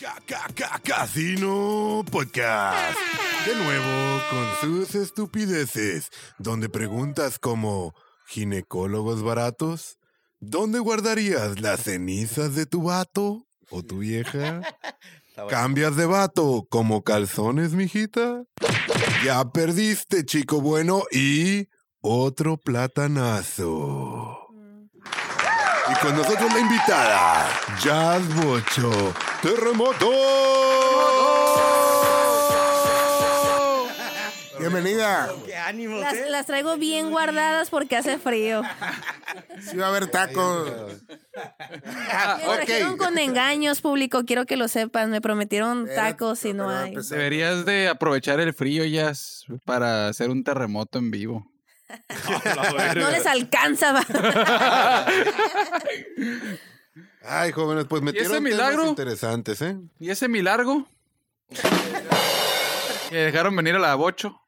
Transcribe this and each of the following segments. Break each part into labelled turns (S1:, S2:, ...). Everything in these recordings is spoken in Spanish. S1: Ca- ca- ca- Casino Podcast. De nuevo con sus estupideces, donde preguntas como ginecólogos baratos, ¿dónde guardarías las cenizas de tu vato o tu vieja? ¿Cambias de vato como calzones, mijita? Ya perdiste, chico bueno, y otro platanazo. Y con nosotros la invitada, Jazz Bocho, Terremoto.
S2: Bienvenida.
S3: ¡Qué ánimos,
S4: Las,
S3: eh!
S4: las traigo bien guardadas porque hace frío.
S2: Sí va a haber tacos.
S1: Ah,
S4: Me trajeron con engaños, público. Quiero que lo sepan. Me prometieron tacos y no
S2: Pero
S1: pues,
S4: hay.
S2: empecé.
S5: Deberías de aprovechar el frío, Jazz, para hacer un terremoto en vivo.
S4: Ah, No les alcanza. va.
S1: Ay, jóvenes, pues metieron
S5: ese
S1: temas
S5: milagro?
S1: interesantes, ¿eh?
S5: ¿Y ese milagro? que dejaron venir a la Bocho.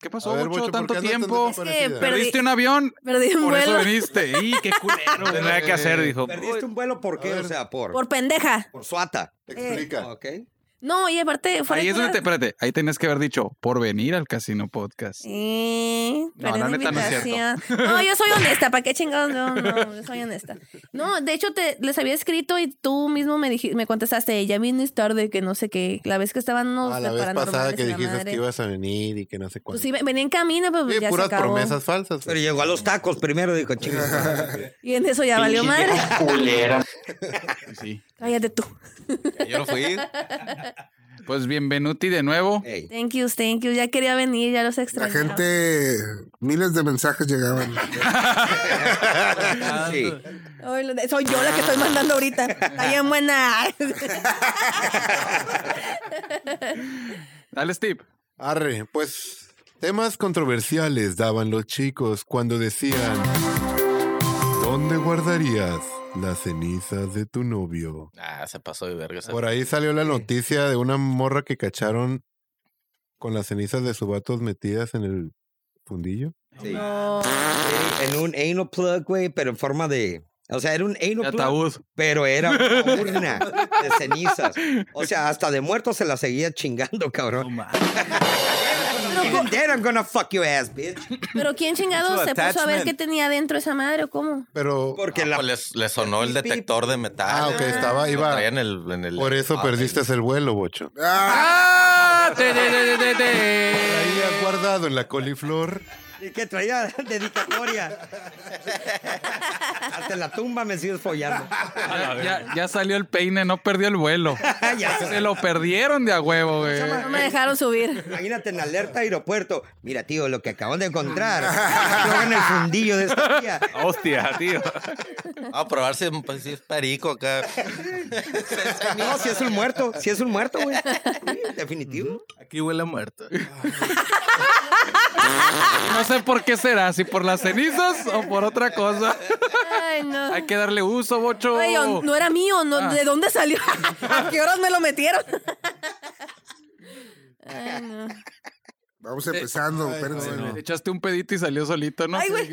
S5: ¿Qué pasó,
S1: A ver,
S5: Bocho?
S1: Bocho, ¿por
S5: ¿Tanto
S1: qué andas tan
S5: tiempo?
S1: desaparecida?
S4: Es que perdí,
S5: ¿Perdiste un avión?
S4: perdí un
S5: Por eso
S4: vuelo
S5: viniste. ¡Y qué culero!
S6: No tenía nada que hacer, dijo.
S3: Eh, ¿Perdiste un vuelo por qué? O sea, por, por,
S4: por pendeja. Eh,
S3: suata.
S1: Explica.
S3: Ok.
S4: No, y aparte, fuera
S5: Ahí
S4: de
S5: es donde te,
S4: cura-
S5: espérate, ahí tenías que haber dicho, por venir al Casino Podcast.
S4: Sí,
S5: No,
S4: perdí
S5: la
S4: mi
S5: neta no es cierto.
S4: invitación. No, yo soy honesta, ¿para qué chingados? No, no, yo soy honesta. No, de hecho te, les había escrito y tú mismo me dij- me contestaste, ya vienes tarde, que no sé qué, la vez que estaban unos
S1: A Ah, la
S4: de
S1: vez pasada
S4: paranormales
S1: que
S4: y la
S1: dijiste
S4: madre.
S1: que ibas a venir y que no sé
S4: Pues
S1: cuándo.
S4: sí, venía en camino, pero
S1: Sí,
S4: ya
S1: puras
S4: se acabó.
S1: promesas falsas.
S3: Pero llegó a los tacos primero, dijo, chingas.
S4: Y en eso ya valió madre.
S5: Y Sí.
S4: Cállate tú.
S3: Yo no fui.
S5: Pues bienvenuti de nuevo.
S3: Ey.
S4: Thank you, thank you. Ya quería venir, ya los
S2: La
S4: extrañaba.
S2: gente, miles de mensajes llegaban.
S3: Sí.
S4: Ay, lo de- soy yo la que estoy mandando ahorita. Está bien buena.
S5: Dale, este, Steve.
S1: Arre, pues temas controversiales daban los chicos cuando decían, ¿dónde guardarías las cenizas de tu novio?
S6: Ah, se pasó de verga. ese-
S1: Por ahí salió la noticia de una morra que cacharon con las cenizas de sus vatos metidas en el fundillo.
S3: sí.
S4: No.
S3: En un anal plug, güey, pero en forma de. O sea, era un
S5: De
S3: anal plug,
S5: Ataúd.
S3: pero era una urna de cenizas. O sea, hasta de muerto se la seguía chingando, cabrón. They're not gonna fuck your ass, bitch.
S4: Pero quién chingado
S6: Su
S4: se puso a ver
S6: attachment.
S4: qué tenía dentro esa madre o cómo.
S1: Pero
S3: Porque
S6: Ah,
S3: la.
S6: pues les- le sonó el detector de metal.
S1: Ah, ok, estaba-
S6: Lo
S1: iba-
S6: traía En el, en el-
S1: por eso
S6: ah,
S1: perdiste el vuelo, bocho.
S2: Ah,
S5: ¡Ah! Te, te, te, te,
S1: Por
S5: te.
S1: Ahí has guardado en la coliflor.
S3: Y que traía dedicatoria. Hasta en la tumba me sigues follando.
S5: Ya, ya- ya salió el peine, no perdió el vuelo.
S3: Ya.
S5: Se lo perdieron de a huevo, güey.
S4: No me dejaron subir.
S3: Imagínate en alerta aeropuerto. Mira, tío, lo que acabamos de encontrar. Lo en el fundillo de esta tía.
S5: Hostia, tío.
S6: Vamos a probar si, es- pues, si es perico acá.
S3: No, si es un muerto, si es un muerto, güey. Sí, Definitivo.
S6: Aquí huele a muerto.
S5: No sé por qué será, si por las cenizas o por otra cosa.
S4: Ay, no.
S5: Hay que darle uso, bocho.
S4: Ay, o- no era mío. no-
S3: Ah.
S4: ¿De dónde salió? ¿A qué horas me lo metieron? Ay, no.
S2: vamos empezando. espérense.
S5: Le echaste un pedito y salió solito, ¿no?
S4: Ay, güey.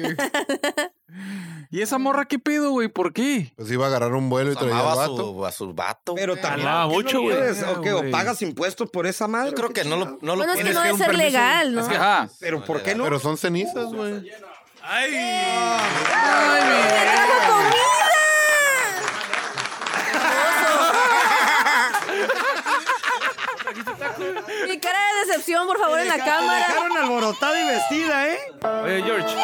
S5: ¿Y esa morra qué pedo, güey? ¿Por qué?
S1: Pues iba a agarrar un vuelo y traía al
S6: Amaba a
S1: vato.
S6: su, a su vato.
S3: Pero también.
S5: Alaba
S3: ¿por qué
S5: mucho,
S3: no
S5: güey.
S3: puedes? ¿O qué? ¿O
S5: Güey.
S3: pagas impuestos por esa madre?
S6: Yo creo que no lo, no lo
S4: Bueno, es que
S6: tienes
S4: no debe
S6: un
S4: ser
S6: permiso.
S4: legal, ¿no?
S5: Es que, ajá.
S3: Pero ¿por qué no?
S1: Pero son cenizas, güey.
S4: ¡Trajo comida! Oso. Mi cara de decepción, por favor, en la cámara.
S3: Dejaron alborotada y vestida, ¿eh?
S5: Oye, George.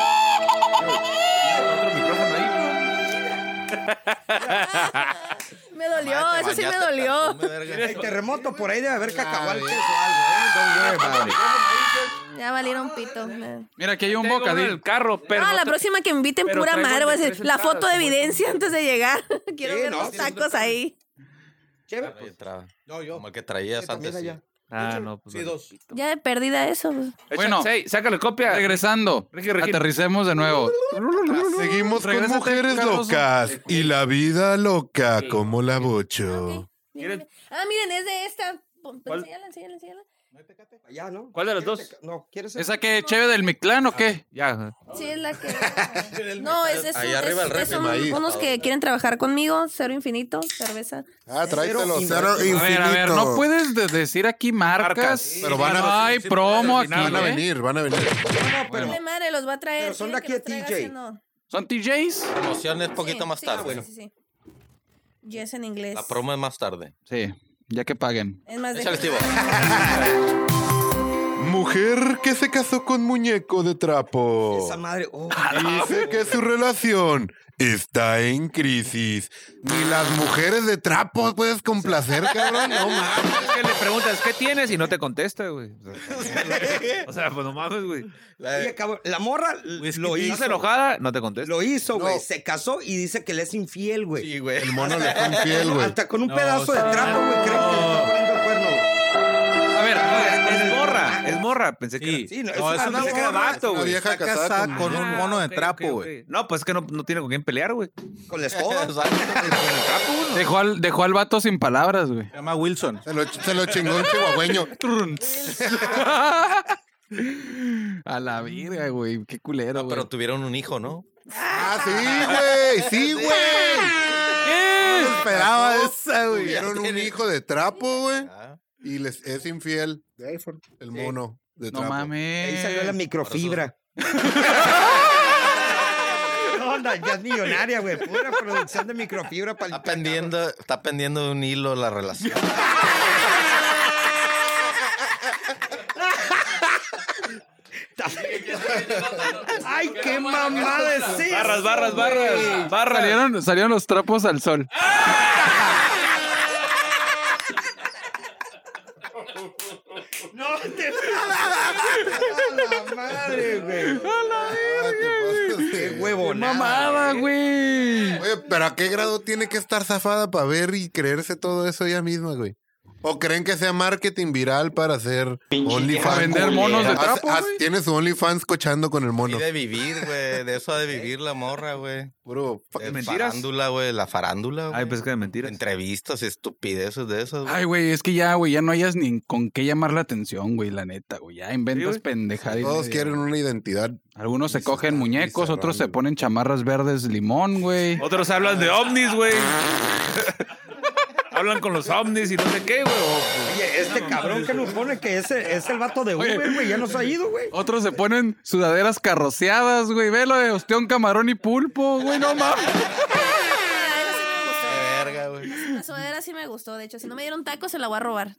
S5: Otro micrófono ahí.
S4: Me
S3: Ah,
S4: dolió, eso sí me
S6: Bañate,
S4: dolió.
S6: perfume, verga.
S3: El terremoto por ahí debe haber cacahuates o algo, ¿eh? Don't worry about it.
S4: Ya valieron pito. man.
S5: Mira, aquí hay un
S7: Tengo uno en
S5: bocadillo.
S7: el carro, pero.
S4: ah,
S7: no
S4: la
S7: te-
S4: próxima que me inviten
S7: pero
S4: pura
S7: traigo
S4: madre,
S7: el
S4: voy a
S7: de
S4: decir
S7: tres
S4: la
S7: entradas,
S4: foto de
S7: como-
S4: evidencia antes de llegar. Quiero
S3: Sí,
S4: ver
S3: no,
S4: los
S3: sí,
S4: tacos ahí.
S3: Chévere,
S6: Ahí
S3: pues.
S6: entraba.
S3: No, yo.
S6: Como el que traías antes.
S3: también
S6: sí.
S3: allá.
S7: Ah, no, pues.
S3: Sí,
S7: no.
S3: dos.
S4: Ya de perdida eso. pues.
S7: Echa-
S5: Bueno.
S7: sí, sácale copia.
S5: Regresando,
S7: Ricky, Ricky.
S5: aterricemos de nuevo.
S1: Seguimos con
S5: Regrésate,
S1: mujeres
S5: Carlos.
S1: locas y la vida loca como la bocho.
S4: Miren, miren. Ah, miren, es de esta. Pon-
S7: ¿Cuál?
S4: Enséñala, enséñala, enséñala.
S3: Ya, ¿no?
S7: ¿Cuál de las dos?
S3: No, ¿quieres ser?
S5: ¿Esa que cheve del Mictlán o
S7: Ah,
S5: qué? Ya.
S4: Sí, es la que. No, es, es,
S6: Ahí
S4: es-
S6: arriba el
S4: es-
S6: refri,
S4: son
S6: maíz.
S4: unos que quieren trabajar conmigo, cero infinito, cerveza.
S1: Ah, tráetelo.
S3: Cero
S1: Cero
S3: invertido.
S1: y
S5: A ver, a ver, no
S2: Infinito.
S5: puedes de- decir aquí marcas.
S7: Marcas.
S5: Pero
S1: Pero van a-
S5: no hay
S7: sí,
S5: promo
S7: al
S5: aquí.
S7: final
S1: van a
S5: ¿eh?
S1: venir, van a venir.
S3: No, pero-
S4: Vale madre, los va a traer.
S3: Pero son de
S4: quiero que
S3: aquí a
S4: los traiga
S3: TJ.
S4: haciendo-
S5: ¿Son TJs?
S6: Promoción es poquito
S4: Sí,
S6: más
S4: sí,
S6: tarde.
S4: sí, sí, sí. Yes en inglés.
S6: La promo es más tarde.
S5: Sí, ya que paguen.
S4: Es más de.
S6: Échale, Steve.
S1: Mujer que se casó con muñeco de trapo.
S3: Esa madre. oh,
S1: Dice que su relación está en crisis. Ni las mujeres de trapo puedes complacer, cabrón. No mames.
S7: Es que le preguntas, ¿qué tienes? Y no te contesta, güey. O sea, pues no mames, güey.
S6: La-
S3: oye, cabrón, la morra lo
S7: ¿Estás
S3: hizo.
S7: enojada? No te contesta.
S3: Lo hizo, güey.
S1: No.
S3: Se casó y dice que le es infiel, güey.
S6: Sí, güey.
S1: El mono le fue infiel, güey.
S3: Hasta con un
S7: No,
S3: pedazo
S7: sí.
S3: de trapo, güey. Cree que le está poniendo el cuerno, güey.
S7: A ver, a ver, es morra. Es morra. Pensé que era-
S3: Sí, no,
S7: No,
S3: es
S7: eso
S3: una
S7: pensé que era
S3: morra,
S7: vato,
S1: Una
S7: güey.
S1: vieja
S2: Está
S1: casada
S2: casada
S1: con-
S2: con un mono de
S7: ok,
S2: trapo,
S7: ok,
S2: güey.
S7: ok. No, pues es que no, no tiene con quién pelear, güey.
S3: Con la escoba.
S5: Dejó al, dejó al vato sin palabras, güey.
S8: Se llama Wilson.
S1: Se lo, se lo chingó un chihuahueño.
S5: A la virga,
S3: Mm.
S5: güey. Qué culero,
S6: No,
S5: güey.
S6: pero tuvieron un hijo, ¿no?
S1: Ah, sí, güey. Sí, güey.
S2: Esperaba esa, güey.
S1: Tuvieron un hijo de trapo, güey.
S6: Ah,
S1: Y les es infiel
S2: De iPhone.
S1: el mono de
S5: No
S1: trapo.
S5: mames.
S3: Ahí salió la microfibra. No, no, ya es millonaria, güey. Pura producción de microfibra para
S6: Está pendiendo, está pendiendo de un hilo la relación.
S3: ¡Ay, qué mamada es esa!
S7: Barras, barras, barras. Barras.
S5: Salieron, salieron los trapos al sol.
S3: ¡No te ¡A la madre, güey!
S1: Ah, te pasas
S3: ¡Qué
S1: de-
S3: huevo,
S5: Mamada, güey.
S1: Oye, pero ¿a qué grado tiene que estar zafada para ver y creerse todo eso ella misma, güey? ¿O creen que sea marketing viral para hacer OnlyFans?
S5: Para vender monos de
S1: Haz-
S5: trapo,
S1: haz-
S5: güey.
S1: Tiene su OnlyFans cochando con el
S6: Y
S1: mono.
S6: de vivir, güey. De eso ha de vivir la morra, güey.
S1: Puro fa-
S6: De
S7: mentiras?
S6: farándula, güey. La farándula, güey.
S7: Ay, pues que de mentiras.
S6: Entrevistas, estupideces de esas, güey.
S5: Ay, güey, es que ya, güey, ya no hayas ni con qué llamar la atención, güey, la neta, güey. Ya inventas
S7: güey.
S5: pendejadas. y
S1: Todos
S5: media,
S1: quieren
S5: güey.
S1: una identidad.
S5: Algunos se cogen muñecos,
S1: bizarrón,
S5: otros se
S1: güey.
S5: ponen chamarras verdes limón, güey.
S7: Otros hablan de ovnis, güey. hablan con los ovnis y no sé qué, güey. o-
S3: Oye, este cabrón que nos pone que ese es el vato de Uber, güey, ya nos ha ido, güey.
S5: Otros se ponen sudaderas carroceadas, güey. Velo de ostión, camarón y pulpo, güey, no mames.
S4: Ah, esa sí me gustó.
S6: Qué verga, güey.
S4: La sudadera sí me gustó, de hecho. Si no me dieron tacos, se la voy a robar.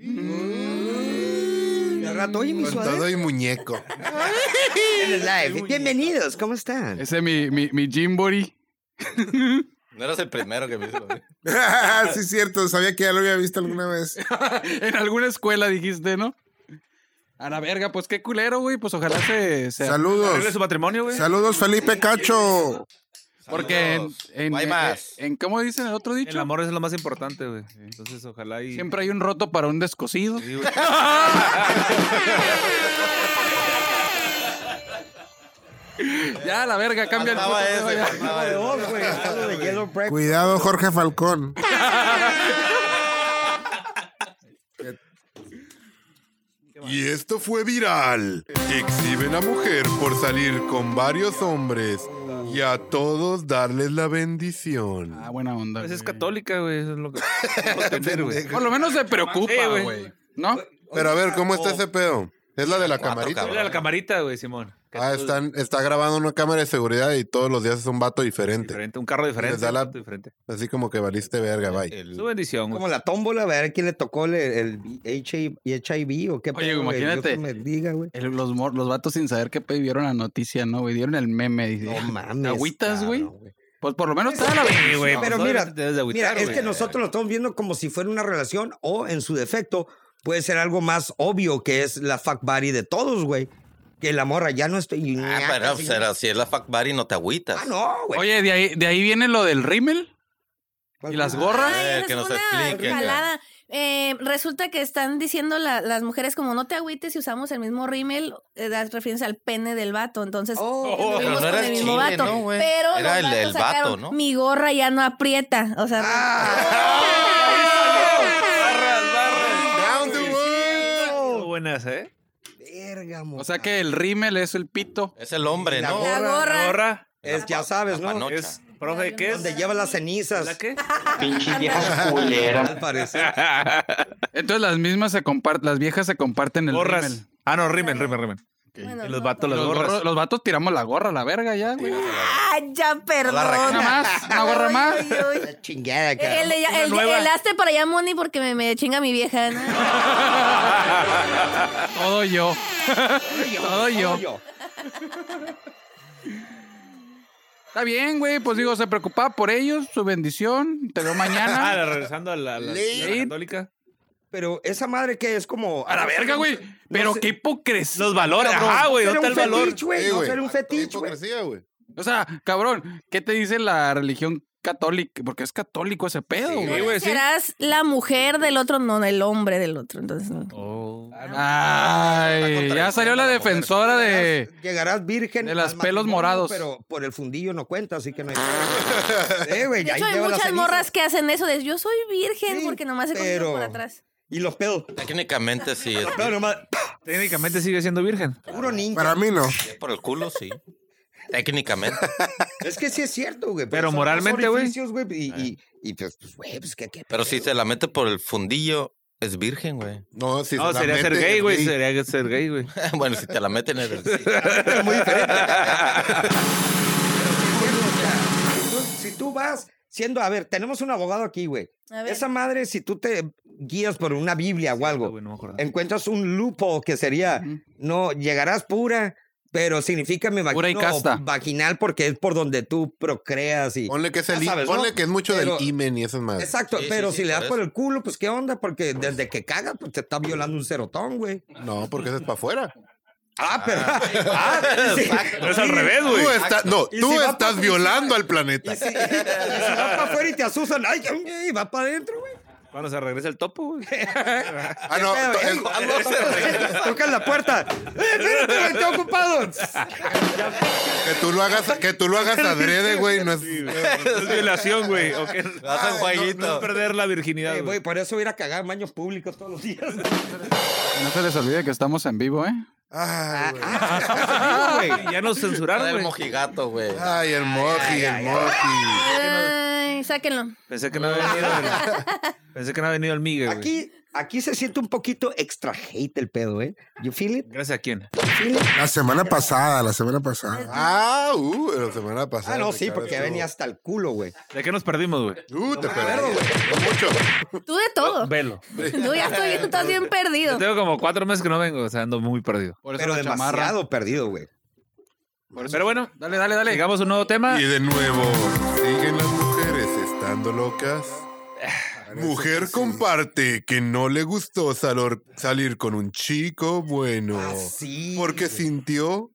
S3: Y al rato, oye, mi
S1: Con
S3: suadero.
S1: todo y muñeco.
S3: en el live. Bienvenidos, ¿cómo están?
S5: Ese mi, mi, mi Jimbori.
S6: No eras el primero que me hizo. güey.
S2: sí, cierto. Sabía que ya lo había visto alguna vez.
S5: en alguna escuela dijiste, ¿no? A la verga, pues qué culero, güey. Pues ojalá se. se-
S7: Arregle
S2: Saludos.
S7: su matrimonio, güey.
S2: Saludos, Felipe Cacho.
S5: porque en,
S6: Saludos.
S5: en,
S6: No hay
S5: en-
S6: más.
S5: en- ¿Cómo dicen el otro
S7: El
S5: dicho?
S7: amor es lo más importante, güey. Entonces, ojalá y.
S5: Siempre hay un roto para un descosido.
S7: Sí, güey.
S5: Ya, la verga, cambia el
S6: Faltaba
S5: puto
S6: ese,
S5: tema ya.
S6: faltaba ese.
S3: Oh, güey, algo de Yellow Breakfast.
S2: Cuidado, Jorge Falcón.
S1: Y esto fue viral. Exhiben a mujer por salir con varios hombres y a todos darles la bendición.
S5: Ah, buena onda.
S7: Pues es
S5: güey.
S7: católica, güey. Eso es lo que. Vamos a tener, güey.
S5: Por lo menos se preocupa,
S7: Sí, güey.
S5: güey. ¿No?
S1: Pero a ver, ¿cómo está ese pedo? ¿Es la de la
S6: Cuatro,
S1: camarita?
S6: cabrón.
S7: Dale a la camarita, güey, Simón. Que
S1: Ah,
S7: tú-
S1: están, está grabando una cámara de seguridad y todos los días es un vato diferente.
S7: Diferente, un carro diferente.
S1: Les da
S7: un
S1: la-
S7: auto diferente.
S1: Así como que valiste verga, bye.
S7: Su bendición, güey.
S3: Como la tómbola, a ver quién le tocó el, el HIV, HIV o qué
S5: Oye,
S3: pedo, güey. Dios
S5: imagínate.
S3: que me diga, güey.
S5: El- los, mor- los vatos sin saber qué pedo vieron la noticia, ¿no? güey? Dieron el meme. dice,
S3: No mames.
S5: Agüitas, güey.
S3: cabrón,
S5: Pues por lo menos te da la bendición.
S7: güey,
S3: Ah. Pero
S7: pues,
S3: mira,
S7: obviamente te debes de agüitar,
S3: Mira, es
S7: güey.
S3: que nosotros lo estamos viendo como si fuera una relación o, en su defecto, puede ser algo más obvio que es la fuck buddy de todos, güey. Que la morra ya no estoy...
S6: Ah, pero pues, era- si es la fuck buddy, no te agüitas.
S3: Ah, no, güey.
S5: Oye, de ahí, de ahí viene lo del rímel y las gorras.
S6: ver,
S4: esa
S6: que
S4: es
S6: nos
S4: una
S6: explique,
S4: jalada. Eh, resulta que están diciendo la- las mujeres como no te agüites si usamos el mismo rímel, eh, das referencia al pene del vato. Entonces,
S3: Oh,
S4: estuvimos
S6: pero no
S4: con
S6: era
S4: el
S6: el
S4: mismo
S6: chile,
S4: vato.
S6: ¿no, güey?
S4: pero
S6: Era
S4: los
S6: el- el
S4: vatos sacaron,
S6: vato, ¿no?
S4: Mi gorra ya no aprieta. O sea,
S3: Ah.
S7: Barras, barras.
S1: Down the world.
S7: buenas, ¿eh?
S3: Verga,
S5: O sea que el rímel es el pito.
S6: Es el hombre,
S3: La
S6: ¿no?
S4: La gorra.
S7: Gorra.
S3: Es, ya sabes,
S6: La
S3: ¿no?
S6: panocha.
S7: Es, profe, ¿qué es?
S3: Donde lleva las cenizas.
S7: ¿La qué?
S8: Pinche vieja culera.
S3: Al parecer.
S5: Entonces las mismas se comparten, las viejas se comparten el
S7: Gorras.
S5: rímel.
S7: Ah, no, rimen, rimen, rimen.
S4: Bueno,
S7: Y los
S4: no,
S7: vatos
S5: Los,
S7: las
S5: gorros-
S7: gorras.
S5: los vatos tiramos la gorra a la verga ya, güey.
S4: Ah, ya, perdón.
S5: Una más, una gorra
S4: Ay,
S5: más.
S4: ay, ay.
S3: La chingada, cara.
S4: El, de- el, de-
S7: nueva.
S4: el hazte para allá, Moni, porque me, me chinga mi vieja. ¿no?
S5: Ah, Todo yo. Todo yo. Está bien, güey. Pues digo, se preocupaba por ellos, su bendición. Te veo
S7: Ah,
S5: mañana.
S7: la- regresando a la, la- la
S3: Late.
S7: católica.
S3: Pero esa madre que es como. "Ah,
S5: A la verga, güey. Pero
S3: sé.
S5: qué hipocresía.
S7: Los valores, ajá, güey.
S3: Era
S7: ¿Dónde
S3: un
S7: está el valor?
S3: fetiche, güey.
S1: Sí,
S3: No,
S1: güey.
S3: era un fetiche, güey.
S1: Hipocresía, güey.
S5: O sea, cabrón, ¿qué te dice la religión católica? Porque es católico ese pedo,
S7: Sí,
S5: güey.
S7: güey, sí.
S4: Serás la mujer del otro, no el hombre del otro. Entonces, no. "Oh".
S6: Está
S5: Ay, ya
S6: contradiciendo
S5: salió la
S6: a la
S5: defensora de.
S3: Llegarás virgen.
S5: De las
S3: al
S5: pelos
S3: matrimonio,
S5: morados.
S3: Pero por el fundillo no cuenta, así que no hay. Eh, güey,
S4: Ah. De
S3: ahí
S4: hecho, hay
S3: lleva la
S4: muchas
S3: ceniza.
S4: morras que hacen eso. De, yo soy virgen
S3: Sí,
S4: porque nomás se
S3: pero-
S4: consigue por atrás.
S3: Y los pedos.
S6: Técnicamente sí, es
S3: No, nomás.
S7: Técnicamente sigue siendo virgen.
S3: Puro ninja.
S2: Para mí no.
S6: por el culo, sí. Técnicamente.
S3: Es que sí es cierto, güey.
S7: Pero
S3: son
S7: moralmente, güey.
S3: dos orificios, güey,
S5: Ah.
S3: Y, y, y pues, pues, güey, pues que. que
S6: Pero si se la mete por el fundillo, es virgen, güey.
S1: No, si
S7: No,
S1: se la
S7: sería ser
S1: mete,
S7: gay,
S1: es
S7: güey. Sería ser gay, güey.
S6: bueno, si te la meten en el...
S3: muy diferente. si, tú, si tú vas siendo, a ver, tenemos un abogado aquí, güey.
S4: A ver.
S3: Esa madre, si tú te guías por una Biblia o algo,
S7: güey, no me acuerdo.
S3: encuentras un lupo que sería, no, llegarás pura, pero significa me
S5: Pura y
S3: imagino
S5: casta.
S3: vaginal porque es por donde tú procreas y...
S1: Ponle que es, el,
S3: Ya sabes, ¿no?
S1: ponle que es mucho
S3: Pero-
S1: del imen y esas madres.
S3: Exacto,
S6: Sí, sí,
S3: pero
S6: sí,
S3: si le das
S6: por
S3: por el culo, pues qué onda, porque desde que cagas, pues te está violando un cerotón, güey.
S1: No, porque eso es para afuera.
S3: Ah, pero... Ah, sí.
S7: Pero es al revés, güey.
S1: Tú estás, no,
S3: Y
S1: tú
S3: si va pa'
S1: estás
S3: policía-
S1: violando al
S3: Y
S1: planeta.
S3: si, y si va para afuera y te asustan, ay, ay, va para adentro, güey.
S7: Cuando se regresa el topo, güey.
S1: Ah, no,
S3: Pero,
S1: to-
S3: ey,
S1: es-
S3: Tocan la puerta. ¡Eh, espérate, güey, estoy ocupado!
S1: que tú lo hagas, que tú lo hagas adrede, güey, no es Ah,
S7: Es violación, güey. O que-
S6: hacen
S7: Ay, no-
S6: jueguito.
S7: No, es perder la virginidad,
S3: Eh,
S7: güey.
S3: güey, por eso ir a cagar en baños públicos todos los días.
S5: No se les olvide que estamos en vivo, ¿eh?
S1: Ay, güey.
S3: Ah,
S7: Ya nos
S6: Era el
S7: censuraron, güey.
S6: mojigato, güey.
S1: Ay, el moji, el moji.
S4: Ay, sáquenlo.
S7: Pensé que no había venido el... Pensé que no había venido el migue, güey.
S3: Aquí, aquí se siente un poquito extra hate el pedo, ¿eh? ¿You feel it?
S7: Gracias a quién.
S3: ¿Feel it?
S2: La semana pasada, la semana pasada.
S1: Ah, uh, la semana pasada.
S3: Ah, no, sí, porque
S1: Ricardo,
S3: venía hasta el culo, güey.
S7: ¿De qué nos perdimos, güey?
S1: Uh, te perdí. Mucho.
S4: Tú de todo.
S7: Velo.
S4: Tú ya estoy, tú estás bien perdido.
S7: Yo tengo como cuatro meses que no vengo, o sea, ando muy perdido.
S5: Por eso
S3: Pero
S5: la chamarra.
S3: demasiado perdido, güey.
S7: Pero bueno,
S5: Dale, dale, dale.
S7: llegamos a un nuevo tema.
S1: Y de nuevo, siguen las mujeres estando locas.
S7: Ah,
S1: Mujer comparte que no le gustó salor- salir con un chico bueno
S7: Ah,
S3: Así.
S1: porque sintió,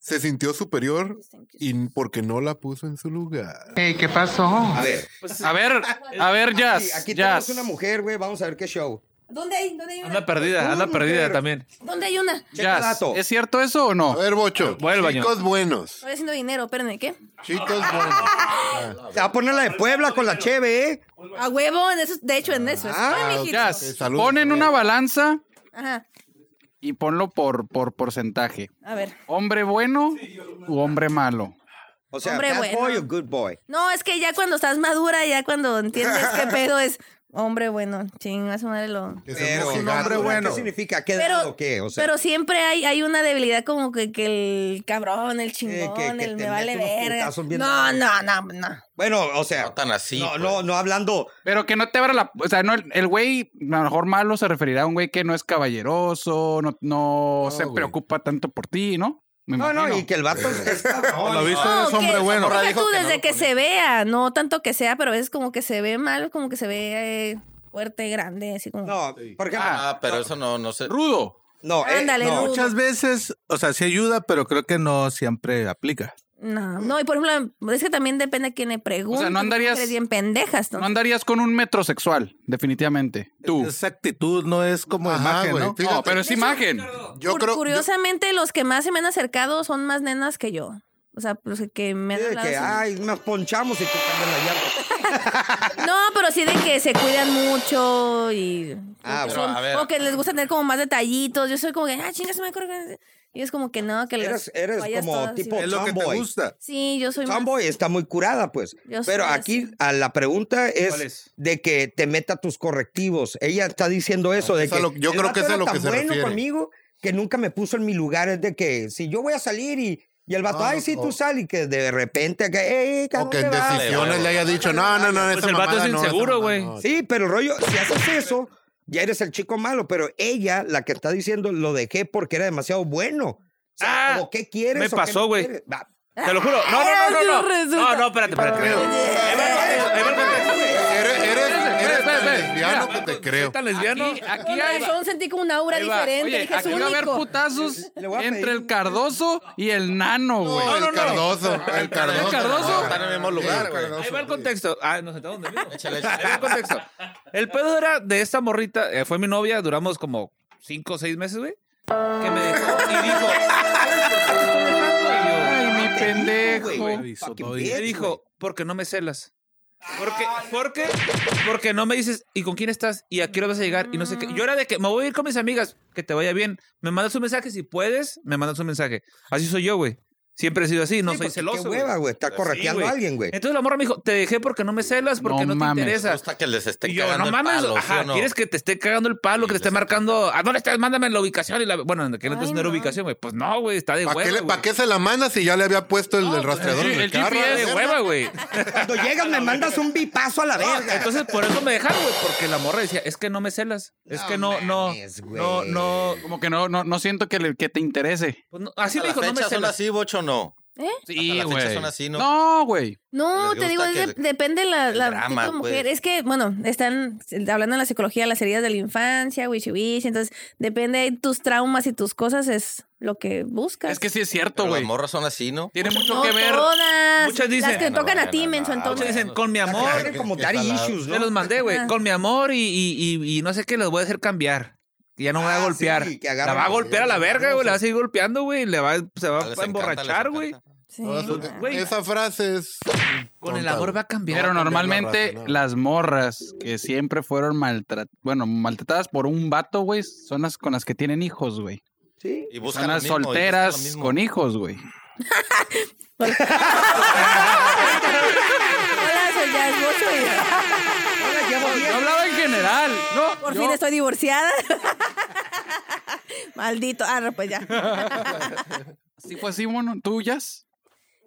S1: se sintió superior y porque no la puso en su lugar.
S3: A ver,
S5: A ver, a ver,
S3: Pues, aquí,
S5: Jazz.
S3: aquí
S5: Jazz.
S3: tenemos una mujer, güey. Vamos a ver qué show.
S4: ¿Dónde hay? ¿Dónde hay
S7: Anda
S4: una?
S7: perdida, anda perdida también.
S4: ¿Dónde hay una?
S3: Checa
S5: Jazz,
S3: dato.
S5: ¿Es cierto eso o
S1: A
S5: no?
S1: ver, Bocho.
S7: Voy al baño.
S1: Chicos buenos.
S4: Estoy haciendo dinero, espérenme, ¿qué?
S1: Chicos
S7: Ah,
S1: buenos.
S3: Te va a poner la de Puebla con la Cheve, ¿eh?
S4: A huevo, en eso, de hecho, en eso.
S3: Ah,
S4: Ay, mijito.
S5: Jazz,
S1: Salud.
S5: pon en una balanza
S4: Ajá,
S5: y ponlo por, por porcentaje.
S4: a ver.
S5: ¿Hombre bueno u hombre malo?
S3: O sea,
S4: Hombre
S3: bad
S4: bueno.
S3: boy o good boy.
S4: No, es que ya cuando estás madura, ya cuando entiendes qué pedo es, hombre, bueno, chinga su madre lo...
S1: Que seas
S3: Pero,
S1: mojigato.
S3: ¿qué significa? ¿Qué edad o
S4: Pero,
S3: qué? O sea,
S4: pero siempre hay, hay una debilidad como que, que el cabrón, el chingón,
S3: que- que
S4: el
S3: te
S4: me vale
S3: mete unos
S4: verga.
S3: putazos bien
S4: No,
S3: raros.
S4: no, no, no.
S3: bueno, o sea.
S6: No tan así,
S3: No,
S6: pues.
S3: no, no hablando.
S5: Pero que no te abra la... O sea, no, el- el güey, a lo mejor malo se referirá a un güey que no es caballeroso, no, no se
S1: güey.
S5: preocupa tanto por ti, ¿no? Me
S3: No, no,
S5: imagino.
S3: y que el vato es- es cabrón.
S1: Lo viste,
S4: No,
S1: eres hombre
S4: que-
S1: bueno.
S4: deja
S6: dijo
S4: Ah, tú
S6: que no
S4: desde
S6: lo
S4: que
S6: ponía.
S4: se vea, no tanto que sea, pero a veces como que se ve mal, como que se ve eh, fuerte, grande, así como.
S3: No, por ejemplo.
S6: Ah, pero eso no, no sé.
S5: Rudo.
S3: no, eh,
S4: Ándale,
S3: no.
S4: rudo.
S9: Muchas veces, o sea, sí ayuda, pero creo que no siempre aplica.
S4: No, no, y por ejemplo, es que también depende a quién le pregunte.
S5: O sea, no andarías-
S4: mujeres bien pendejas, ¿no?
S5: No andarías con un metrosexual, definitivamente. Tú.
S9: Esa actitud no es como
S1: Ajá,
S9: imagen,
S1: güey,
S9: ¿no?
S1: fíjate.
S5: No, pero es imagen.
S1: Yo
S4: Cur-
S1: creo. yo-
S4: curiosamente, los que más se me han acercado son más nenas que yo. O sea, los que me han
S3: Sí, de
S4: hablado
S3: que,
S4: así.
S3: ay, nos ponchamos y que cambian la llanta.
S4: No, pero así de que se cuidan mucho y.
S3: Ah,
S4: o, que
S6: bueno,
S4: son-
S6: a ver.
S4: o que les gusta tener como más detallitos. Yo soy como que, ah, chingas, me acuerdo. que-". Y es como que no, que
S3: Eres-
S4: les.
S3: eres como tipo-
S9: Es lo que te
S3: Tomboy.
S9: gusta.
S4: Sí, yo soy. más-
S3: Fanboy está muy curada, pues.
S4: Yo soy
S3: Pero
S4: así.
S3: aquí a la pregunta es,
S7: ¿Cuál es?
S3: de que te meta tus correctivos. Ella está diciendo eso. de
S1: eso
S3: que
S1: es lo- yo
S3: el
S1: creo
S3: vato
S1: que eso es
S3: era
S1: lo que
S3: tan
S1: se
S3: bueno
S1: refiere.
S3: conmigo que nunca me puso en mi lugar. Es de que si yo voy a salir y, y el vato,
S1: No,
S3: ay,
S1: Ah, no,
S3: sí,
S1: o-
S3: tú sal y que de repente, que, "Ey, ¿a
S1: O que en
S3: dónde vas?"
S1: decisiones le haya dicho, no, no, no,
S7: Pues
S1: esa
S7: el vato
S1: mamada
S7: es
S1: no, esa
S7: inseguro,
S1: mamada
S7: güey.
S1: no.
S3: Sí, pero rollo, si haces eso, ya eres el chico malo. Pero ella, la que está diciendo, lo dejé porque era demasiado bueno. O sea,
S7: Ah,
S3: como, ¿qué quieres?
S7: me
S3: o qué
S7: pasó,
S3: no
S7: güey.
S3: quieres? Va,
S7: Te lo juro. No, no, no, no. No, no, no espérate, espérate. Ahí va el contexto, ahí va el contexto.
S1: Eres, eres,
S7: Espérate,
S1: eres
S7: espérate,
S1: tan
S7: espérate.
S1: lesbiano que
S7: Mira,
S1: te creo.
S7: ¿Soy tan lesbiano?
S5: Aquí, aquí
S4: Con
S5: hay.
S4: razón sentí como una aura
S7: Ahí va.
S4: diferente.
S5: Oye,
S4: dije, es
S5: aquí va a haber
S4: único.
S5: putazos
S3: Le voy a
S5: entre
S3: pedir-
S5: el Cardoso y el Nano, güey.
S1: No, el Cardoso, el Cardoso.
S5: ¿El Cardoso?
S1: no,
S6: Están en el mismo lugar, güey.
S7: Ahí va el contexto. Ah, nos sentamos donde mismo.
S6: Échale,
S7: Ahí va el
S6: échale.
S7: contexto. El pedo era de esta morrita. eh, fue mi novia. Duramos como cinco o seis meses, güey. Que me dejó y dijo...
S5: Ay, mi
S3: güey.
S5: pendejo.
S3: fucking
S9: Soy-
S3: bitch,
S7: Me
S3: güey.
S7: dijo, porque no me celas. Porque, porque, porque no me dices, ¿y con quién estás? ¿Y a qué hora vas a llegar? Y no sé qué. Yo era de que me voy a ir con mis amigas, que te vaya bien. Me mandas un mensaje, si puedes, me mandas un mensaje. Así soy yo, güey. Siempre he sido así, no
S3: Sí,
S7: soy
S3: porque
S7: celoso.
S3: Qué
S7: güey. Pues
S3: hueva, güey. Está correteando
S7: güey.
S3: a alguien, güey.
S7: Entonces la morra me dijo, te dejé porque no me celas, porque
S5: No
S7: no,
S5: mames.
S7: te interesa.
S6: gusta que les esté
S7: Y yo,
S6: cagando
S7: no
S6: el
S7: mames,
S6: palo, ¿sí
S7: ajá,
S6: o no?
S7: quieres que te esté cagando el palo, que te esté marcando, "Ah, ¿a dónde estás? Mándame la ubicación y la... Bueno, que no
S4: Ay,
S7: no era
S4: no.
S7: ubicación, güey. Pues no, güey, está de hueva,
S1: ¿Para qué, le-
S7: güey.
S1: pa' qué se la manda si ya le había puesto el, el
S7: pues,
S1: rastreador en
S5: El
S1: el carro?
S5: GPS
S7: de hueva, güey.
S3: Cuando llegas me mandas un bipazo a la
S7: No,
S3: verga.
S7: entonces por eso me dejaron, güey, porque la morra decía, es que no me celas, es que no, no,
S3: mames, güey.
S7: no, no,
S5: Como que no, no, no siento que, le- que te interese.
S7: pues no, así
S6: Hasta
S7: me
S6: la
S7: dijo, no me
S6: fecha son
S7: celas.
S6: así, bocho, no.
S5: Sí,
S6: la fecha
S5: güey.
S6: son así, ¿no?
S5: No, güey.
S4: ¿Eh? No,
S6: Les
S4: te digo,
S6: gusta
S4: es de-
S6: que-
S4: depende la,
S6: el
S4: la tipo
S6: drama,
S4: de mujer.
S6: pues.
S4: Es que, bueno, están hablando en la psicología las heridas de la infancia, wishy wish. Entonces, depende de tus traumas y tus cosas, es lo que buscas.
S5: Es que sí es cierto,
S6: Pero las
S5: güey.
S6: morras son así, ¿no?
S5: Tiene mucho
S4: no
S5: que ver.
S4: todas.
S7: Muchas
S4: las
S7: dicen-
S4: que
S6: No,
S4: tocan a
S6: no,
S4: ti,
S6: no,
S4: menso,
S6: no,
S4: entonces.
S7: Dicen, con mi amor,
S3: Claro, como daddy issues,
S7: te los
S3: ¿no?
S7: mandé, güey, con mi amor y, y, y, y no sé qué, los voy a hacer cambiar. Y ya no me va a
S3: Ah,
S7: golpear.
S3: sí, que agarra
S7: la va a
S3: la
S7: golpear a la
S3: verga,
S7: verga,
S3: no,
S7: güey. La va a
S3: sí.
S7: seguir golpeando, güey. Le va, se va
S6: Les
S7: a
S6: encanta,
S7: emborrachar,
S6: les
S7: güey.
S6: encanta.
S4: Sí.
S1: No, eso-
S7: Güey.
S1: esa frase es.
S7: Con el
S1: tonta,
S7: amor va a cambiar.
S5: Pero
S1: No,
S6: pues,
S1: cambiar la
S5: normalmente
S1: raza, no.
S5: las morras que siempre fueron maltratadas, bueno, maltratadas por un vato, güey, son las con las que tienen hijos, güey.
S3: Sí.
S6: Y
S5: Son
S6: buscan
S5: las
S6: lo mismo, y buscan lo
S5: solteras
S6: mismo.
S5: con hijos, güey.
S4: Hola, soy Jazz Bocho y
S3: Ahora llevo diez.
S5: Yo hablaba en general, ¿no?
S4: por
S5: yo-
S4: fin estoy divorciada. Maldito. Ah, no, pues ya.
S5: Sí, fue así, mono. ¿Tú, Jazz?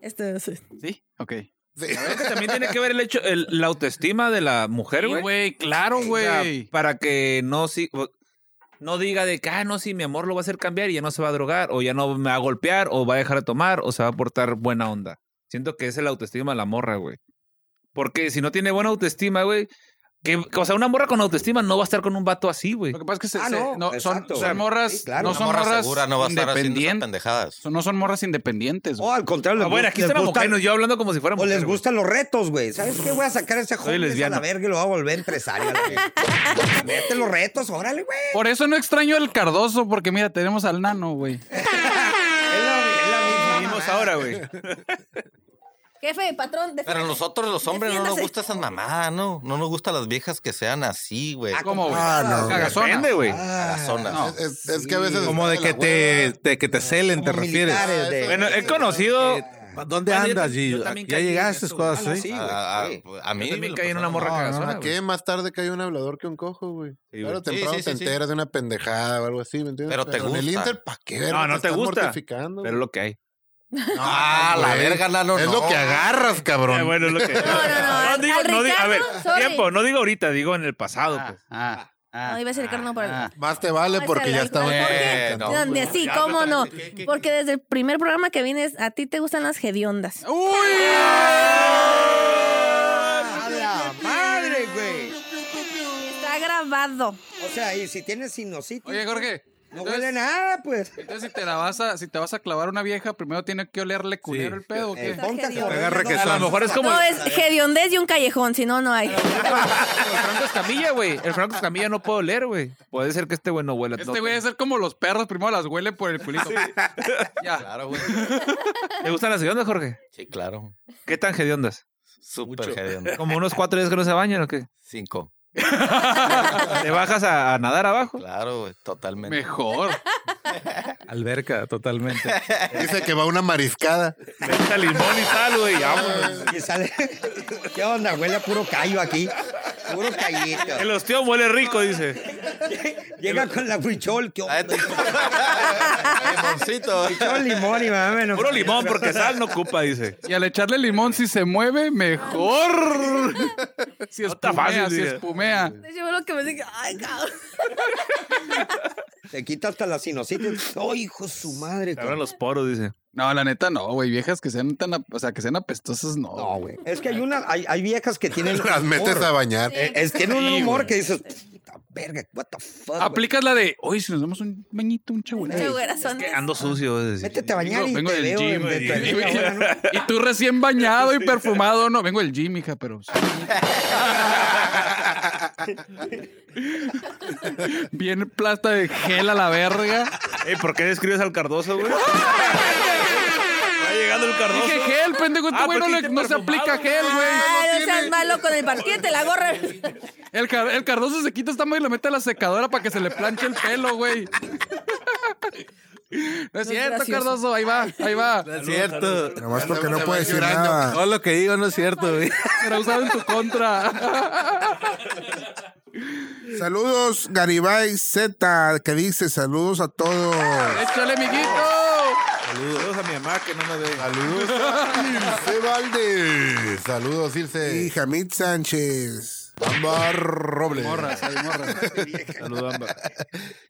S4: Esto
S3: Este,
S4: es-
S5: Sí, ok.
S1: Sí.
S7: Creo que también tiene que ver el hecho, el- la autoestima de la mujer,
S5: Sí,
S7: güey.
S5: güey, claro,
S7: O sea,
S5: güey.
S7: para que no si- o- no diga de que, ah, no, si mi amor lo va a hacer cambiar y ya no se va a drogar, o ya no me va a golpear, o va a dejar de tomar, o se va a portar buena onda. Siento que es el autoestima de la morra, güey. Porque si no tiene buena autoestima, güey, que, o sea, una morra con autoestima no va a estar con un vato así, güey.
S5: Lo que pasa es que se-
S3: Ah,
S5: se-
S3: no,
S5: no, son,
S3: exacto.
S5: son morras,
S3: Sí, claro.
S5: no
S6: Una
S5: son
S6: morra
S5: morras
S6: segura no va a estar haciendo esas
S5: independientes.
S6: pendejadas.
S5: No son morras independientes,
S3: O
S5: güey.
S3: Oh, al contrario,
S7: Ah,
S3: les
S7: bueno,
S3: gusta-
S7: aquí
S3: les
S7: estamos
S3: gusta-
S7: bucanos, yo hablando como si fuéramos.
S3: O les gustan los retos, güey. ¿Sabes qué? Voy a sacar a ese joven a la
S7: lesbiana.
S3: verga y lo voy a volver empresario. a la verga. Mete los retos, órale, güey.
S5: Por eso no extraño al Cardoso, porque mira, tenemos al Nano, güey.
S3: Es la, es la misma
S7: Vivimos
S3: mamá.
S7: Pues ahora, güey.
S4: Jefe, patrón, de
S6: Pero a nosotros los hombres no nos
S4: Defiéndase.
S6: gusta esas mamadas, ¿no? No nos gustan las viejas que sean así, güey.
S3: Ah,
S5: ¿Cómo, güey?
S2: Ah, no.
S5: Cagazona.
S7: Depende, güey.
S6: Cagazonas.
S5: no.
S1: Es, es- es que a veces.
S9: Como de que te, te- que te celen, te
S3: Como
S9: refieres.
S3: militares de-
S7: Bueno, he conocido.
S9: ¿A ¿Dónde
S7: Ah, yo
S9: andas,
S7: también- yo
S9: Gillo?
S7: también
S9: ¿Ya
S7: caí en
S9: llegaste,
S7: eso,
S9: cosas
S3: güey. Ah,
S9: así?
S3: sí.
S6: A, a- a mí
S7: Yo también
S6: me
S7: caí en
S6: pasó
S7: una morra cagazona.
S1: ¿A qué
S7: güey.
S1: más tarde cae un hablador que un cojo, güey?
S7: Sí, güey.
S1: claro,
S7: Sí,
S1: temprano
S6: sí, sí,
S1: te
S6: sí.
S1: enteras de una pendejada o algo así, ¿me entiendes?
S6: Pero te
S1: en el
S6: gusta.
S1: Inter, ¿para qué? verga?
S7: No, no te
S1: estás
S7: gusta.
S1: mortificando,
S7: Pero
S1: güey.
S7: lo que hay.
S6: Ah, la
S1: güey.
S6: verga, Lalo,
S1: Es
S6: no.
S1: lo que agarras, cabrón.
S7: Eh, bueno, es lo que.
S4: No, no, no, al- al
S7: no digo- a ver,
S4: Ricardo, sorry.
S7: tiempo, no digo ahorita, digo en el pasado,
S5: Ah,
S7: pues.
S5: ah, ah,
S4: No, iba a ser el Cardo por
S5: ah.
S1: Más te vale
S4: Ay,
S1: porque
S4: Carla,
S1: ya estamos.
S4: ¿por qué?
S7: pues,
S6: Eh, no,
S4: Donde sí, cómo no. Porque desde el primer programa que vienes, a ti te gustan las hediondas.
S3: ¡A la madre, güey!
S4: Está grabado.
S3: O sea, y si tienes sinusitis,
S5: Oye, Jorge.
S3: no
S5: entonces-
S3: huele nada, pues.
S5: Entonces, si te la vas a, si te vas a clavar una vieja, primero tiene que olerle culero el pedo, ¿o qué?
S3: Eh, ponte a
S4: hediondo.
S3: correr,
S9: Agarra
S3: no,
S9: que
S3: no,
S9: son.
S7: A lo mejor es como
S4: No, es hediondez y un callejón, si no, no hay.
S7: el Franco Escamilla, güey. El Franco Escamilla no puedo leer, güey. Puede ser que este güey no huela. no
S5: Este
S7: te-
S5: güey es ser como los perros, primero las huele por el culito. Ya.
S6: Claro, güey.
S7: ¿Te gustan las hediondas, Jorge?
S6: Sí, claro.
S7: ¿Qué tan hediondas?
S6: Súper hediondo.
S7: Como unos cuatro días que no se bañan o qué.
S6: Cinco.
S7: Te bajas a, a nadar abajo.
S6: Claro, güey, totalmente.
S5: Mejor.
S9: Alberca, totalmente.
S1: Esa que va una mariscada.
S7: Le echa limón y sal, güey. vámonos.
S3: Y sale. ¿Qué onda? Huele a puro callo aquí. Puro callito.
S7: El ostión huele rico, dice.
S3: Llega con la huichol. ¿Qué
S6: Ah,
S3: onda?
S6: este- Limoncito.
S3: Huichol, limón y mamá. no-
S7: Puro limón, porque sal no ocupa, dice.
S5: Y al echarle limón, si se mueve, mejor. Si
S7: No está
S5: espumea,
S7: fácil,
S5: si
S7: diría.
S5: espumea.
S4: Yo lo que me dije, ay, cabrón.
S3: Te quita hasta la sinusitis. ¡Oh, hijo de su madre!
S7: Te
S3: cabrón!
S7: abren los poros, dice.
S5: No, la neta no, güey. Viejas que sean tan, ap- o sea, que sean apestosas, no.
S3: No, güey. Es que hay una, hay, hay viejas que tienen.
S1: Las
S3: humor.
S1: metes a bañar.
S3: Eh, Es, tienen un humor que dices, puta verga, what the fuck. güey.
S5: Aplicas la de, oye, si nos damos un bañito, un
S4: Qué
S5: chagüinazo.
S4: güeras son
S7: Que
S4: esas.
S7: ando sucio, dice.
S3: Métete a bañar y
S5: vengo
S3: te
S5: del
S3: veo
S5: gym,
S3: en-
S5: güey.
S3: en- ahora, ¿no?
S5: Y tú recién bañado y perfumado, no. Vengo del gym, hija, pero. sí. Bien plasta de gel a la verga.
S7: Ey, ¿por qué describes al Cardoso, güey? Va llegando el Cardoso.
S5: Dije gel, pendejo. Este
S7: Ah,
S5: güey no,
S7: porque
S5: le- no
S7: dijiste
S5: se
S7: perfumado,
S5: aplica gel, güey. no
S4: Ay, no
S5: tiene.
S4: seas malo con el parquete, la gorra.
S5: El, car- el Cardoso se quita esta madre y lo mete a la secadora para que se le planche el pelo, güey. No es cierto,
S4: gracioso.
S5: Cardoso. Ahí va, ahí va.
S9: Es cierto.
S2: Nomás porque no
S1: Se va
S2: puede decir
S1: llorando.
S2: nada.
S9: Todo lo que digo no es cierto, güey.
S5: Será usado en tu contra.
S2: Saludos, Garibay Z, que dice saludos a todos.
S5: Échale, amiguito.
S7: Saludos a mi mamá que no me ve.
S1: Saludos a Ilse Valdés. Saludos,
S2: Y
S1: Ilse.
S2: Jamid Sánchez.
S1: Ámbar Robles.
S5: Morras, ahí morras.
S7: Saludos, Amba.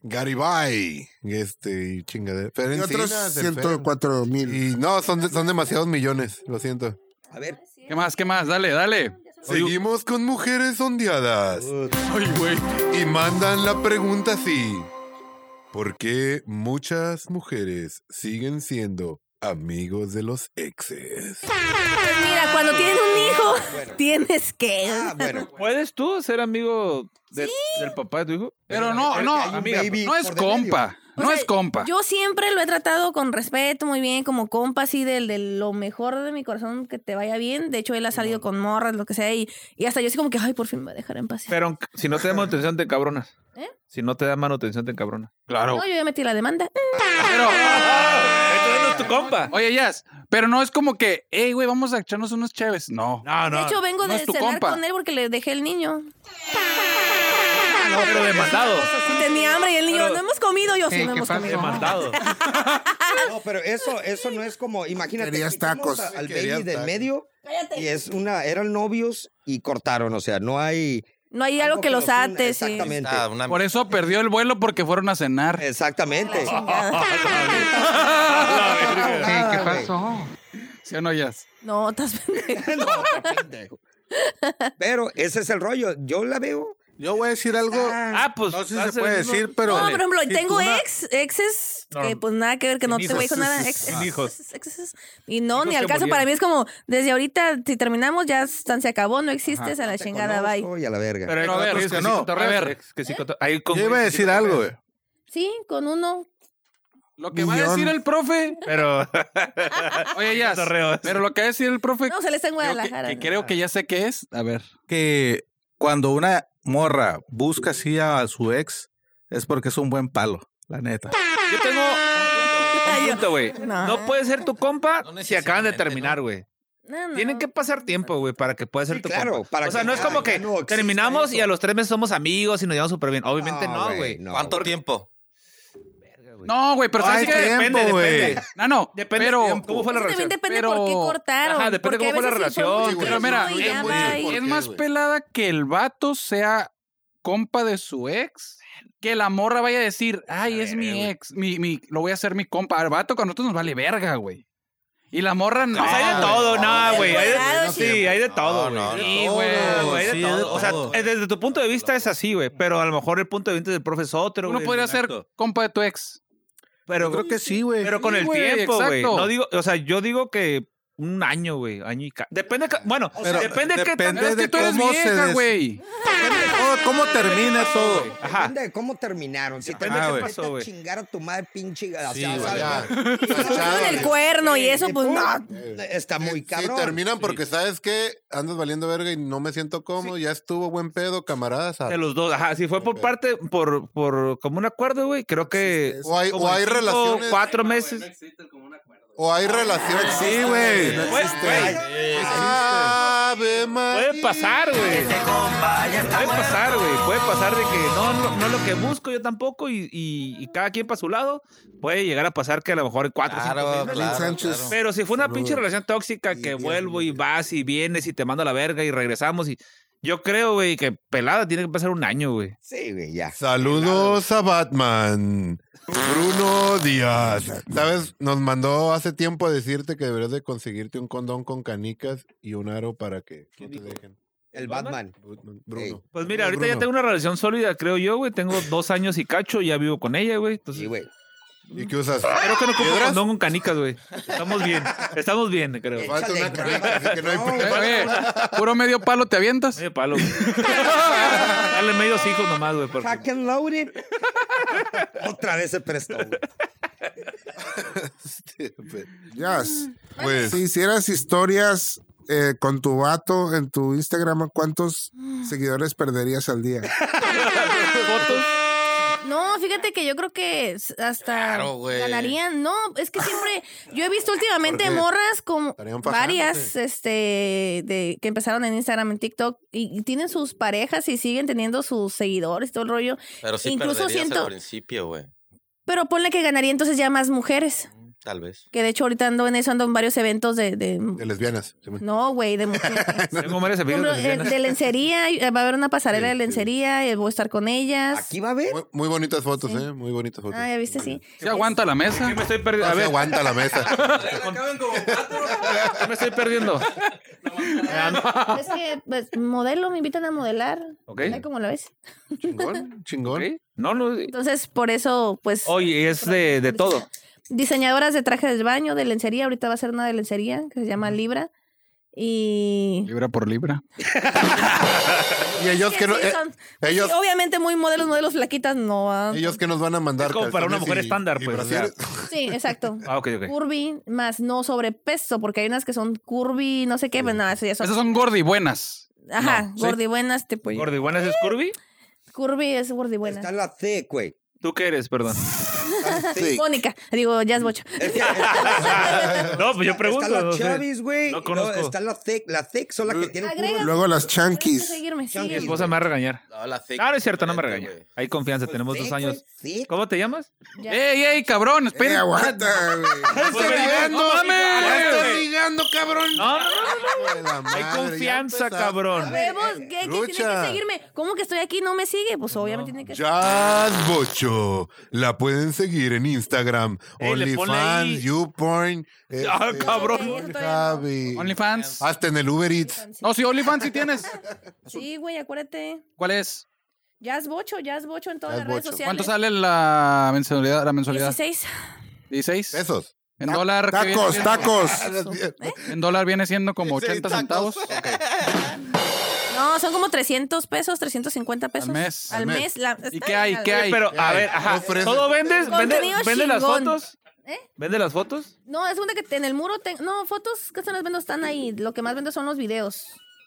S1: Garibay. Este, y chingadera. Pero
S2: Y otros
S1: Encinas, el
S2: 104
S1: Fer.
S2: mil.
S1: Y no, son, de- son demasiados millones. Lo siento.
S3: A ver,
S4: Ah,
S5: ¿Qué más? ¿Qué más? Dale, dale.
S1: Seguimos con mujeres ondeadas.
S5: Ay, güey.
S1: Y mandan la pregunta así. ¿Por qué muchas mujeres siguen siendo amigos de los exes?
S4: Pues mira, cuando tienes un hijo, tienes que.
S3: ah, bueno.
S7: ¿Puedes tú ser amigo de- del papá de tu hijo?
S5: Pero no, no,
S3: Hay un
S5: amiga,
S3: baby
S5: no es
S3: por de medio.
S5: compa.
S4: O
S5: No
S4: sea,
S5: es compa.
S4: Yo siempre lo he tratado con respeto, muy bien, como compa, así del- de, lo mejor de mi corazón, que te vaya bien. De hecho, él ha salido con morras, lo que sea, y, y hasta yo así como que, ay, por fin me va a dejar en paz.
S7: Pero aunque- si no te da manutención, te cabronas.
S4: ¿Eh?
S7: Si no te da manutención, te cabronas.
S5: Claro.
S4: No, yo ya metí la demanda.
S5: Pero,
S7: Entonces no es tu compa.
S5: oye, Jazz, pero no es como que, hey, güey, vamos a echarnos unos chéves. No.
S7: No,
S3: Ah,
S4: De hecho, vengo
S5: no
S4: de
S5: es tu
S4: cenar
S5: compa.
S4: con él porque le dejé el niño.
S7: no, pero demandado.
S4: Y tenía hambre y el niño,
S7: Pero-
S4: no hemos comido. Yo sí,
S5: Eh,
S4: no
S5: ¿qué
S4: hemos
S5: pasa?
S4: comido.
S7: Demandado.
S3: No, pero eso, eso no es como, imagínate.
S2: Querías
S3: quitamos
S2: tacos.
S3: a- Al
S1: Querías
S3: baby del
S1: tacos.
S3: medio
S4: Cállate.
S3: y es una, eran novios y cortaron, o sea, no hay.
S4: No hay algo que los
S3: una-
S4: ate, sí.
S3: Exactamente.
S6: Ah, una-
S5: Por eso perdió el vuelo porque fueron a cenar.
S3: Exactamente.
S4: Ah,
S5: ¿Qué
S3: güey.
S5: pasó? ¿Sí o no, Jazz?
S4: No, estás pendejo.
S3: No, pendejo. Pero ese es el rollo. Yo la veo.
S9: Yo voy a decir algo.
S7: Ah, pues.
S9: no sé si
S7: vas
S9: se
S7: a
S9: puede
S7: mismo-
S9: decir, pero.
S4: No, por ejemplo,
S9: si
S4: tengo
S9: tú na-
S4: ex, exes,
S7: No,
S4: que
S7: no.
S4: pues nada que ver, que no
S7: Sin
S4: te voy a
S7: hijos.
S4: decir nada.
S7: Sin
S4: Exes,
S7: hijos.
S4: exes, exes. Y no,
S7: Hijos
S4: ni al
S7: que
S4: caso.
S7: murieron.
S4: Para mí es como, desde ahorita, si terminamos, ya están, se acabó, no existes, a la
S3: te
S4: chingada, bye.
S3: conozco Y a la verga. ¿Eh?
S7: Pero, hay
S5: Pero a ver,
S7: otros
S9: es
S7: que
S9: que
S7: sí
S9: no.
S7: cotorrean,
S5: A ver.
S7: es que sí cotorrean. Hay con-
S9: Yo iba a decir algo, güey.
S4: Sí, con uno.
S5: Lo que va a
S2: Millón.
S5: decir el profe.
S7: Pero.
S5: Oye, Jazz.
S7: Cotorreos.
S5: Pero lo que va a decir el profe.
S4: No, se le está en
S5: pues, creo que-
S4: Guadalajara.
S5: que
S4: ¿no?
S5: creo que ya sé qué es. A ver.
S9: Que cuando una morra busca así a su ex, es porque es un buen palo, la neta.
S7: Yo tengo un punto, güey.
S4: No.
S7: No puede ser tu compa
S6: No
S7: si acaban de
S6: necesariamente,
S7: terminar,
S6: ¿no?
S7: güey.
S4: No, no.
S7: Tienen que pasar tiempo, güey, para que pueda ser
S3: Sí,
S7: tu
S3: claro,
S7: compa.
S3: para
S7: o sea,
S3: que-
S7: no es
S3: ah,
S7: como que
S3: ya no exista
S7: terminamos y
S3: eso.
S7: a los tres meses somos amigos y nos llevamos súper bien. Obviamente no, güey.
S3: no,
S6: ¿Cuánto tiempo?
S5: No, güey, pero
S7: No
S5: ¿sabes
S7: hay
S5: qué?
S7: tiempo,
S5: Depende,
S7: güey.
S5: depende. No, no.
S7: Depende
S5: pero,
S7: de cómo fue la
S4: Eso también Pues,
S7: relación.
S4: depende
S5: Pero-
S4: por qué cortaron.
S7: Ajá, depende
S4: porque
S7: cómo fue
S4: a
S7: la
S4: veces sí
S7: relación,
S4: mucho
S1: güey.
S5: Pero mira,
S4: tiempo y ya,
S1: influye mucho.
S4: bye.
S1: ¿Por
S5: es
S1: qué,
S5: más
S1: güey?
S5: pelada que el vato sea compa de su ex. Que la morra vaya a decir, ay,
S7: A
S5: es
S7: ver,
S5: mi
S7: güey.
S5: ex, mi, mi, lo voy a hacer mi compa. Al vato con nosotros nos vale verga, güey. Y la morra no.
S7: No, Pues, hay de
S5: Ah, güey.
S7: todo, no, güey. hay de-
S4: Cuidado,
S7: Sí, hay de todo, güey.
S6: no, no.
S5: Sí,
S7: Todo,
S5: güey.
S7: güey, hay de
S9: Sí, hay de
S7: todo. O sea,
S9: todo.
S7: eh, desde tu punto de vista es así, güey. Pero a lo mejor el punto de vista del profe es otro,
S5: Uno
S7: güey,
S5: podría ser
S7: exacto.
S5: compa de tu ex.
S7: Pero,
S9: Yo creo que sí, güey.
S7: pero con
S5: Sí,
S7: el
S5: güey,
S7: tiempo, güey.
S5: exacto.
S7: No digo, o sea, yo digo que un año, güey. Año y ca- Depende, ca- bueno,
S9: Pero
S7: depende, que
S9: depende
S5: Pero es que
S9: de
S5: tú eres
S9: cómo se
S5: vieja,
S9: des-
S5: güey.
S9: ¿Cómo- ¿Cómo termina todo?
S7: Ajá.
S3: Depende de cómo terminaron. Si te
S7: Depende
S9: Ah,
S7: de
S9: güey.
S7: qué pasó,
S3: a
S7: güey. Pues
S3: chingar a tu madre pinche gaseosa,
S6: Sí, güey,
S3: ¿sabes?
S1: Ya.
S4: Con el cuerno y eso, pues no.
S3: Está muy
S1: Si
S3: cabrón.
S1: Eh, terminan porque sabes que andas valiendo verga y no me siento cómodo, ya estuvo buen pedo, camaradas. a-
S7: De los dos, ajá, si fue por parte, por, por como un acuerdo, güey, creo que.
S1: O hay-
S7: como
S1: o hay
S7: cinco,
S1: relaciones-
S7: Cuatro meses.
S1: O hay relaciones.
S9: Sí, güey. no
S7: Ah, Güey, Pues,
S9: existe.
S7: güey,
S1: Ave María.
S7: Puede pasar, güey. Puede pasar, güey. Puede pasar de que no, no, no es lo que busco yo tampoco y, y- y cada quien para su lado. Puede llegar a pasar que a lo mejor cuatro, cinco, seis
S6: Claro,
S7: meses.
S6: claro,
S2: Sánchez.
S6: claro.
S7: Pero si fue una pinche
S2: Saludos.
S7: relación tóxica que
S2: bien,
S7: vuelvo y vas y vienes y te mando a la verga y regresamos y yo creo, güey, que pelada tiene que pasar un año, güey.
S3: Sí, güey, ya.
S1: Saludos a Batman. Bruno Díaz. Sabes, nos mandó hace tiempo a decirte que deberías de conseguirte un condón con canicas y un aro para que no te dejen.
S3: El Batman.
S1: Batman, Bruno.
S7: Pues mira,
S1: Saludos,
S7: ahorita ya
S1: Bruno.
S7: tengo una relación sólida, creo yo, güey. Tengo dos años y cacho, ya vivo con ella, güey. Entonces,
S3: Sí, güey.
S1: ¿Y qué usas?
S7: Creo que no ocupo
S1: ¿Piedras?
S7: condón con canicas, güey. Estamos bien, estamos bien, creo.
S1: Falta una
S3: Échale,
S1: canica, así que no hay
S5: Eh,
S1: problema.
S5: oye, puro medio palo te avientas.
S7: Medio palo, güey. Dale medios hijos nomás, güey. porque-
S3: Fucking loaded. Otra vez se prestó, güey.
S4: Mm,
S2: Yes.
S1: este, Pues,
S2: Si hicieras historias eh, con tu vato en tu Instagram, ¿cuántos seguidores perderías al día?
S7: Fotos.
S4: No, fíjate que yo creo que s- hasta
S6: Claro, güey.
S4: ganarían. No, es que siempre yo he visto últimamente
S1: ¿Por qué?
S4: morras como
S1: Estarían fajando,
S4: varias
S1: sí.
S4: este de que empezaron en Instagram, en TikTok y, y tienen sus parejas y siguen teniendo sus seguidores, todo el rollo,
S6: Pero sí
S4: Incluso
S6: perderías
S4: siento-
S6: al principio, güey.
S4: pero ponle que ganaría entonces ya más mujeres,
S6: Tal vez.
S4: que de hecho ahorita ando en eso, ando en varios eventos de, de-
S1: de lesbianas. Simón.
S4: no, güey, de mujeres.
S7: Tengo varias
S4: Por ejemplo,
S7: amigas
S4: eh,
S7: lesbianas.
S4: de lencería, y- eh, va a haber una pasarela de lencería, y voy a estar con ellas.
S3: Aquí va a ver.
S1: Muy, muy bonitas fotos,
S4: Sí.
S1: ¿eh? Muy bonitas fotos.
S4: Ah, ya viste, sí.
S5: ¿Se aguanta la mesa?
S7: ¿Qué me estoy perdiendo? A
S1: No se
S7: ver,
S1: aguanta la mesa.
S7: ¿qué me estoy perdiendo? ah,
S10: Ah.
S4: Es que pues, modelo, me invitan a modelar.
S7: Ok.
S4: Ay, ¿Cómo la ves?
S1: Chingón, chingón.
S7: ¿Sí? No, no.
S4: Entonces, por eso, pues,
S7: Oye, es de, de todo.
S4: diseñadoras de trajes de baño, de lencería. Ahorita va a ser una de lencería que se llama Libra. Y.
S5: Libra por libra.
S1: Y ellos
S4: Sí,
S1: que no,
S4: sí,
S1: eh,
S4: son- pues,
S1: ellos,
S4: sí, obviamente, muy modelos, modelos flaquitas, no ah. va.
S1: ellos que nos van a mandar.
S7: Es como para una
S1: calzones
S7: mujer
S1: y-
S7: estándar,
S1: y
S7: pues, o sea.
S1: brasieres.
S4: Sí, exacto.
S7: Ah, ok, ok.
S4: Curvy, más no sobrepeso, porque hay unas que son curvy, no sé qué, pero nada, eso ya son.
S5: Esas son gordi buenas.
S4: Ajá,
S5: no, sí.
S4: gordibuenas, tipo.
S7: Gordi, ¿buenas es Curvy?
S4: Curvy es gordibuena.
S3: Está la thick, güey.
S7: ¿Tú qué eres, perdón?
S4: Mónica, digo, ya es bocho.
S3: Es que- está-
S7: No, pues yo pregunto,
S3: Está
S7: no
S3: la
S7: sé.
S3: chavis, güey.
S7: No
S3: y luego
S7: conozco.
S3: Está la thick. La thick son las que tienen
S4: Agrega-
S3: curvas.
S2: Luego las
S4: Tienes que
S2: chanquis.
S4: seguirme,
S3: Chanquis,
S7: Mi
S4: sígueme.
S7: esposa me va a regañar. Ah,
S6: No, la
S7: No, no es cierto, no me
S6: diferente,
S7: regaña. Hay confianza, tenemos dos
S3: Thick,
S7: años.
S3: güey, thick.
S7: ¿Cómo te llamas?
S4: Ya.
S5: ¡Ey, ey, cabrón!
S2: Eh,
S5: Espera.
S2: aguanta, güey.
S7: Pues, güey, ¡No mames! Pues
S1: ligando, cabrón!
S7: No, no, no, no, no.
S1: Ay, la madre,
S7: Hay
S1: Ah, ya
S7: confianza,
S1: empezaste.
S7: cabrón.
S4: Huevos, ¿qué? ¿Qué tiene
S1: Lucha.
S4: que seguirme? ¿Cómo que estoy aquí y no me sigue? Pues obviamente tiene que
S1: Jazz Bocho. La pueden seguir en Instagram.
S7: Ey, Eh, le ponle ahí.
S1: OnlyFans, YouPorn.
S7: Ah, cabrón.
S1: Javi.
S5: OnlyFans.
S1: Hasta en el Uber Eats.
S5: No, sí, OnlyFans sí tienes.
S4: Sí, güey, acuérdate.
S5: ¿Cuál es?
S4: Ya es bocho, ya es bocho en todas
S1: Ya es
S4: las redes
S1: bocho.
S4: sociales.
S5: ¿Cuánto sale la mensualidad? La mensualidad?
S4: 16.
S5: 16.
S1: Pesos.
S5: En dólar. ¿qué viene
S2: Tacos,
S5: siendo? ¿Eh?
S2: tacos.
S5: En dólar viene siendo como 80 centavos
S4: No, son como 300 pesos, 350 pesos.
S5: Al mes.
S4: Al
S1: Al mes.
S4: mes. la-
S5: ¿Y
S4: está
S5: qué
S4: bien,
S5: hay?
S4: al-
S5: ¿Qué hay?
S7: Pero, a
S1: Ay,
S7: ver,
S1: no
S7: ajá.
S1: ofrece.
S7: ¿Todo vendes? ¿Vende,
S4: Contenido
S7: vende las
S4: chingón.
S7: fotos?
S4: ¿Eh?
S7: ¿Vende las fotos?
S4: No, es una que en el muro tengo. No, fotos que son las vendo están ahí. Lo que más vendo son los videos.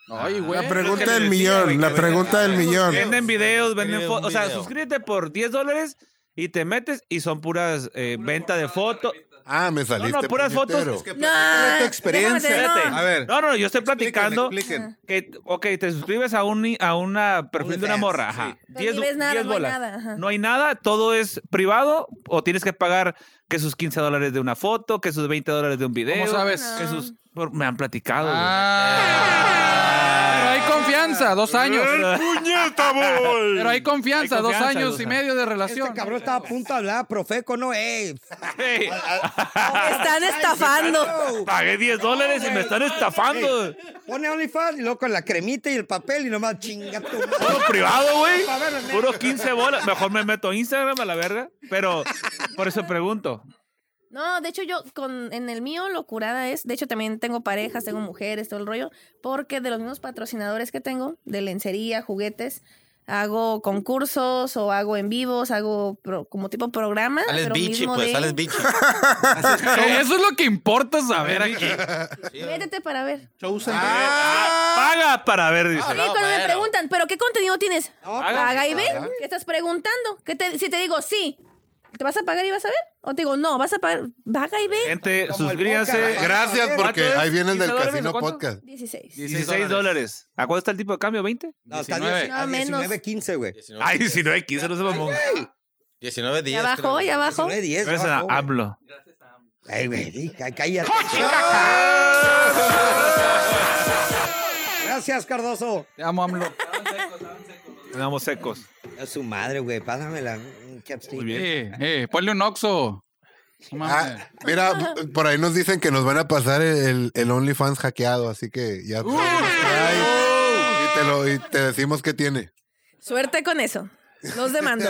S5: Ay, güey.
S2: La pregunta del millón, la pregunta del millón.
S7: Venden videos, venden
S6: Venden
S7: fotos.
S6: un
S7: O sea,
S6: video.
S7: suscríbete por 10 dólares y te metes y son puras eh, venta de fotos.
S1: Ah, me
S7: No,
S1: saliste.
S7: no, puras
S1: puñetero.
S7: fotos.
S4: No,
S9: tu
S4: déjame
S9: experiencia.
S4: te- no.
S7: Espérate.
S9: A ver.
S7: No, no, yo estoy platicando.
S9: Expliquen,
S7: Que, ok, te suscribes a un a una perfil de una
S3: OnlyFans,
S7: morra, ajá.
S4: Pero
S7: 10
S4: ni ves nada,
S7: 10
S4: no hay
S7: bolas.
S4: nada, ajá.
S7: No hay nada, todo es privado o tienes que pagar que sus 15 dólares de una foto, que sus 20 dólares de un video.
S5: sabes?
S7: Que sus por- me han platicado. güey.
S5: Ah. Pero hay confianza, dos años. Pero hay confianza,
S7: Hay
S5: dos
S7: confianza,
S5: años
S7: dos
S5: y
S7: años.
S5: medio de relación.
S3: Este cabrón estaba a punto de hablar, profeco, no, ey.
S7: Ey,
S4: Me están estafando.
S7: pagué 10 dólares y me están estafando.
S3: Pone OnlyFans y luego con la cremita y el papel y nomás chinga tu madre.
S7: Puro privado, güey.
S3: A ver, Ernesto.
S7: Puro 15 bolas. Mejor me meto a Instagram a la verga. Pero por eso pregunto.
S4: No, de hecho yo con en el mío lo curada es, de hecho también tengo parejas, tengo mujeres, todo el rollo, porque de los mismos patrocinadores que tengo, de lencería, juguetes, hago concursos o hago en vivos, hago pro- como tipo programa,
S6: Sales
S4: pero
S6: bichi,
S4: mismo
S6: pues,
S4: de
S6: sales bichi.
S5: Eso es lo que importa saber aquí.
S4: Métete para ver.
S9: Shows en
S6: Ah,
S7: Ah, Paga para ver, dice.
S4: Sí,
S6: no,
S4: cuando me
S6: bueno.
S4: preguntan, ¿pero qué contenido tienes?
S3: pues,
S4: Paga y ve. ¿Qué estás preguntando? ¿Qué te- si te digo sí, ¿te vas a pagar y vas a ver? O te digo, no, vas a pagar. Paga y ve.
S7: Gente,
S3: Como el
S7: suscríbanse.
S3: podcast.
S1: Gracias, porque
S7: ¿Cuánto es?
S1: ahí viene el del
S7: ¿15 dólares
S1: Casino
S7: o cuánto?
S1: Podcast.
S4: 16.
S7: 16 dólares. ¿A cuánto está el tipo de cambio? ¿20?
S3: No, está
S6: 19.
S4: 19, Ah, menos.
S3: 19, 15, güey.
S6: 19,
S7: Ay, 19, 15, no se mamón.
S6: 19 días.
S4: Ya bajó,
S6: creo.
S4: ya bajó.
S3: 19, 10.
S7: Gracias a
S3: bajó, güey.
S7: AMLO.
S3: Ay, güey, di- cá- cállate. Gracias, Cardoso.
S5: Te amo, AMLO.
S7: Estamos secos.
S3: A su madre, güey. Pásamela. un
S7: Muy
S3: chapstick.
S7: bien.
S5: Eh, eh, ponle un oxo. No mames.
S1: Ah, mira, por ahí nos dicen que nos van a pasar el, el OnlyFans hackeado, así que ya.
S7: Uh.
S1: Ay, y, te lo, y te decimos qué tiene.
S4: Suerte con eso. Los demando.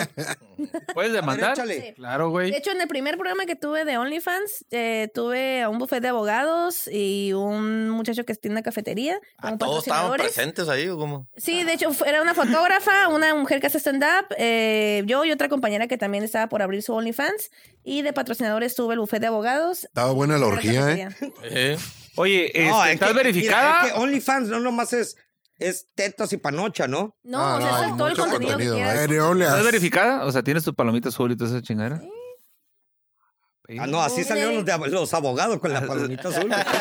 S7: ¿Puedes
S3: A ver,
S7: demandar?
S3: échale.
S4: Sí.
S5: Claro,
S4: De
S5: güey.
S4: hecho, en el primer programa que tuve de OnlyFans, eh, tuve a un buffet de abogados y un muchacho que tiene una cafetería.
S6: Ah,
S4: Como
S6: Todos estaban
S4: patrocinadores.
S6: presentes ahí, ¿o cómo?
S4: Sí, de hecho, fue- era una fotógrafa, una mujer que hace stand-up, eh, yo y otra compañera que también estaba por abrir su OnlyFans. Y de patrocinadores tuve el buffet de abogados.
S1: Estaba buena la
S4: Una
S1: orgía, ¿eh?
S4: cafetería.
S6: Eh,
S7: Oye, este,
S3: No, es
S7: ¿estás
S3: que-
S7: verificada?
S3: mira, es que OnlyFans no nomás es, es tetas y panocha, ¿no?
S4: No,
S1: Ah,
S4: o sea,
S1: no,
S4: eso
S1: hay
S4: es todo el
S1: mucho
S4: contenido,
S1: contenido,
S4: que quieras.
S2: Areolas.
S7: ¿Estás verificada? O sea, ¿tienes tu palomita azul y toda esa chingadera?
S3: Ah, no, así
S4: Mira,
S3: salieron los,
S4: mira.
S3: de- los abogados con
S7: Ah,
S3: la palomita azul. güey.
S4: Estaban-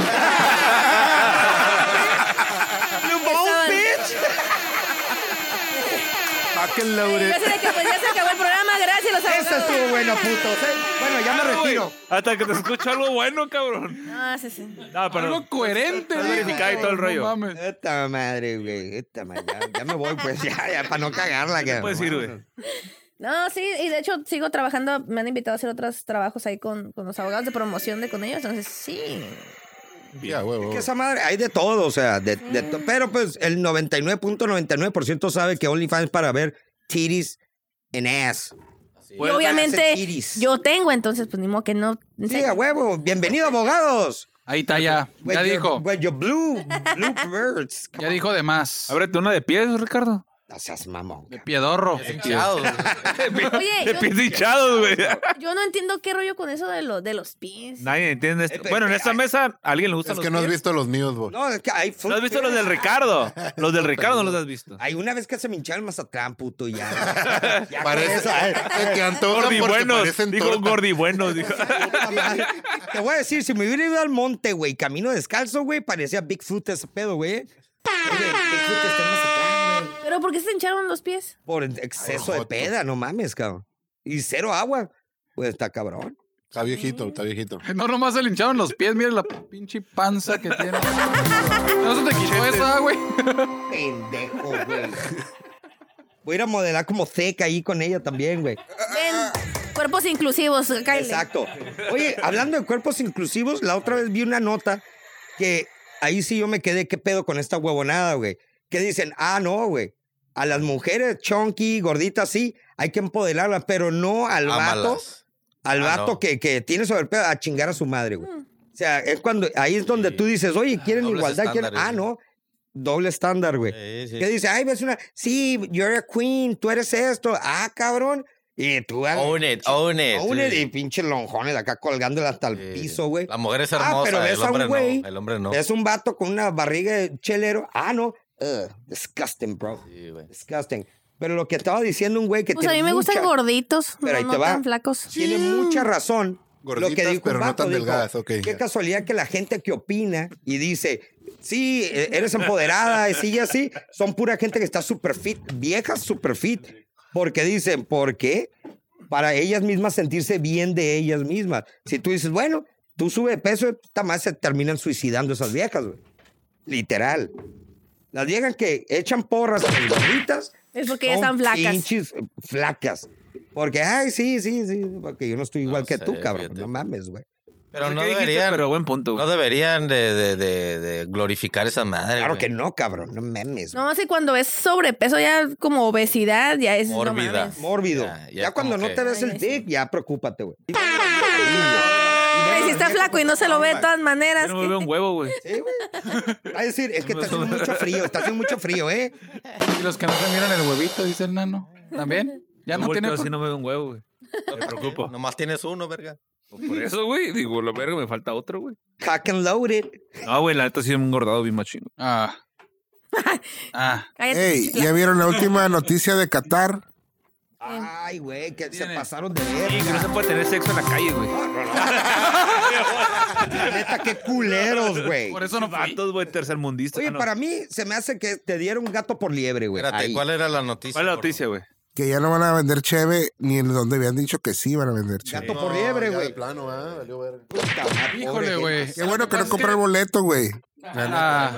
S1: Páquenla,
S4: Sí,
S1: ure.
S4: yo sé de que pues ya se acabó el programa, gracias los
S3: Eso
S4: abogados.
S3: estuvo bueno, puto. Bueno, ¿eh? ya me retiro.
S7: ah, Hasta que te escucho algo bueno, cabrón.
S4: Ah, sí, sí.
S7: No, pero
S5: Algo coherente,
S7: Estás
S5: güey.
S7: verificada y todo el
S5: No
S7: rollo.
S5: mames.
S3: Esta madre, güey. Esta madre. Ya, ya me voy, pues, ya, ya, para no cagarla. que-
S7: puedes ir, güey.
S4: No, sí, y de hecho sigo trabajando, me han invitado a hacer otros trabajos ahí con, con los abogados de promoción de con ellos, entonces sí.
S1: Ya, huevo.
S3: Que esa madre, hay de todo, o sea, de, de to- pero pues el 99.99% sabe que OnlyFans es para ver titties en ass.
S4: y obviamente
S3: hacer iris.
S4: yo tengo, entonces pues ni modo que no.
S3: Sí, a huevo, bienvenido abogados.
S5: Ahí está ya.
S3: With
S5: Ya
S3: your-
S5: dijo.
S3: with your blue, blue birds.
S5: Ya dijo de más.
S7: Ábrete una de pies, Ricardo.
S3: No seas mamón.
S5: De piedorro.
S6: chao.
S4: Oye,
S7: De
S4: yo-
S7: pies hinchados, güey.
S4: Yo no entiendo qué rollo con eso de, lo, de los pins.
S7: Nadie entiende esto.
S3: Este-
S7: Bueno, en esta
S3: ay.
S7: mesa, ¿a alguien le gustan
S1: Es
S7: los
S1: que no has
S7: pies?
S1: visto los míos, bo.
S3: No, es que hay
S7: ¿No has visto los del Ricardo? Los del Ricardo no los has visto.
S3: Hay una vez que se me hincharon en Mazatlán, puto, ya. ya con
S1: Parece
S3: esa, eh.
S1: se te antojan
S7: Gordi
S1: porque
S7: buenos.
S1: parecen
S7: Dijo
S1: tortas.
S7: Gordi buenos. Dijo.
S3: Puta madre. Te voy a decir, si me hubiera ido al monte, güey, camino descalzo, güey, parecía Bigfoot ese pedo, güey. Oye, Bigfoot está en Mazatlán, güey.
S4: ¿Pero por qué se te hincharon los pies?
S3: Por el exceso de
S1: joto.
S3: peda, no mames, cabrón. Y cero agua. Pues está cabrón.
S1: Está viejito, está viejito.
S5: No, nomás se le hincharon los pies. Mira la pinche panza que tiene. No se te quitó esa, güey.
S3: Pendejo, güey. Voy a ir a modelar como ceca ahí con ella también, güey.
S4: Ven, cuerpos inclusivos, Kyle.
S3: Exacto. Oye, hablando de cuerpos inclusivos, la otra vez vi una nota que ahí sí yo me quedé, ¿qué pedo con esta huevonada, güey? Que dicen, ah, no, güey. A las mujeres chonky, gorditas, sí, hay que empoderarlas, pero no al vato,
S6: Ámalas.
S3: al
S6: Ah,
S3: vato
S6: no.
S3: que, que tiene sobrepeso a chingar a su madre, güey. O sea, es cuando, ahí es donde tú dices, oye, quieren
S6: Dobles
S3: igualdad, quieren, ah,
S6: estándares,
S3: no, doble estándar, güey.
S6: Sí, sí.
S3: Que dice, ay, ves una, sí, you're a queen, tú eres esto, ah, cabrón. Y tú, ah,
S6: Own it, own it.
S3: Aún
S6: sí.
S3: de pinche lonjones acá colgándole hasta el
S6: Sí.
S3: piso, güey.
S6: La mujer es
S3: Ah,
S6: hermosa,
S3: pero ves
S6: el
S3: a un
S6: hombre
S3: güey.
S6: no. El hombre no.
S3: Es un vato con una barriga de chelero. Ah, no. Ugh, disgusting, bro.
S6: Sí, güey.
S3: Disgusting. Pero lo que estaba diciendo un güey que
S4: Pues a
S3: tiene
S4: mí me
S3: mucha-
S4: gustan gorditos,
S3: Pero ahí
S4: no,
S3: te
S4: no
S3: va.
S4: tan flacos.
S3: Tiene mucha razón. lo que
S1: Gorditas,
S3: dijo un
S1: pero no
S3: vato,
S1: tan
S3: dijo,
S1: delgadas, ok,
S3: Qué
S1: ya.
S3: casualidad que la gente que opina y dice, sí, eh, eres empoderada, y sí y así, son pura gente que está super fit, viejas super fit. Porque dicen, ¿por qué? Para ellas mismas sentirse bien de ellas mismas. Si tú dices, bueno, tú sube de peso, puta madre, se terminan suicidando esas viejas, güey. Literal. Las viejas que echan porras a las gorditas
S4: Es porque ya
S3: son
S4: están flacas.
S3: pinches, eh, flacas. Porque, ay, sí, sí, sí, porque yo no estoy igual que
S6: sé,
S3: tú, cabrón.
S6: fíjate.
S3: No mames, güey.
S6: Pero
S7: ¿Qué
S6: no
S7: dijiste?
S6: deberían,
S7: Pero buen punto. güey.
S6: no deberían de, de, de, de glorificar esa madre.
S3: Claro
S6: güey.
S3: que no, cabrón. No mames.
S4: No, así cuando es sobrepeso, ya como obesidad, ya es. no
S6: Mórbida.
S4: mames.
S3: Mórbido. Ya,
S6: Ya, ya como
S3: cuando no
S6: que-
S3: te ves el
S4: Ay, sí.
S3: dick, ya preocúpate, güey.
S4: Ay, si está flaco y no se lo ve de todas
S7: Yo
S4: maneras.
S7: no me veo un huevo, güey.
S3: Sí, güey. Va a decir, Ah, es que está haciendo mucho frío, está haciendo mucho frío, ¿eh?
S5: Y los que no se miran el huevito, dice el nano. ¿También? Ya
S7: Yo
S5: no tiene...
S7: volteo así
S5: col-
S7: no me veo un huevo, güey. Me preocupo.
S6: Nomás tienes uno, verga.
S7: Por eso, güey, digo, la verga, me falta otro, güey.
S3: Hack and loaded.
S7: No, güey, la neta sí me he engordado bien machín.
S5: Ah. Ah.
S4: Cállate,
S2: Ey,
S4: chiquila.
S2: ¿ya vieron la última noticia de Qatar?
S3: Ay, güey, que se
S7: Tiene.
S3: pasaron de
S7: Sí, que no se
S3: verga.
S7: puede tener sexo en la calle, güey.
S3: La neta, qué culeros, güey.
S5: Por eso no fui.
S7: Vatos, güey, tercermundistas.
S3: Oye,
S7: Ah, no.
S3: para mí se me hace que te dieron gato por liebre, güey.
S6: Espérate,
S3: ahí.
S6: ¿cuál era la noticia?
S7: ¿Cuál es la
S6: gordo?
S7: noticia, güey?
S2: Que ya no van a vender cheve, ni en donde habían dicho que sí van a vender cheve.
S3: Gato por liebre,
S1: ya de
S3: güey.
S1: plano, ah, valió verga.
S3: Puta madre,
S5: Híjole,
S3: pobre
S5: güey.
S2: Qué bueno que
S5: Pues
S2: no
S5: es
S2: compré el boleto, güey.
S5: Ah.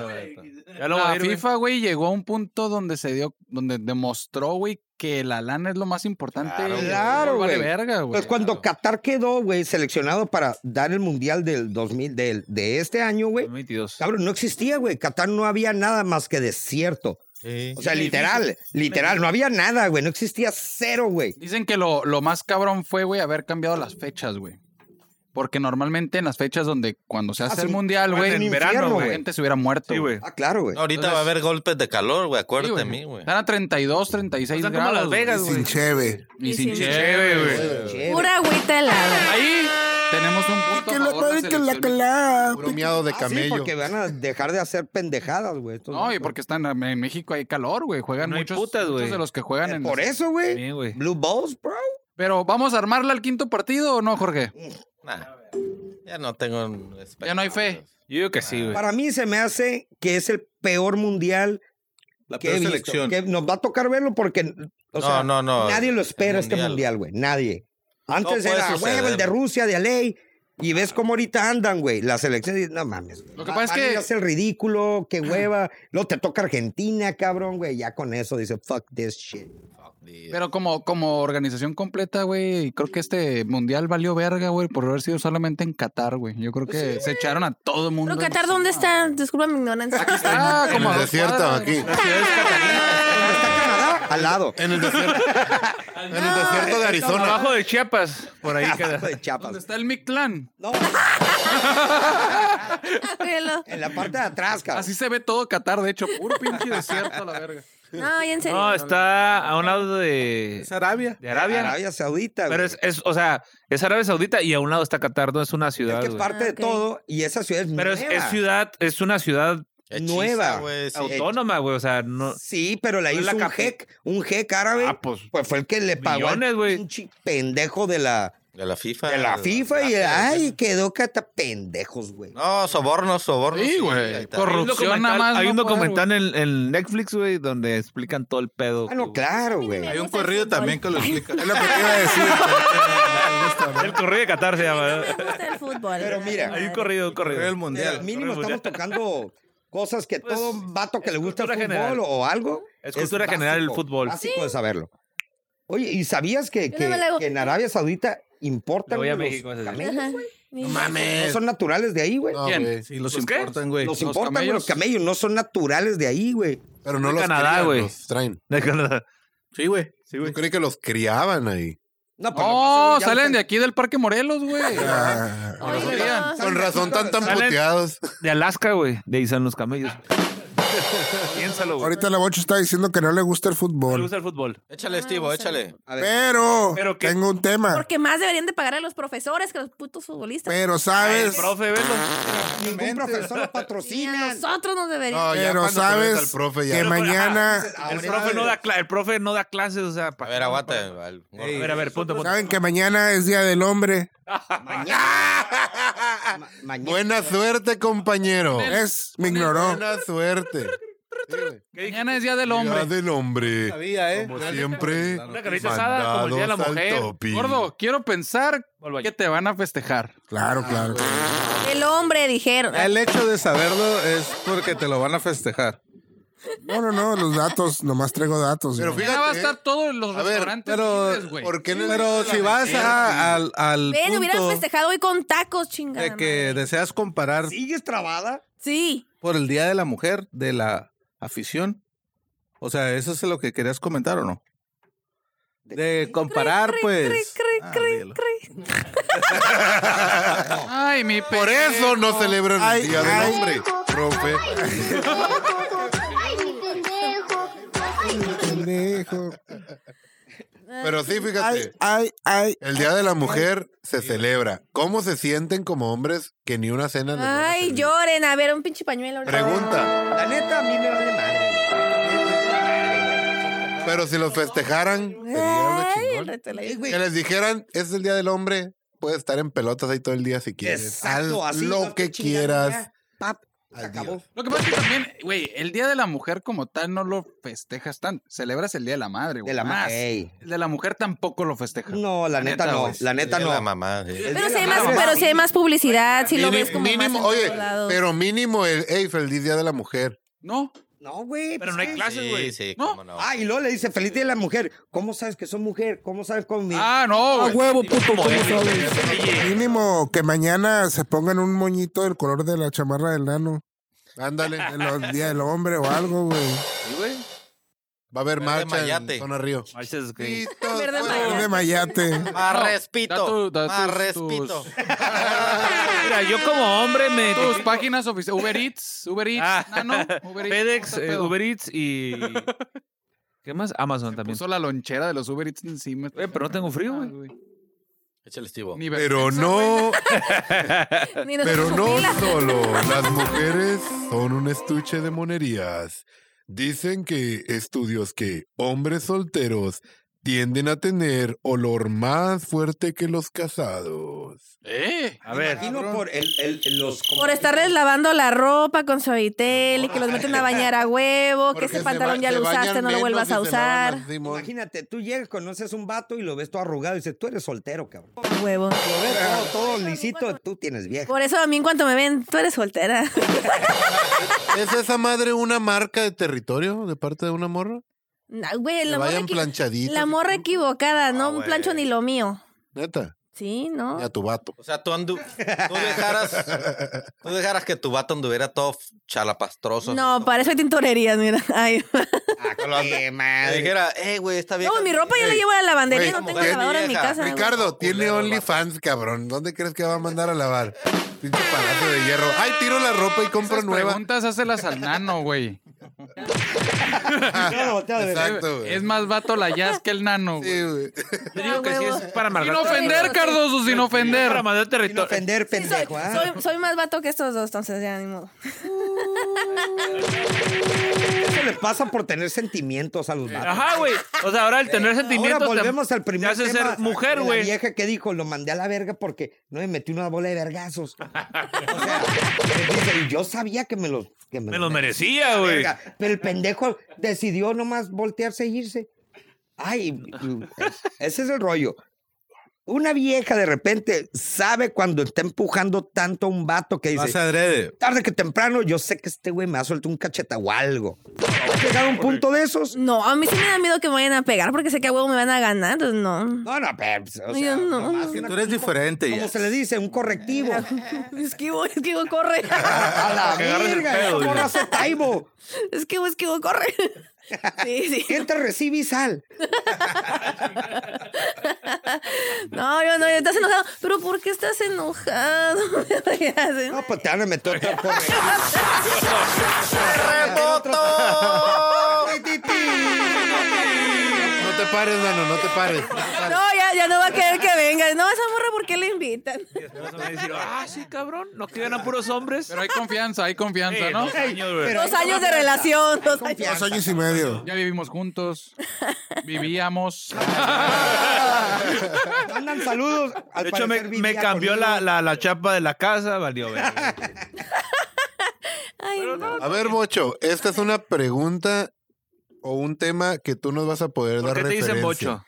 S7: Ya lo voy a
S5: La
S7: ir, güey.
S5: FIFA, güey, llegó a un punto donde se dio, donde demostró, güey, que la lana es lo más importante.
S6: Claro,
S5: y
S3: claro,
S5: vale
S3: güey.
S5: verga, güey.
S3: Pues cuando Qatar quedó, güey, seleccionado para dar el mundial del 2000, del, de este año, güey.
S7: 22.
S3: Cabrón, no existía, güey. Qatar no había nada más que desierto.
S6: Sí.
S3: O sea, literal, literal, no había nada, güey. No existía cero, güey.
S5: Dicen que lo, lo más cabrón fue, güey, haber cambiado las fechas, güey. Porque normalmente en las fechas donde cuando se hace
S3: Ah, sí.
S5: el mundial,
S7: Bueno,
S5: güey,
S7: en
S5: en
S7: verano,
S5: verano,
S7: güey.
S5: la gente se hubiera muerto.
S7: Sí, güey.
S3: Ah, claro, güey.
S6: Ahorita va a haber golpes de calor, güey.
S5: Sí,
S6: Acuérdate de mí, güey.
S5: Están a 32, 36
S7: Están como
S5: grados.
S7: Las Vegas,
S5: güey.
S2: Sin cheve.
S5: Y sin
S4: Y sin
S5: cheve, güey.
S3: Chévere.
S4: Pura agüita helada.
S5: Ahí tenemos un punto
S2: Que
S5: a
S2: la
S5: favor de
S2: madre, que la que
S5: selección.
S2: la.
S1: Puro miado de
S3: Ah, sí,
S1: camello.
S3: porque van a dejar de hacer pendejadas, güey. estos
S5: No, y
S3: vatos.
S5: porque están en México hay calor, güey. Juegan
S7: No hay
S5: muchos,
S7: putas,
S5: muchos
S7: güey.
S5: de los que juegan en
S3: Eh, Por
S5: las-
S3: eso, güey.
S7: Bien, güey.
S3: Blue Balls, bro.
S5: Pero vamos a armarla al quinto partido o no, Jorge?
S6: Nah, ya no tengo.
S5: Ya no hay fe.
S7: Yo digo que sí, güey.
S3: Para mí se me hace que es el peor mundial
S9: La
S3: que he
S9: peor
S3: visto.
S9: selección.
S3: Que nos va a tocar verlo porque o sea,
S6: no, no.
S3: nadie lo espera
S6: El
S3: este mundial, güey. Nadie. Antes
S6: puede
S3: era,
S6: suceder.
S3: güey, el de Rusia, de ley. Y ves cómo ahorita andan, güey. La selección. No mames. güey.
S5: Lo que
S3: Va-
S5: pasa es
S3: van a
S5: que-
S3: ir a hacer el ridículo, qué hueva. Luego te toca Argentina, cabrón, güey. Ya con eso dice, fuck this shit.
S6: Pues,
S5: Pero como, como organización completa, güey, creo que este mundial valió verga, güey, por haber sido solamente en Qatar, güey. Yo
S3: Pues
S5: creo que se echaron a todo el mundo.
S4: Pero Qatar, ¿dónde está? Disculpa mi ignorancia.
S5: Ah,
S1: En
S5: como
S1: el
S5: a dos
S1: desierto,
S5: cuadras.
S1: aquí.
S3: ¿Dónde está Canadá? Al lado.
S1: En el desierto. en el desierto de Arizona.
S7: Abajo de Chiapas, por ahí queda.
S3: de
S5: ¿Dónde
S3: Chiapas.
S5: está el Mictlán?
S3: No,
S4: Velo.
S3: en la parte de atrás, cabrón.
S5: Así se ve todo Qatar, de hecho, puro pinche desierto, a la verga.
S4: No, ya en serio.
S7: No, está a un lado de,
S9: Es Arabia.
S7: de Arabia.
S3: Arabia Saudita,
S7: Pero
S3: güey.
S7: es, es, o sea, es Arabia Saudita y a un lado está Qatar, no es una
S3: Es
S7: ciudad.
S3: que es
S7: güey.
S3: parte
S4: Ah,
S3: de
S4: ok.
S3: todo y esa ciudad es
S7: Pero es,
S3: nueva.
S7: es ciudad, es una ciudad
S3: nueva.
S7: autónoma, güey. O sea, no.
S3: Sí, pero la
S7: No es
S3: hizo
S7: la
S3: un
S7: capi-
S3: jeque, un jeque árabe.
S7: Ah, pues.
S3: pues fue el que le pagó al
S7: Millones, güey.
S3: pinche pendejo de la,
S6: De la FIFA.
S3: de la FIFA y
S6: Ah,
S3: ay, quedó cata pendejos, güey.
S6: No, sobornos, sobornos.
S5: Sí, güey.
S6: ahí está.
S5: Corru-
S7: Hay un
S5: Corrupción
S7: documental-
S5: nada más
S7: Hay
S5: no
S7: un
S5: poder,
S7: documental en, en Netflix, güey, donde explican todo el pedo.
S3: Ah, no,
S7: güey.
S3: claro, güey.
S4: Me
S9: Hay un
S4: gusta el
S9: corrido
S4: fútbol.
S9: también que lo explica.
S2: Es lo que te iba a decir.
S7: El corrido de Qatar se
S4: No
S7: llama.
S4: me gusta el fútbol.
S3: Pero mira,
S4: Madre.
S7: Hay un corrido, un corrido.
S9: Corrió el
S3: Pero al
S9: mundial.
S3: mínimo
S7: Corre,
S3: estamos tocando cosas que
S7: Pues,
S3: todo vato que le gusta el fútbol
S7: cultura general.
S3: o algo.
S7: Es cultura general el fútbol.
S3: Básico de saberlo. Oye, ¿y sabías que,
S4: Yo
S3: que-
S4: no me la hago.
S3: que en Arabia Saudita importan
S7: Le voy a
S3: los
S7: México, ese sí.
S3: camellos?
S4: Ajá. Ni-
S3: No son naturales de ahí, güey.
S1: No,
S5: ¿Quién?
S1: güey.
S9: Sí, los
S7: ¿Los qué?
S9: importan, güey.
S3: los
S5: los
S3: importan, güey, los camellos no son naturales de ahí, güey.
S1: Pero no
S7: De
S1: los
S7: Canadá,
S1: crían,
S7: güey.
S1: los traen.
S7: De Canadá.
S9: Sí, güey.
S1: Yo creí que los criaban ahí.
S3: No, pues,
S5: No,
S3: lo más seguro ya
S5: salen de
S3: los-
S5: aquí del Parque Morelos, güey.
S2: Ah,
S4: Oiga,
S1: Con razón tan tan
S7: Salen-
S1: puteados.
S7: De Alaska, güey. De ahí salen los camellos. Piénsalo, güey.
S2: Ahorita la Bocho está diciendo que no le gusta el
S7: Me
S2: fútbol.
S7: gusta el fútbol.
S6: Échale, Estivo, échale.
S3: A ver,
S2: Pero,
S7: ¿Pero qué?
S2: tengo un tema.
S4: Porque más deberían de pagar a los profesores que a los putos futbolistas.
S2: Pero,
S7: El
S2: ¿sabes?
S7: profe, velo.
S3: ningún profesor lo
S4: Y a
S3: patrocina.
S4: nosotros nos deberían.
S1: No, ya
S2: Pero
S1: cuando te metes
S2: sabes
S1: al profe
S2: Que
S1: ya.
S2: mañana,
S7: "Ah, El profe, no da cla- el profe no da clases, o sea.
S6: A ver, aguanta. al-
S7: A ver, a ver, punto, punto.
S2: saben que mañana es Día del Hombre.
S3: Ma- mañana.
S1: Buena suerte, compañero.
S2: Es, me ignoró.
S1: Buena suerte. Sí, güey.
S5: Mañana es Día del Hombre.
S1: Día del hombre.
S9: Sabía, ¿eh?
S1: Como siempre.
S7: Una carnita asada, como el día de la
S1: mandados al
S7: mujer.
S1: topi.
S5: Gordo, quiero pensar
S7: Vuelvo allí.
S5: que te van a festejar.
S2: Claro, claro.
S4: El hombre, dijeron.
S9: El hecho de saberlo es porque te lo van a festejar.
S2: No, no, no, los datos, nomás traigo datos.
S1: Pero
S2: güey.
S5: Mañana va a estar todos los
S1: A ver,
S5: restaurantes
S9: pero-
S5: libres, güey.
S1: ¿Por qué no
S9: Pero si vas a- al, al
S4: Ven, hubieran
S9: punto
S4: festejado hoy con tacos, chingada.
S9: de que
S4: madre.
S9: deseas comparar
S3: ¿Sigues trabada?
S4: Sí.
S9: por el Día de la Mujer de la afición, o sea, ¿eso es lo que querías comentar o no? De comparar,
S4: Cri,
S9: pues,
S4: cri, cri,
S9: Ah,
S4: cri,
S9: olvídalo.
S4: cri.
S5: Ay, mi
S1: Por eso no celebran el
S2: Ay,
S1: Día
S2: ay.
S1: del Hombre, profe.
S2: Pendejo.
S1: Pero sí,
S2: Ay,
S1: fíjate.
S2: ay, ay.
S1: El Día de la Mujer se celebra. ¿Cómo se sienten como hombres que ni una cena les van a
S4: Ay,
S1: servir?
S4: lloren. A ver, un pinche pañuelo. ahorita.
S1: Pregunta.
S3: La neta, a mí me vale madre.
S1: Pero si los festejaran, sería lo
S4: Ay, el
S1: chingón.
S4: resto de la vida.
S3: Eh, güey,
S1: Que les dijeran, es el Día del Hombre, puedes estar en pelotas ahí todo el día si quieres.
S3: Exacto,
S1: Haz
S3: así.
S1: lo
S3: no te
S1: que
S3: chingan,
S1: quieras.
S3: ya. Pap, se
S1: Adiós.
S3: acabó.
S5: Lo que pasa es que también, güey, el Día de la Mujer como tal no lo festejas tan. Celebras el Día de la Madre, güey.
S3: De la
S5: más.
S3: ma- Ey.
S5: El de la Mujer tampoco lo festejas.
S3: No, la
S5: La
S3: neta
S5: neta,
S3: no.
S5: güey.
S3: La neta
S6: Día de La
S3: no.
S6: mamá. sí.
S4: Pero si hay
S3: la
S4: más,
S3: madre.
S4: pero si hay más publicidad, si lo
S1: Mínimo-
S4: ves como más
S1: mínimo-
S4: en
S1: oye,
S4: todos lados.
S1: pero mínimo el, hey, feliz Día de la Mujer.
S5: No,
S3: No, güey.
S7: Pero
S3: pues,
S7: no hay
S3: ¿qué?
S7: clase. Gracias, güey.
S6: Sí, sí,
S5: ¿No?
S6: cómo no.
S3: Ah, y luego le dice, feliz día de la mujer. ¿Cómo sabes que soy mujer? ¿Cómo sabes cómo mi-
S5: Ah, no,
S3: Ah,
S5: güey.
S3: huevo, puto, ¿cómo
S7: Oye,
S3: sabes?
S2: Mínimo que mañana se pongan un moñito del color de la chamarra del nano.
S1: Ándale.
S2: En los días del hombre o algo, güey.
S7: Sí, güey.
S1: Va a haber
S6: Verde
S1: marcha
S6: mayate.
S1: en zona río.
S7: Marchas gay.
S1: Listo,
S4: Verde
S1: fuego.
S4: mayate.
S2: De mayate.
S6: Más
S5: No, da
S6: respeto.
S5: tu- da
S6: más
S5: tus-
S6: respeto.
S5: tus-
S7: Mira, yo como hombre me.
S5: Tus páginas oficiales. Uber Eats, Uber Eats,
S7: Ah.
S5: Nano, Uber Eats.
S7: FedEx,
S5: ¿Qué
S7: eh,
S5: pedo?
S7: Uber Eats y. ¿Qué más? Amazon también.
S5: Puso la lonchera de los Uber Eats encima.
S7: Güey, pero no tengo frío, güey.
S6: Échale, Estivo.
S5: Ni
S1: Pero
S5: vergüenza,
S1: no,
S5: güey.
S4: Ni nos
S1: pero
S4: hacemos
S1: no
S4: fila.
S1: solo. Las mujeres son un estuche de monerías. Dicen que estudios que hombres solteros tienden a tener olor más fuerte que los casados.
S5: Eh.
S7: A ver.
S3: Imagino por el, el- el- los...
S4: Por estarles lavando la ropa con suavitel y que los meten a bañar a huevo, que
S1: Porque
S4: ese
S1: se
S4: pantalón
S1: ba-
S4: ya
S1: se
S4: lo usaste,
S1: bañan
S4: no lo
S1: menos
S4: vuelvas a
S1: y se lavan
S4: usar.
S1: así, mon.
S3: Imagínate, tú llegas, conoces un vato y lo ves todo arrugado y dices, tú eres soltero, cabrón.
S4: Huevo.
S3: Lo ves todo, todo lisito, tú tienes vieja.
S4: Por eso a mí en cuanto me ven, tú eres soltera.
S1: ¿Es esa madre una marca de territorio de parte de una morra?
S4: Nah, güey,
S1: Que
S4: la morra,
S1: vayan
S4: equi-
S1: planchaditas.
S4: la
S1: y
S4: morra
S1: todo.
S4: equivocada, no
S6: güey.
S4: plancho ni lo mío.
S1: Neta.
S4: Sí, ¿no?
S1: Y a tu vato.
S6: O sea, tú, andu tú, dejaras, tú dejaras que tu vato anduviera todo chalapastroso.
S4: No, para eso hay tintorerías, mira. Ay.
S3: Ah, qué
S6: Que
S3: madre.
S6: dijera, eh, güey, esta vieja.
S4: No, mi ropa yo la llevo a la lavandería,
S1: Ey,
S4: no tengo
S1: mujer
S4: lavadora en mi
S6: vieja.
S4: casa. güey.
S1: Ricardo, tiene
S6: Culero,
S1: OnlyFans, cabrón. ¿Dónde crees que va a mandar a lavar? Pinche palacio de hierro. Ay, tiro la ropa y compro
S5: Esas
S1: nueva.
S5: preguntas hácelas al nano, güey.
S3: No, no, voltea de verdad.
S1: Exacto, güey.
S5: Es más vato la jazz que el nano, güey.
S1: Sí, güey.
S7: Yo digo que sí es para
S5: Sin
S7: amargar.
S5: ofender, Cardoso, sin ofender.
S7: Para mandar
S3: Sin
S7: territorio.
S3: ofender,
S4: Sí, soy,
S3: pendejo, ¿ah?
S4: soy- soy más vato que estos dos, entonces ya ni modo.
S3: Eso le pasa por tener sentimientos a los vatos.
S7: Eh,
S3: Eh,
S7: Ajá, güey. O sea, ahora el tener sentimientos.
S3: Ahora
S7: te-
S3: volvemos al primer
S7: Te hace
S3: tema
S7: ser mujer,
S3: de La
S7: güey.
S3: vieja que dijo, lo mandé a la verga porque no me metí una bola de vergazos. o sea, dice, y yo sabía que me los... Que me
S7: Me
S3: los
S7: lo merecía, güey.
S3: verga, Pero el pendejo decidió nomás voltearse e irse. Ay, ese es el rollo. Una vieja de repente sabe cuando está empujando tanto a un vato que
S9: Lo hace
S3: dice,
S9: adrede.
S3: tarde que temprano, yo sé que este güey me va a soltar un cacheta o algo. ¿Has llegado a un punto de esos?
S4: No, a mí sí me da miedo que me vayan a pegar porque sé que a huevo me van a ganar, entonces no.
S3: No, no, pero, pues, o
S4: Ay,
S3: sea,
S4: no.
S3: nomás
S9: Que
S3: una-
S9: tú eres diferente.
S3: ¿Cómo
S9: ya.
S3: se le dice? Un correctivo.
S4: Esquivo, esquivo, corre.
S3: A la
S7: Que agarres el
S3: verga,
S7: pedo,
S3: esa
S7: güey.
S3: morra hace taibo.
S4: Esquivo, esquivo, pues, corre. Sí, sí.
S3: Entra, recibe y sal.
S4: No, yo no, estás enojado. ¿Pero por qué estás enojado? Ya sé.
S3: No, pues te van a meter otro correctivo.
S6: ¡Reboto!
S1: No te pares, Nano, no te pares. No te pares.
S4: No, ya, ya no va a querer que venga. No, esa morra, ¿por qué la invitan?
S7: Después me va a decir, ah, sí, cabrón. No que ganan puros hombres.
S5: Pero hay confianza, hay confianza,
S7: Eh,
S5: ¿no?
S7: dos años, güey.
S4: Dos años de relación. Dos años.
S2: Dos años y medio.
S5: Ya vivimos juntos. Vivíamos.
S3: Mandan saludos. Al
S7: De hecho, me,
S3: parecer
S7: me
S3: vivía
S7: cambió
S3: con
S7: la,
S3: ellos.
S7: la, la chapa de la casa, valió, güey.
S4: Ay, no.
S1: A ver, Bocho, esta es una pregunta o un tema que tú nos vas a poder
S7: ¿Por
S1: dar
S7: qué te
S1: referencia.
S7: dicen bocho?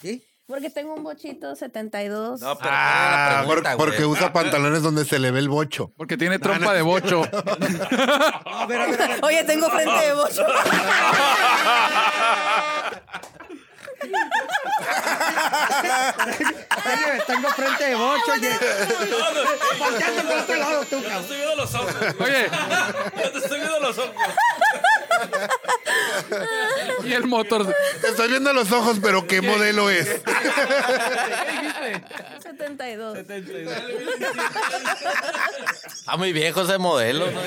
S3: ¿Sí?
S4: Porque tengo un bochito 72.
S6: No, pero
S7: Ah,
S6: ah,
S1: Por- porque usa pantalones donde se le ve el bocho.
S5: Porque tiene trompa de bocho.
S3: A ver, a ver, a ver.
S4: Oye, tengo frente de bocho.
S3: Oye, Tengo frente de bocho. oye. Volteando por otro lado tú, cabrón.
S7: Estoy viendo los ojos.
S5: Oye,
S7: Te estoy viendo los ojos.
S5: y y el motor.
S1: Te estoy viendo a los ojos, pero ¿qué modelo es?
S4: 72.
S6: Ah, muy viejo ese modelo. ¿no?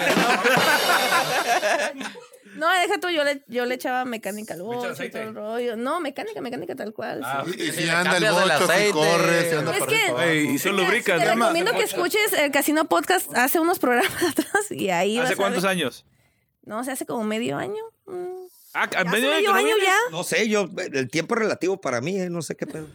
S4: No, deja tú, yo le, yo le echaba mecánica al bocho y
S7: aceite.
S4: todo el rollo. No, mecánica, mecánica tal cual.
S9: Ah,
S4: sí.
S1: Y, y si
S6: Le
S1: anda el
S6: cambias el
S1: bocho, si
S6: aceite.
S1: corre, si anda
S4: Es
S1: para
S4: que-
S1: arriba, para abajo.
S7: Ey, y se
S4: Mira,
S7: lubrican.
S4: Te recomiendo que escuches el Casino Podcast hace unos programas atrás y ahí vas a
S7: ¿Hace
S4: ver-
S7: cuántos años?
S4: No, se hace como medio año. Mm.
S7: Ah,
S4: Ya hace medio
S7: no
S4: año
S7: vienes?
S4: ya.
S3: No sé, yo, el tiempo es relativo para mí, eh, no sé qué pedo.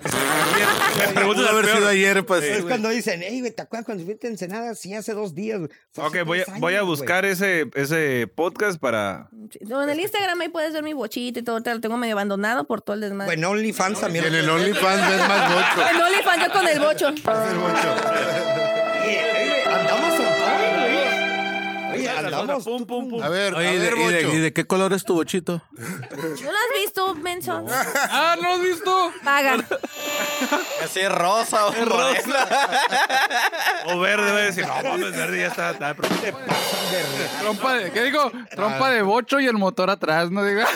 S7: Me preguntas
S9: Pudo
S7: al
S9: haber
S7: peor.
S9: sido ayer, pues.
S7: Sí,
S3: Es
S9: güey.
S3: cuando dicen, hey, güey, ¿te acuerdas cuando fuiste a Ensenada? Sí, hace dos días. güey. Fue hace
S7: Ok, voy a,
S3: tres
S7: voy a
S3: años, güey".
S7: buscar ese, ese podcast para.
S4: No, en el Instagram ahí puedes ver mi bochito y todo, te lo tengo medio abandonado por todo el desmadre.
S3: Bueno, OnlyFans
S1: Y
S3: también.
S1: en el OnlyFans ves más bocho.
S4: En OnlyFans yo con el bocho.
S1: Es el bocho.
S3: Ey, güey, andamos on time, güey. Oye, andamos.
S7: Pum, pum, pum.
S1: A ver,
S9: Oye,
S1: a
S9: ¿y de,
S1: ver,
S9: y de-
S1: bocho.
S9: y de qué color es tu bochito?
S4: ¿No lo has visto, Benson?
S5: ¡Ah, no lo has visto!
S4: Paga.
S6: Así es rosa, güey.
S7: O verde, voy a decir, no mames, verde ya está. está pero-
S5: Trompa de, ¿qué digo? Trompa de bocho y el motor atrás, no digas.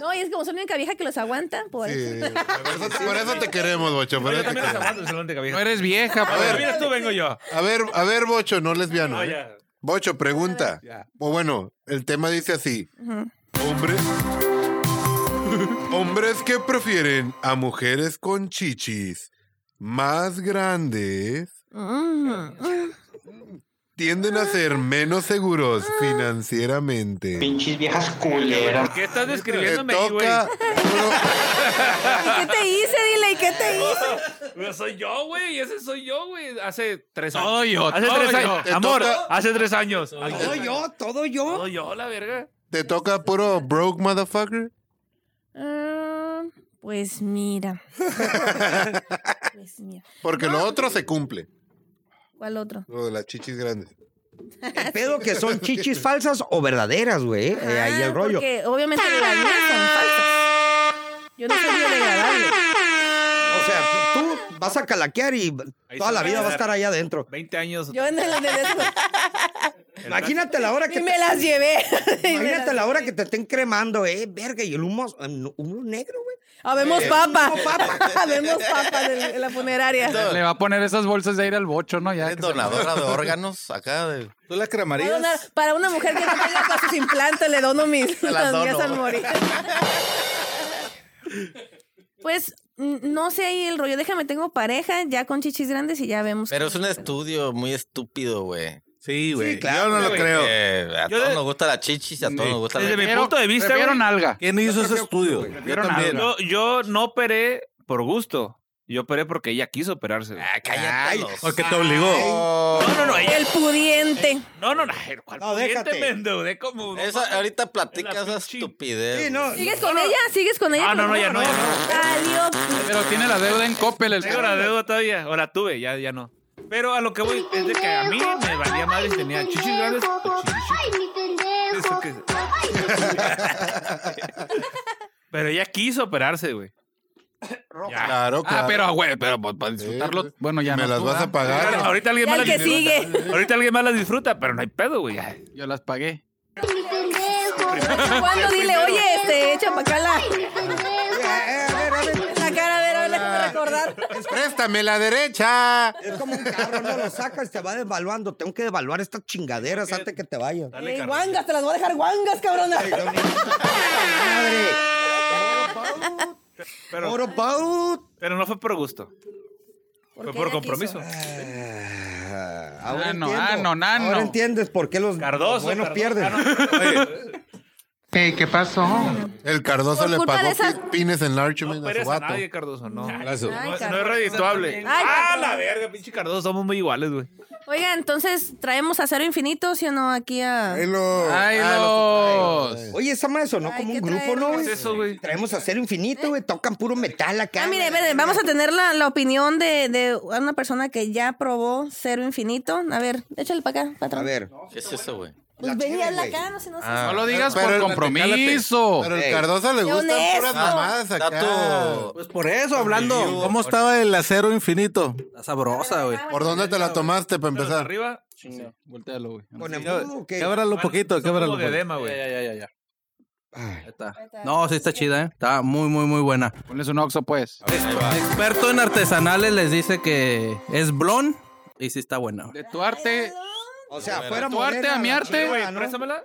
S4: No, y es como soy la única vieja que los aguanta. Por
S1: Sí,
S4: eso.
S1: por eso- por eso te queremos, bocho. por
S7: Yo
S1: eso te
S7: también los
S1: queremos.
S7: aguanto, es la única
S5: No
S7: vieja.
S5: eres vieja,
S7: A ver,
S5: pues.
S7: mira tú, vengo yo.
S1: A ver, a ver, bocho, no lesbiano.
S7: No,
S1: ¿eh?
S7: ya. Ah,
S1: Bocho, pregunta. O bueno, el tema dice así. Hombres. Hombres que prefieren a mujeres con chichis más grandes
S4: Mm.
S1: tienden a ser menos seguros financieramente.
S8: Pinches viejas culeras.
S7: ¿Qué estás
S1: Le
S7: describiéndome ahí, güey?
S1: toca puro-
S4: ¿Y qué te hice? Dile, ¿y qué te hice?
S7: Pero Soy yo, güey. Ese soy yo, güey. Hace tres años.
S5: Todo yo,
S7: hace
S5: todo
S7: tres
S5: yo.
S7: años.
S1: Te
S7: Amor,
S1: toca-
S7: hace tres años.
S3: Todo yo, todo
S7: Todo
S3: yo.
S7: yo, la verga.
S1: te toca puro broke motherfucker.
S4: Ah, pues mira. Pues mira.
S1: Porque lo otro se cumple.
S4: ¿Cuál otro?
S1: Lo de las chichis grandes.
S3: El pedo que son chichis falsas o verdaderas, güey. eh, ahí
S4: Ah,
S3: el rollo.
S4: Porque obviamente las mías son falsas. Yo no soy biodegradable.
S3: O sea, tú vas a calaquear y
S7: Ahí
S3: toda
S7: se
S3: la
S7: va
S3: vida
S7: a
S3: vas a
S7: quedar.
S3: estar ahí adentro.
S7: 20 años.
S4: Yo no las
S3: Imagínate la hora
S4: Y
S3: que
S4: me
S3: te,
S4: las llevé. Y me
S3: imagínate
S4: las-
S3: la hora que te estén cremando, eh, verga, y el humo, eh, humo negro, güey. Eh,
S4: Habemos papa. Habemos papa en, en la funeraria.
S5: Le va a poner esas bolsas de aire al bocho, ¿no? Ya
S6: Es
S5: que se-
S6: donadora de órganos acá. De...
S9: ¿Tú la
S4: Para
S9: cremarías?
S4: una, para una mujer que no tenga con sus implantes, le dono mis
S6: las
S4: las mías
S6: dono.
S4: al morir. Pues mm, no sé ahí el rollo. Déjame, tengo pareja ya con chichis grandes y ya vemos.
S6: Pero
S4: qué
S6: es un
S4: pedo.
S6: estudio muy estúpido, güey.
S9: Sí, güey.
S3: claro,
S9: Yo no lo
S7: güey.
S9: creo.
S6: Eh, a
S7: Yo
S6: todos
S7: de-
S6: nos gusta la chichis, y a todos nos gusta
S7: Desde
S6: la
S7: mi
S5: Prefiero-
S7: punto de vista,
S5: prefiero
S7: güey.
S5: nalga.
S9: ¿Quién hizo ese estudio? Yo también.
S7: Yo, yo no operé por gusto. Yo operé porque ella quiso operarse. güey.
S6: Ah, cállate. los-
S9: Porque te obligó.
S7: No, no, no. ella-
S4: El pudiente.
S7: No, no, no. ay, ¿cuál
S3: No,
S7: pudiente?
S3: déjate.
S7: Me endeudé como.
S6: Esa, ahorita platica esa
S7: pinche-
S6: estupidez.
S3: Sí, no,
S6: güey.
S4: ¿Sigues con ella? ¿Sigues con ella?
S7: Ah, no, no, ya no, ya
S4: Adiós.
S5: Pero tiene la deuda en Coppel. El
S7: Tengo la deuda todavía. O la tuve, ya, ya no. Pero a lo que voy es de que a mí me valía madre si tenía chichis grandes o chichis
S11: Ay, mi pendejo.
S7: Eso que-
S11: Ay, mi
S7: Pero ella quiso operarse, güey.
S1: Claro, claro.
S5: Ah, pero, güey, pero pues, para
S1: Sí,
S5: disfrutarlo,
S1: sí.
S5: bueno, ya
S1: Me
S5: no.
S1: las
S5: tú, ah?
S1: vas a
S5: ¿verdad?
S1: pagar.
S7: Ahorita alguien
S4: Ya
S7: más
S4: el que
S7: las
S4: sigue.
S7: disfruta. Ahorita alguien más las disfruta, pero no hay pedo, güey. ya.
S5: Yo las pagué.
S11: pendejo.
S4: ¿Cuándo dile, oye, este, echa para acá la,
S11: Mi pendejo.
S3: Eh, a ver, a ver.
S4: la
S3: Ah,
S4: cara, a ver, a ver, déjame recordar.
S1: Préstame la derecha.
S3: Es como un carro, no lo sacas, te va devaluando. Tengo que devaluar estas chingaderas antes que te vayas.
S4: Ey, Eh, guangas, te las voy a dejar guangas, cabrona.
S3: Madre,
S7: Pero,
S3: what about?
S7: pero no fue por gusto. Fue
S4: Porque
S7: por
S4: ella
S7: compromiso.
S4: quiso.
S3: Ah, ahora
S5: Nano,
S3: entiendo.
S5: nano,
S1: ah,
S5: nano.
S3: Ahora entiendes por qué los
S7: Cardoso.
S3: los buenos
S7: Cardoso.
S3: pierden.
S7: Ah, no.
S5: ¿Qué pasó?
S1: El Cardoso
S4: Por
S1: le
S4: culpa
S1: pagó
S4: de esas-
S1: pi- pines enlargement
S7: No
S1: a su
S7: operes a
S1: vato.
S7: nadie, Cardoso, no. No,
S4: Ay,
S7: es- no
S4: Cardoso.
S7: es redituable.
S4: Ay,
S7: ah,
S4: Cardoso.
S7: la verga, pinche Cardoso, somos muy iguales, güey.
S4: Oiga, entonces, ¿traemos a cero infinito, sí o no? Aquí a.
S3: Ah,
S2: Ahí
S3: pues,
S2: lo-
S5: ¡Ay, los!
S3: Oye, esa madre sonó
S4: Ay,
S3: como
S4: ¿qué
S3: un grupo,
S4: traen?
S3: ¿no?
S4: ¿Qué
S7: es eso, güey?
S3: Traemos a cero infinito, güey. Tocan puro metal acá.
S4: Ah, mire, mire, vamos a tener la, la opinión de, de una persona que ya probó cero infinito. A ver, échale para acá, patrón.
S3: A ver.
S6: ¿Qué es eso, güey?
S4: Pues
S3: la
S4: vení,
S3: chile,
S4: hazla
S3: güey. Ah,
S4: acá, no sé, no sé.
S5: No lo digas
S1: Ah, Pero
S5: por
S1: el-
S5: compromiso.
S1: Pero el
S3: Ey.
S1: Cardoso le
S4: Qué
S1: gustan puras
S4: honesto.
S1: mamadas
S6: Está
S1: acá.
S6: tu-
S9: Pues por eso, hablando. ¿Cómo estaba el acero infinito? Está sabrosa, güey.
S1: ¿Por dónde te la tomaste
S7: Pero
S1: para
S7: de
S1: empezar?
S7: arriba,
S5: Voltealo, güey.
S3: Con
S9: Cab-
S3: embudo, ¿o qué?
S9: Cábralo
S7: bueno,
S9: poquito,
S7: son como
S9: cábralo.
S7: de
S9: poquito.
S7: edema, güey.
S9: ya, ya, ya.
S3: Ay,
S9: Ahí está.
S4: Ahí está.
S9: No, sí está chida, ¿eh? Está muy, muy, muy buena.
S5: Ponles un oxo, pues.
S9: Experto en artesanales les dice que es blon y sí está buena.
S5: De tu arte.
S3: O sea,
S6: Bueno,
S3: fuera
S5: tu arte
S3: morena,
S5: a mi
S3: la
S5: arte,
S3: chiva,
S7: Güey,
S3: ¿no?
S7: préstamela.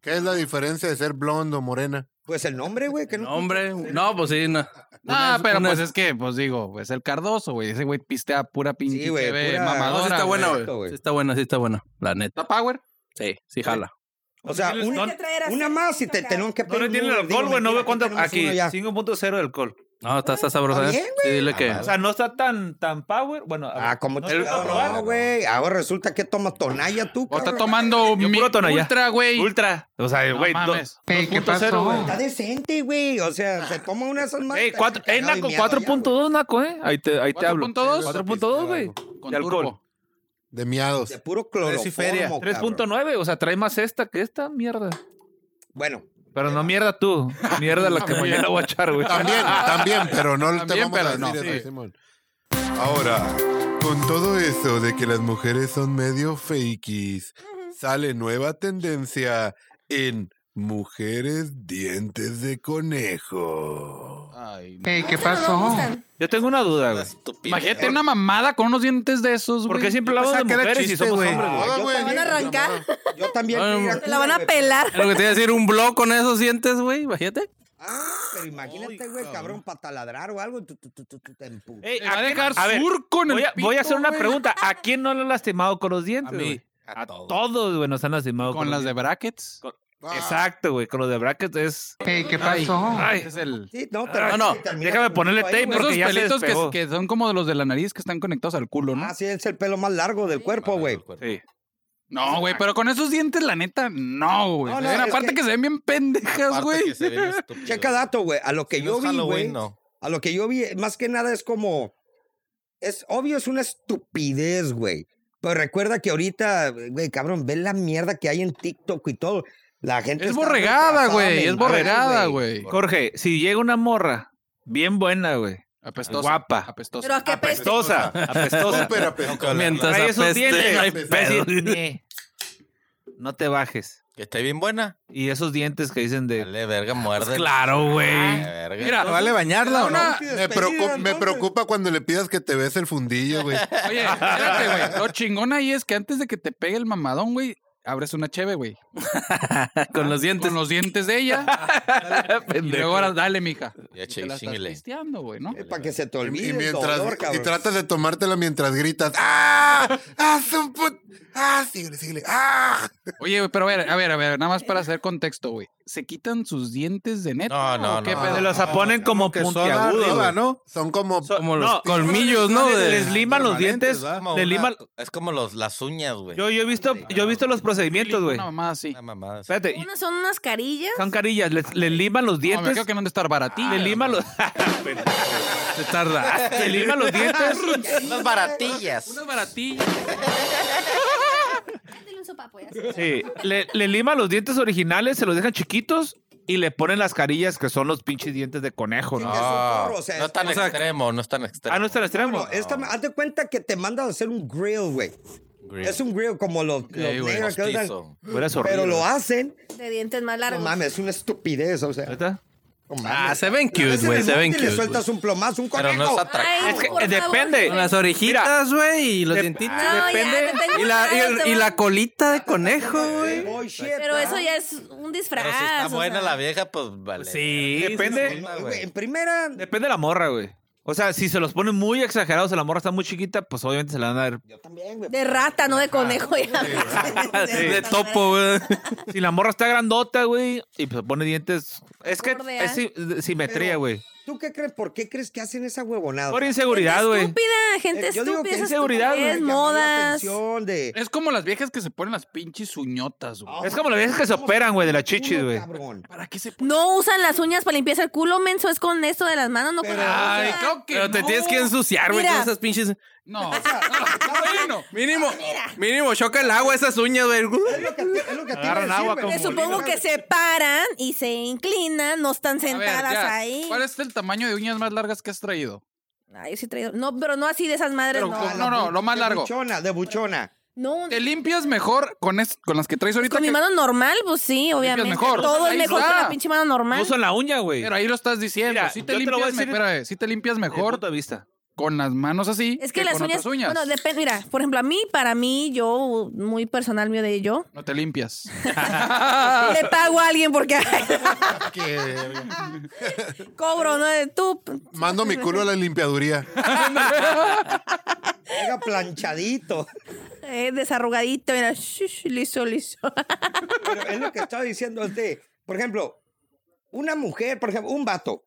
S1: ¿Qué es la diferencia de ser blondo o morena?
S3: Pues el nombre, güey, que no.
S9: No, hombre, no, pues sí, no.
S5: Ah,
S9: Una-
S5: pero
S9: una-
S5: pues es que, pues digo, pues el Cardoso, güey. Ese güey pistea pura pinche
S3: Sí, güey,
S5: cheve
S3: pura-
S9: No, sí
S5: mamadora.
S9: está buena,
S5: güey.
S3: Exacto,
S9: güey.
S3: güey.
S9: Sí está buena, sí está buena. La neta.
S5: ¿Está power?
S9: Sí, sí jala.
S3: O sea,
S7: Tienes-
S3: una,
S7: no-
S4: que traer a
S3: una
S4: hacer
S3: más y te
S4: acá.
S3: tenemos que
S7: No le tiene el alcohol, güey. No veo cuánto. Aquí, 5.0 de alcohol.
S9: No, está, está sabrosa. ¿eh?
S3: Está bien,
S9: Sí, dile que.
S7: O sea, no está tan, tan power. Bueno, a ver,
S3: Ah, como
S7: no
S3: te
S7: lo puedo probar.
S3: no, güey. Ahora resulta que toma tonalla tú,
S5: O está
S3: cabrón.
S5: tomando
S7: Yo
S5: mi
S7: puro Tonayán.
S5: ultra, güey.
S7: Ultra. O sea,
S5: No
S7: güey, do-
S5: mames.
S7: Ey, ¿qué 2.0, pasó? güey.
S3: Está decente, güey. O sea, se toma una de esas más.
S7: Ey, cuatro,
S3: cagado
S7: ey,
S3: y
S7: Naco,
S3: meado ya,
S7: 4.2, Naco, ¿eh? Ahí te, ahí te hablo.
S5: 4.2.
S7: 4.2, güey.
S5: Con
S7: De alcohol.
S5: turbo.
S1: De
S3: güey.
S1: miados.
S3: De puro cloroformo,
S9: Tres y feria.
S3: cabrón.
S7: 3.9, o sea, trae más esta que esta mierda.
S3: Bueno,
S7: Pero no mierda tú, mierda
S3: Ah,
S7: la que mañana la voy a echar, güey.
S1: También, también, pero no te
S5: También,
S1: vamos a
S5: pero
S1: decir
S5: no,
S1: eso,
S5: sí.
S1: Simón. Ahora, con todo eso de que las mujeres son medio fakies, sale nueva tendencia en mujeres dientes de conejo.
S5: Ay,
S4: ¿Qué pasó?
S7: Yo tengo una duda, güey.
S5: Imagínate una mamada con unos dientes de esos, güey.
S7: Porque siempre hablamos de
S9: pensaba que era
S7: mujeres y
S9: chiste,
S7: somos
S9: güey.
S7: hombres, güey.
S1: Ahora, güey,
S4: ¿Van a arrancar?
S3: yo también.
S9: No,
S3: quería
S9: no,
S4: ¿Te la van a
S3: güey.
S4: pelar?
S9: Es lo que te iba a decir, un blog con esos dientes, güey. Imagínate.
S3: Ah, pero imagínate, güey, cabrón, para taladrar o algo. tu, tu, tu, tu, tu, te empu-
S7: Ey,
S5: Te va a
S7: quién-
S5: dejar
S7: a ver,
S5: surco en el
S7: voy a, voy a
S5: pito,
S7: hacer una
S5: güey.
S7: pregunta. ¿A quién no lo han lastimado con los dientes,
S9: A mí,
S7: güey?
S6: a
S7: A,
S6: todos.
S7: todos, güey, nos han lastimado
S5: Con las de brackets.
S7: Exacto, güey, con los de brackets es...
S5: ¿Qué pasó? Ay, ese es el...
S3: Sí, no, te-
S7: Ah,
S9: no,
S3: te terminas
S7: déjame
S3: con un
S7: ponerle
S3: ahí,
S7: tape,
S3: güey.
S7: porque
S5: Esos
S7: ya se
S5: pelitos que,
S7: despegó.
S5: que son como de los de la nariz que están conectados al culo, ¿no?
S3: Ah, sí, es el pelo más largo del cuerpo, güey.
S7: Sí.
S5: No, güey, pero con esos dientes, la neta, no, güey.
S3: No,
S5: No,
S3: no, es
S5: aparte
S3: que-
S5: que... se ven bien pendejas, güey.
S3: Checa dato, güey. A lo que yo vi, güey.
S6: no.
S3: A lo que yo vi, más que nada es como. Es obvio, es una estupidez, güey. Pero recuerda que ahorita, güey, cabrón, ve la mierda que hay en TikTok y todo. La gente.
S5: Es
S3: está
S5: borregada,
S3: retrasada
S5: güey. Es
S3: mental,
S5: borregada, güey.
S7: Jorge, si llega una morra bien buena, güey,
S5: Apestosa.
S7: Guapa.
S5: Apestosa.
S4: Pero a qué peste.
S7: apestosa, apestosa,
S1: Súper apestoso.
S9: Mientras
S7: trae esos dientes,
S9: apeste.
S7: va a decir, "Nee, eh, no te bajes.
S6: Que esté bien buena.
S7: Y esos dientes que dicen de...
S6: Dale, verga, muerde.
S7: Claro, güey.
S6: Mira,
S5: Mira,
S9: ¿Vale bañarla o no?
S5: Una-
S1: Me, preocu- me preocupa cuando le pidas que te ves el fundillo, güey.
S5: Oye, espérate, güey. Lo chingón ahí es que antes de que te pegue el mamadón, güey, abres una cheve, güey.
S9: Con los dientes.
S5: Con los dientes de ella. y luego ahora dale, mija.
S6: Ya,
S5: Y
S6: che,
S5: te la estás
S6: chinguele.
S5: pisteando, güey, ¿no?
S3: Para que se te
S1: Y,
S3: olvide.
S1: y
S3: el
S1: mientras,
S3: dolor,
S1: y
S3: cabrón.
S1: tratas de tomártela mientras gritas. ¡Ah! ¡Ah, su put! ¡Ah, síguele, síguele! ¡Ah!
S5: Oye, güey, pero a ver, a ver, a ver, nada más para hacer contexto, güey. ¿Se quitan sus dientes de neta?
S6: No, no,
S5: o qué
S6: no.
S5: pedo?
S7: Se los ponen como
S9: que son
S7: puntiagudos,
S9: arriba,
S7: güey.
S9: Ah, ¿no?
S1: Son como.
S7: So-
S9: Como
S7: no,
S9: los colmillos, ¿no?
S7: les-
S9: De-
S7: les liman los
S9: permanentes,
S7: dientes,
S9: ¿va?
S6: como
S7: le
S6: una-
S7: lima-
S6: Es como los, las uñas, güey.
S7: Yo, yo he visto, yo he visto los procedimientos, güey.
S5: Una mamá así.
S6: Una mamada así.
S7: Espérate,
S4: Unas son unas carillas.
S7: son carillas, le, le liman los
S5: No, me
S7: dientes,
S5: creo que no han de estar baratillas.
S7: le liman los,
S9: Te tarda.
S7: le liman los dientes,
S6: Unas baratillas.
S5: Unas baratillas.
S4: Métele un sopapo, ya sabes.
S7: sí, le, le liman los dientes originales, se los dejan chiquitos y le ponen las carillas que son los pinches dientes de conejo,
S3: Sí,
S7: ¿no?
S3: que es un
S6: No,
S3: toro, o sea,
S6: Ah. no
S3: es-
S6: tan
S3: o sea,
S6: extremo, no es tan extremo.
S7: Ah, no está el extremo.
S3: No, esta, haz de cuenta que te mandan a hacer un grill, güey.
S6: Grill.
S3: Es un grill como los, los
S9: güey,
S3: negros que usan.
S6: Postizo.
S7: Fuera es horrible.
S3: Pero lo hacen.
S4: De dientes más
S3: No
S4: largos.
S3: mames, es una estupidez, o sea.
S7: ¿Neta?
S3: no mames.
S9: Ah, se ven
S3: A
S9: cute,
S3: veces
S9: güey.
S3: les
S9: Se ven
S3: gusta y
S9: cute.
S3: Le sueltas un plomazo, un
S6: Pero
S3: conejo.
S6: no
S4: Ay,
S6: es atractivo.
S7: Es que
S4: por
S7: depende.
S4: favor,
S9: Con
S4: güey.
S9: las orejitas, güey, y los
S7: de-
S9: dientitos.
S4: No, ya, te tengo
S9: Y la,
S4: parado, te
S9: y, y la
S4: voy-
S9: colita de conejo, güey.
S3: Oh, shit,
S4: Pero
S3: ah.
S4: eso ya es un disfraz.
S6: Pero si está
S4: Ah, o sea.
S6: buena la vieja, pues vale.
S7: Sí,
S3: Eh,
S7: depende,
S3: no, güey, En primera,
S7: depende de la morra, güey. O sea, si se los ponen muy exagerados, si la morra está muy chiquita, pues obviamente se la van a dar.
S3: yo también, güey.
S4: De rata, no de conejo. ya.
S9: De topo, güey.
S7: Si la morra está grandota, güey, y pues pone dientes. Es que
S4: Gorda.
S7: es si- simetría,
S3: Pero,
S7: güey.
S3: ¿Tú qué crees? ¿Por qué crees que hacen esa huevonada?
S7: Por
S4: Gente
S7: inseguridad, güey.
S4: Estúpida, gente
S3: Eh, yo digo
S4: estúpida.
S3: que
S4: esa
S7: inseguridad, güey,
S4: estupidez,
S3: Llamar la
S4: modas.
S3: atención de...
S5: Es como las viejas que se ponen las pinches uñotas, güey.
S7: Es como las viejas que se operan, güey, de la chichis,
S3: Uno,
S7: güey.
S3: cabrón.
S5: ¿Para qué se ponen?
S4: No usan las uñas para limpiarse el culo, menso. Es con esto de las manos, no con
S3: Pero-
S4: la
S5: Ay,
S4: uña.
S5: claro que
S9: Pero te
S5: no.
S9: tienes que ensuciar, güey,
S4: Mira.
S9: con esas pinches.
S5: No, no, bueno.
S9: Mínimo, mínimo, choca el agua esas uñas, güey.
S3: Es lo que, es lo que te iba a
S7: Agarran
S3: decir,
S7: agua
S3: güey.
S7: como
S4: Que supongo que se paran y se inclinan, no están
S5: A ver,
S4: sentadas
S5: ya.
S4: ahí.
S5: ¿Cuál es el tamaño de uñas más largas que has traído?
S4: Ay, yo sí he traído. No, pero no así de esas madres,
S5: Pero
S4: no.
S5: con-
S3: Ah,
S5: no,
S3: bu-
S5: lo más largo.
S3: De buchona, de buchona.
S4: No,
S5: ¿Te limpias mejor con, es- con las que traes ahorita?
S4: con mi
S5: que-
S4: mano normal, pues sí, obviamente.
S5: mejor.
S4: Todo es
S5: Ahí
S4: mejor
S5: está.
S4: que la pinche mano normal.
S7: Uso la uña, güey.
S5: Pero ahí lo estás diciendo.
S7: Mira,
S5: si te
S7: yo te lo
S5: limpias, eh,
S7: voy a
S5: me-
S7: decir-
S5: espérate, sí te limpias
S7: Mejor.
S5: mejor
S7: Puta vista.
S5: con las manos así
S4: Es que,
S5: con
S4: las uñas,
S5: otras uñas.
S4: Bueno, depende. Mira, por ejemplo, a mí, para mí, yo, muy personal mío de yo,
S5: No te limpias. Ah,
S4: le pago a alguien porque
S1: Que
S4: cobro, ¿no? De Tú.
S1: mando mi culo a la limpiaduría.
S3: Llega planchadito.
S4: eh, desarrugadito, mira, shush, liso, liso.
S3: Pero es lo que estaba diciendo usted. Por ejemplo, una mujer, por ejemplo, un vato,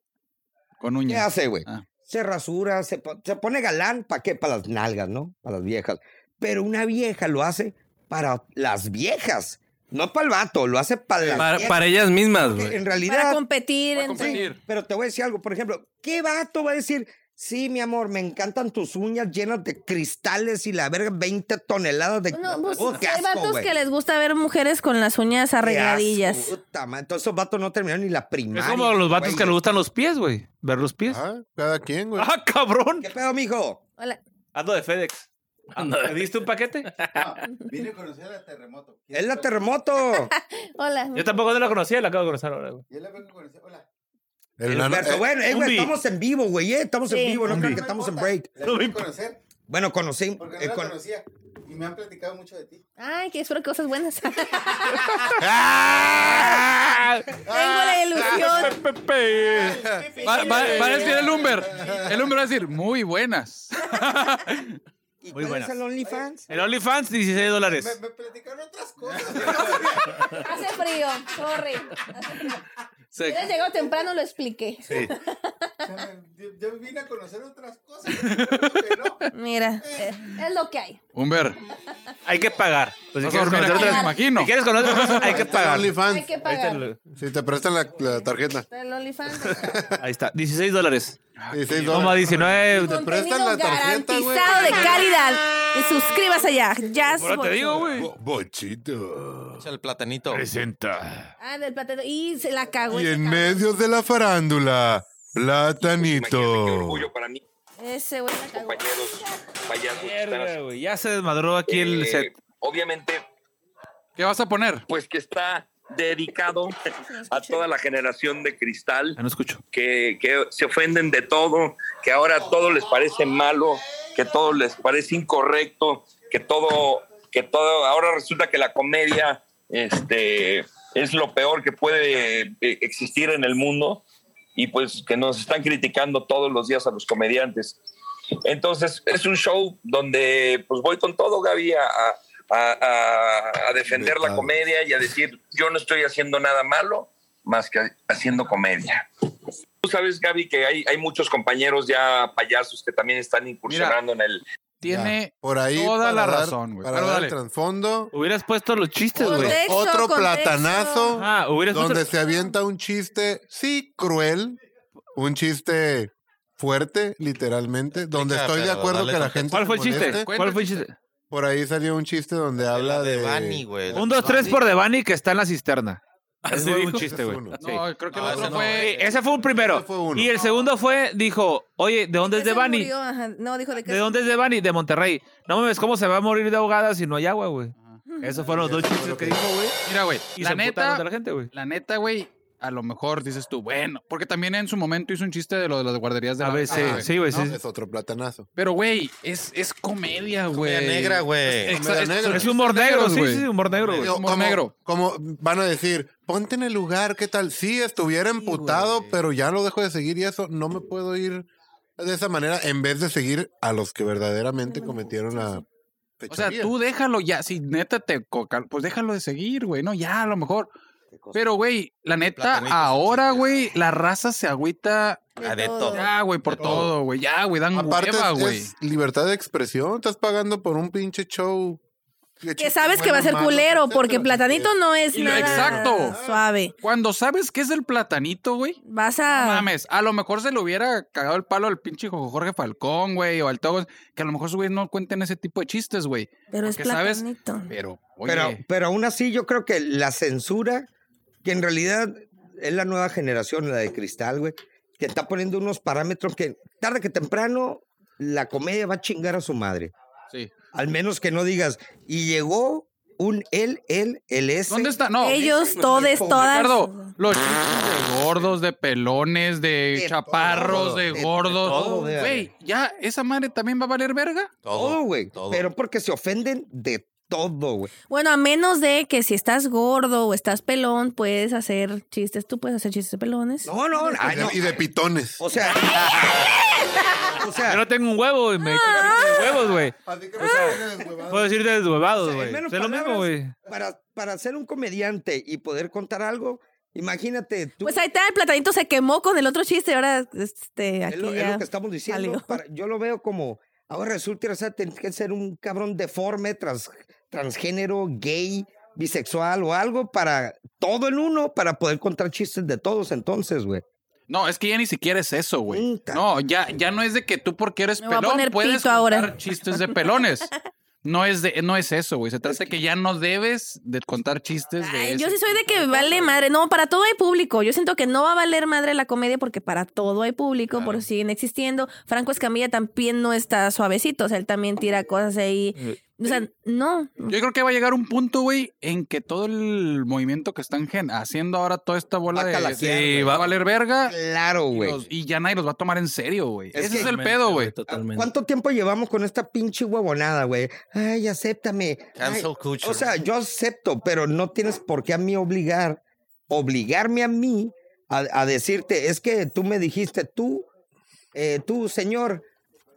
S5: Con
S3: ¿qué
S5: uñas.
S3: hace, güey?
S5: Ah.
S3: Se rasura, se, po- se pone galán, ¿para qué? Para las nalgas, ¿no? Para las viejas. Pero una vieja lo hace para las viejas, no para el vato, lo hace para las
S10: Para,
S3: viejas.
S10: para ellas mismas,
S3: Porque
S10: güey.
S3: en
S4: Para
S3: realidad,
S4: competir.
S5: Para
S4: en-
S5: competir.
S3: pero te voy a decir algo, por ejemplo, ¿qué vato va a decir? Sí, mi amor, me encantan tus uñas llenas de cristales y la verga, 20 toneladas de...
S4: No, pues,
S3: Oh, qué
S4: hay
S3: asco,
S4: vatos
S3: güey.
S4: que les gusta ver mujeres con las uñas arregladillas.
S3: Qué asco, puta madre. Entonces esos vatos no terminaron ni la primaria.
S7: Es como los vatos
S3: güey.
S7: que le gustan los pies, güey. Ver los pies.
S1: Ah, cada quien, güey.
S7: ¡Ah, cabrón!
S3: ¿Qué pedo, mijo?
S4: Hola.
S7: Ando de FedEx. ¿Me diste un paquete?
S9: Vine a conocer a Terremoto.
S3: Es la terremoto.
S4: Hola.
S7: Yo tampoco no la conocía, la acabo de conocer ahora, güey.
S9: Y es la que conocí. Hola.
S1: El nano-
S3: Alberto,
S1: eh,
S3: bueno, eh, güey,
S7: Umbi.
S3: estamos en vivo, güey, eh, estamos
S4: Sí.
S3: en vivo, no creo que estamos en break.
S9: La vine a conocer
S3: Bueno, conocí. eh, con-
S9: conocía. Y me han platicado mucho de ti.
S4: Ay, que espero cosas buenas. Tengo
S7: ¡Ah!
S4: la
S5: Ah,
S4: ilusión.
S5: Va, va- va a decir el Humber. El Humber va a decir, muy buenas.
S3: ¿Y
S7: Muy
S3: cuál
S7: buenas.
S3: es el OnlyFans?
S7: El OnlyFans, 16 dólares.
S9: Me platicaron otras cosas.
S4: Hace frío, sorry. Hace frío. Si hubieras llegado temprano, lo expliqué.
S9: Yo vine a conocer otras cosas. Pero
S4: Mira, eh, es lo que hay.
S5: Humber,
S7: Hay que pagar.
S5: vas
S7: Pues si
S5: a
S7: quieres
S5: dormir
S7: conocer
S5: aquí, me
S7: otras-
S5: imagino.
S7: si quieres conocer otras cosas, hay que
S1: está el
S7: pagar.
S4: Hay
S1: OnlyFans.
S4: que
S7: Ahí está
S4: pagar.
S7: el-
S1: Si te prestan la, la tarjeta. Ah,
S4: El OnlyFans.
S7: Ahí está, 16 dólares.
S1: 16
S7: Toma
S1: dólares.
S7: 19.
S1: Te prestan
S4: Contenido
S1: la tarjeta, güey.
S4: garantizado de calidad. Y suscríbase ya. Jazz
S7: Ahora te
S4: Boy.
S7: digo, güey.
S1: Bo- Bochito.
S6: Echa el platanito.
S7: Presenta.
S4: Ah, del platero. Y se la cagó.
S1: Y
S4: ese
S1: en
S4: cabrón.
S1: medio de la farándula, platanito.
S8: orgullo para mí,
S4: Ese güey la cagó.
S8: compañeros, payasos, que están
S7: Verga,
S8: haciendo.
S7: güey. Ya se desmadró aquí el set.
S8: Eh, Obviamente,
S5: ¿qué vas a poner?
S8: pues que está dedicado a toda la generación de cristal
S7: Ah, no escucho.
S8: que, que se ofenden de todo, que ahora todo les parece malo, que todo les parece incorrecto, que todo, que todo, ahora resulta que la comedia este, es lo peor que puede eh, existir en el mundo y pues que nos están criticando todos los días a los comediantes. Entonces es un show donde pues voy con todo, Gaby, a, a- a- a defender la
S1: Vetado.
S8: comedia y a decir, yo no estoy haciendo nada malo más que haciendo comedia. Tú sabes, Gaby, que hay, hay muchos compañeros ya payasos que también están incursionando en el...
S5: Tiene
S1: Ya, por ahí
S5: toda la
S1: para dar-
S5: razón, güey.
S1: Para
S5: Pero
S1: dar
S5: dale.
S1: el trasfondo,
S7: Hubieras puesto los chistes, güey.
S4: Contexto,
S1: otro
S4: contexto.
S1: platanazo
S7: Ah, hubieras
S1: donde
S7: puesto.
S1: se avienta un chiste, sí, cruel, un chiste fuerte, literalmente, donde
S6: Explica,
S1: estoy de
S6: pero
S1: acuerdo
S6: dale
S1: que la
S6: contexto.
S1: gente
S7: ¿Cuál fue el
S1: se
S7: chiste?
S1: moleste.
S7: ¿Cuál fue el chiste?
S1: Por ahí salió un chiste donde habla de...
S6: de Bani, güey.
S7: Un, dos, tres por Devani que está en la cisterna.
S10: Así
S9: Ah,
S7: Ese fue un
S10: dijo.
S7: chiste,
S1: Ese
S7: güey.
S1: fue uno.
S7: Sí.
S5: No, creo que
S6: No,
S10: Ah,
S5: el otro
S6: ese no.
S5: fue...
S7: Sí, Ah, ese fue un primero.
S1: Ese fue uno.
S7: Y el segundo fue, dijo, oye, ¿de dónde es
S4: Ese
S7: Devani?
S4: murió, ajá. No, dijo de qué.
S7: ¿De dónde es Devani? De Monterrey. No mames, ¿cómo se va a morir de ahogada si no hay agua, güey? Esos fueron los dos chistes que dijo, güey.
S5: Mira, güey,
S7: Y
S5: la
S7: se emputaron de la
S5: neta,
S7: gente, güey.
S5: la neta, güey, a lo mejor dices tú, bueno, porque también en su momento hizo un chiste de lo de las guarderías de
S7: A
S5: la
S7: ver, sí,
S5: Ah, güey.
S7: sí, güey,
S1: No,
S7: sí.
S1: es otro platanazo.
S5: Pero, güey, es, es comedia, güey.
S6: Comedia negra, güey.
S5: Exa-
S1: Comedia
S5: Eh, es-
S1: negra.
S5: son
S7: Es humor
S5: chistes
S7: negro,
S5: negros,
S7: sí,
S5: güey.
S7: sí, humor negro, güey.
S1: Digo,
S5: humor
S1: como-
S5: negro.
S1: Como van a decir, ponte en el lugar, ¿qué tal? Sí, estuviera emputado, pero ya lo dejo de seguir y eso, no me puedo ir de esa manera en vez de seguir a los que verdaderamente cometieron la
S5: O sea,
S1: fechoría.
S5: tú déjalo ya. Si neta te coca, pues déjalo de seguir, güey. No, ya, a lo mejor. Pero, güey, la neta,
S6: Platanito,
S5: ahora, güey, la raza se agüita.
S6: Ah, de todo.
S5: Ya, güey, por todo, güey. Ya, güey, dan
S1: Aparte,
S5: hueva,
S1: es-
S5: güey.
S1: es libertad de expresión. Estás pagando por un pinche show.
S4: Que sabes que va a ser
S1: Bueno, malo,
S4: culero, porque
S1: etcétera.
S4: platanito no es
S5: Y lo-
S4: nada
S5: exacto.
S4: suave.
S5: Cuando sabes que es el platanito, güey.
S4: Vas
S5: no
S4: a.
S5: Mames, a lo mejor se le hubiera cagado el palo al pinche Jorge Falcón, güey, o al Togo, que a lo mejor sus güeyes no cuenten ese tipo de chistes, güey.
S4: pero es
S5: porque sabes-
S4: platanito.
S5: Pero, oye,
S3: Pero, pero aún así yo creo que la censura, que en realidad es la nueva generación, la de cristal, güey, que está poniendo unos parámetros que tarde que temprano la comedia va a chingar a su madre.
S5: Sí.
S3: Al menos que no digas, y llegó un él, él, el S.
S5: ¿Dónde está? No.
S4: Ellos, todes, todas.
S5: Ricardo, los
S3: Ah,
S5: chistes de gordos, de pelones, de,
S3: De
S5: chaparros,
S3: todo,
S5: de
S3: de- de
S5: gordos.
S3: todo, de-
S5: Güey, ya, esa madre también va a valer verga.
S3: Todo, güey.
S6: todo.
S3: Pero porque se ofenden de todo, güey.
S4: Bueno, a menos de que si estás gordo o estás pelón, puedes hacer chistes. Tú puedes hacer chistes de pelones.
S3: No, no, ay, no.
S1: Y de pitones.
S3: O sea, o sea,
S7: Yo no tengo un huevo y me de huevos, güey. Puedo decir deshuevados,
S3: sea, en
S7: güey.
S3: menos
S7: Es lo mismo,
S3: palabras,
S7: güey.
S3: para, para ser un comediante y poder contar algo, imagínate tú.
S4: Pues ahí está, el platanito se quemó con el otro chiste y ahora este, aquí
S3: es, lo, es
S4: ya
S3: lo que estamos diciendo.
S4: salió.
S3: Para- yo lo veo como, ahora resulta o sea, tenés que ser un cabrón deforme, trans- transgénero, gay, bisexual o algo para todo en uno, para poder contar chistes de todos entonces, güey.
S5: No, es que ya ni siquiera es eso, güey.
S3: Puta.
S5: No, ya, ya no es de que tú porque eres
S4: Me voy a
S5: pelón
S4: poner
S5: puedes
S4: pito ahora.
S5: contar chistes de pelones. No es, de, no es eso, güey. Se trata de que ya no debes de contar chistes de
S4: Ay,
S5: eso.
S4: yo sí soy de que vale madre. No, para todo hay público. Yo siento que no va a valer madre la comedia porque para todo hay público, por eso siguen existiendo. Franco Escamilla también no está suavecito, o sea, él también tira cosas ahí. O
S3: Mm.
S4: sea, no.
S5: Yo creo que va a llegar un punto, güey, en que todo el movimiento que están gen- haciendo ahora toda esta bola
S3: Va a
S5: de...
S3: calaquear,
S5: Sí,
S3: güey.
S5: va a valer verga.
S3: Claro, güey.
S5: los- y ya nadie los va a tomar en serio, güey.
S3: Es
S5: Ese
S3: que-
S5: es el pedo, güey.
S9: Totalmente.
S3: ¿Cuánto tiempo llevamos con esta pinche huevonada, güey? Ay, acéptame. Ay,
S6: Cancel culture.
S3: o sea, yo acepto, pero no tienes por qué a mí obligar, obligarme a mí a, a decirte, es que tú me dijiste, tú, eh, tú, señor,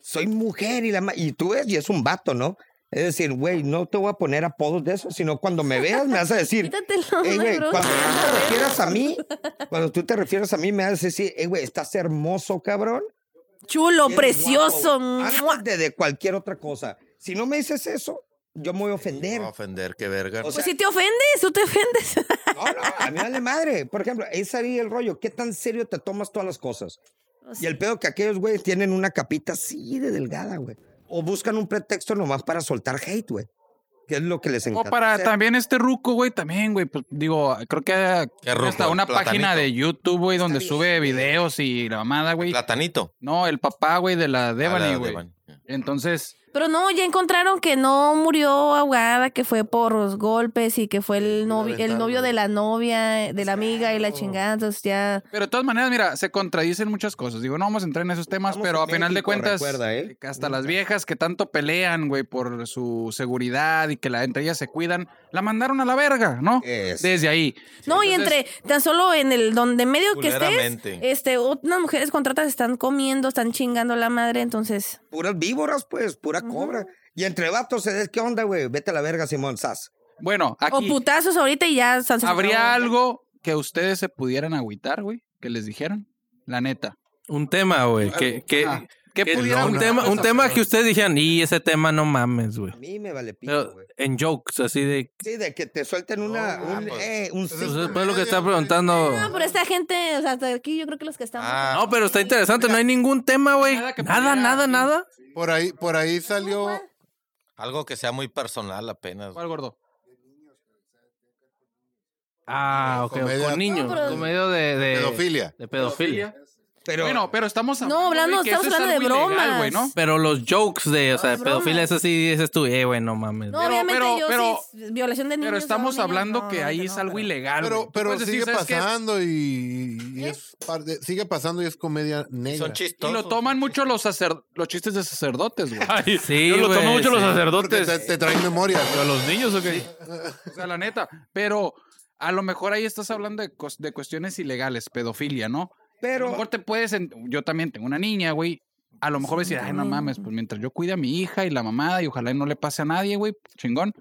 S3: soy mujer y la ma- y tú es, y es un vato, ¿no? Es decir, güey, no te voy a poner apodos de eso, sino cuando me veas me vas a decir,
S4: Quítatelo,
S3: Ey, güey,
S4: negro.
S3: cuando tú te refieras a mí, cuando tú te refieres a mí, me vas a decir, ey, güey, estás hermoso, cabrón.
S4: Chulo,
S3: Eres
S4: precioso.
S3: guapo.
S4: mua.
S3: Antes de, de cualquier otra cosa. Si no me dices eso, yo me voy a ofender.
S6: No ofender, qué verga.
S3: O sea,
S4: Pues si te ofendes, tú te ofendes.
S3: No, no, a mí me vale madre. Por ejemplo, ahí sería el rollo. ¿Qué tan serio te tomas todas las cosas? Y el pedo que aquellos güeyes tienen una capita así de delgada, güey. O buscan un pretexto nomás para soltar hate, güey. Que es lo que les
S5: O
S3: encanta.
S5: para
S3: hacer.
S5: también este ruco, güey, también, güey. Pues, digo, creo que
S6: ¿Qué
S5: hay
S6: ruco?
S5: hasta una
S6: ¿El platanito?
S5: página de YouTube, güey, donde
S3: bien,
S5: sube videos y la mamada, güey.
S6: Platanito.
S5: No, el papá, güey, de la
S6: Ah,
S5: Devani,
S6: la
S5: güey.
S6: Devani.
S5: Entonces,
S4: Pero no, ya encontraron que no murió ahogada, que fue por los golpes y que fue el novio, el novio de la novia, eh, de la amiga y la chingada. Entonces ya.
S5: pero de todas maneras, mira, se contradicen muchas cosas. Digo, no vamos a entrar en esos temas,
S3: Estamos
S5: pero a
S3: en
S5: final de
S3: México,
S5: cuentas,
S3: recuerda, ¿eh?
S5: que hasta las viejas que tanto pelean, güey, por su seguridad y que la, entre ellas se cuidan, la mandaron a la verga, ¿no?
S3: Es.
S5: Desde ahí.
S4: no, y
S5: entonces-
S4: entre tan solo en el donde medio que estés,
S6: Culeramente.
S4: este, unas mujeres contratas están comiendo, están chingando a la madre, entonces.
S3: Puras víboras, pues, pura cobra. Y entre vatos, ¿eh? ¿qué onda, güey? Vete a la verga, Simón Sass.
S5: Bueno,
S4: O
S5: aquí
S4: putazos ahorita y ya están
S5: habría algo que ustedes se pudieran agüitar, güey, que les dijeran, la neta.
S9: Un tema, güey. Que, que,
S5: Ajá. ¿Qué
S9: que-
S5: pudiera
S9: un
S5: hablar
S9: tema,
S5: esa
S9: un tema que
S5: persona?
S9: ustedes dijeran, y ese tema no mames, güey.
S3: A mí me vale
S9: Pero
S3: pito, güey.
S9: en jokes, así de.
S3: Sí, de que te suelten una,
S1: No,
S3: un,
S1: pues.
S3: eh, un
S9: Pues
S3: sí.
S9: es lo que está preguntando.
S4: No, pero esta gente, o sea, hasta aquí yo creo que los que estamos.
S6: Ah,
S9: No, pero está interesante, no hay ningún tema, güey.
S5: Nada que
S9: Nada,
S5: pudiera-
S9: nada, nada.
S1: Por ahí, por ahí salió.
S6: Algo que sea muy personal apenas.
S5: ¿Cuál gordo?
S9: Ah, ok,
S1: Comedia-
S9: con niños,
S4: No, pero-
S9: con medio de, de
S1: Pedofilia.
S9: De pedofilia.
S3: Pero,
S5: bueno, pero estamos
S4: No, hablando-
S5: güey, que eso
S4: estamos
S5: es
S4: hablando de
S5: algo ilegal,
S4: bromas.
S5: güey, ¿no?
S9: Pero los jokes de, o sea, de
S4: Las bromas.
S9: pedofilia, eso sí dices tú, eh, güey, no mames.
S4: No,
S9: güey.
S4: obviamente
S5: pero-
S4: yo
S5: pero-
S4: sí, es violación de niños.
S5: Pero
S4: a
S5: estamos
S4: niños,
S5: hablando
S4: no,
S5: que
S4: no,
S5: ahí
S4: no,
S5: es algo
S4: pero-
S5: ilegal. güey.
S1: Pero,
S5: Tú
S1: pero
S5: puedes decir,
S1: sigue
S5: "¿Sabes qué?
S1: pasando y, y es parte- sigue pasando y es comedia
S6: Y
S1: negra.
S6: Son
S5: Y
S6: chistosos.
S5: lo toman mucho los, sacer- los chistes de sacerdotes, güey.
S7: Ay,
S9: Sí,
S7: yo lo
S9: güey,
S7: tomo mucho los
S9: sí.
S1: Porque
S7: sacerdotes.
S1: te, te traen memoria.
S7: ¿A los niños o qué?
S5: O sea, la neta. Pero a lo mejor ahí estás hablando de, cos- de cuestiones ilegales, pedofilia, ¿no? a lo
S3: pero
S5: mejor te puedes. en- Yo también tengo una niña, güey. A lo mejor voy a decir, ay, no mames, pues mientras yo cuide a mi hija y la mamada y ojalá y no le pase a nadie, güey, chingón.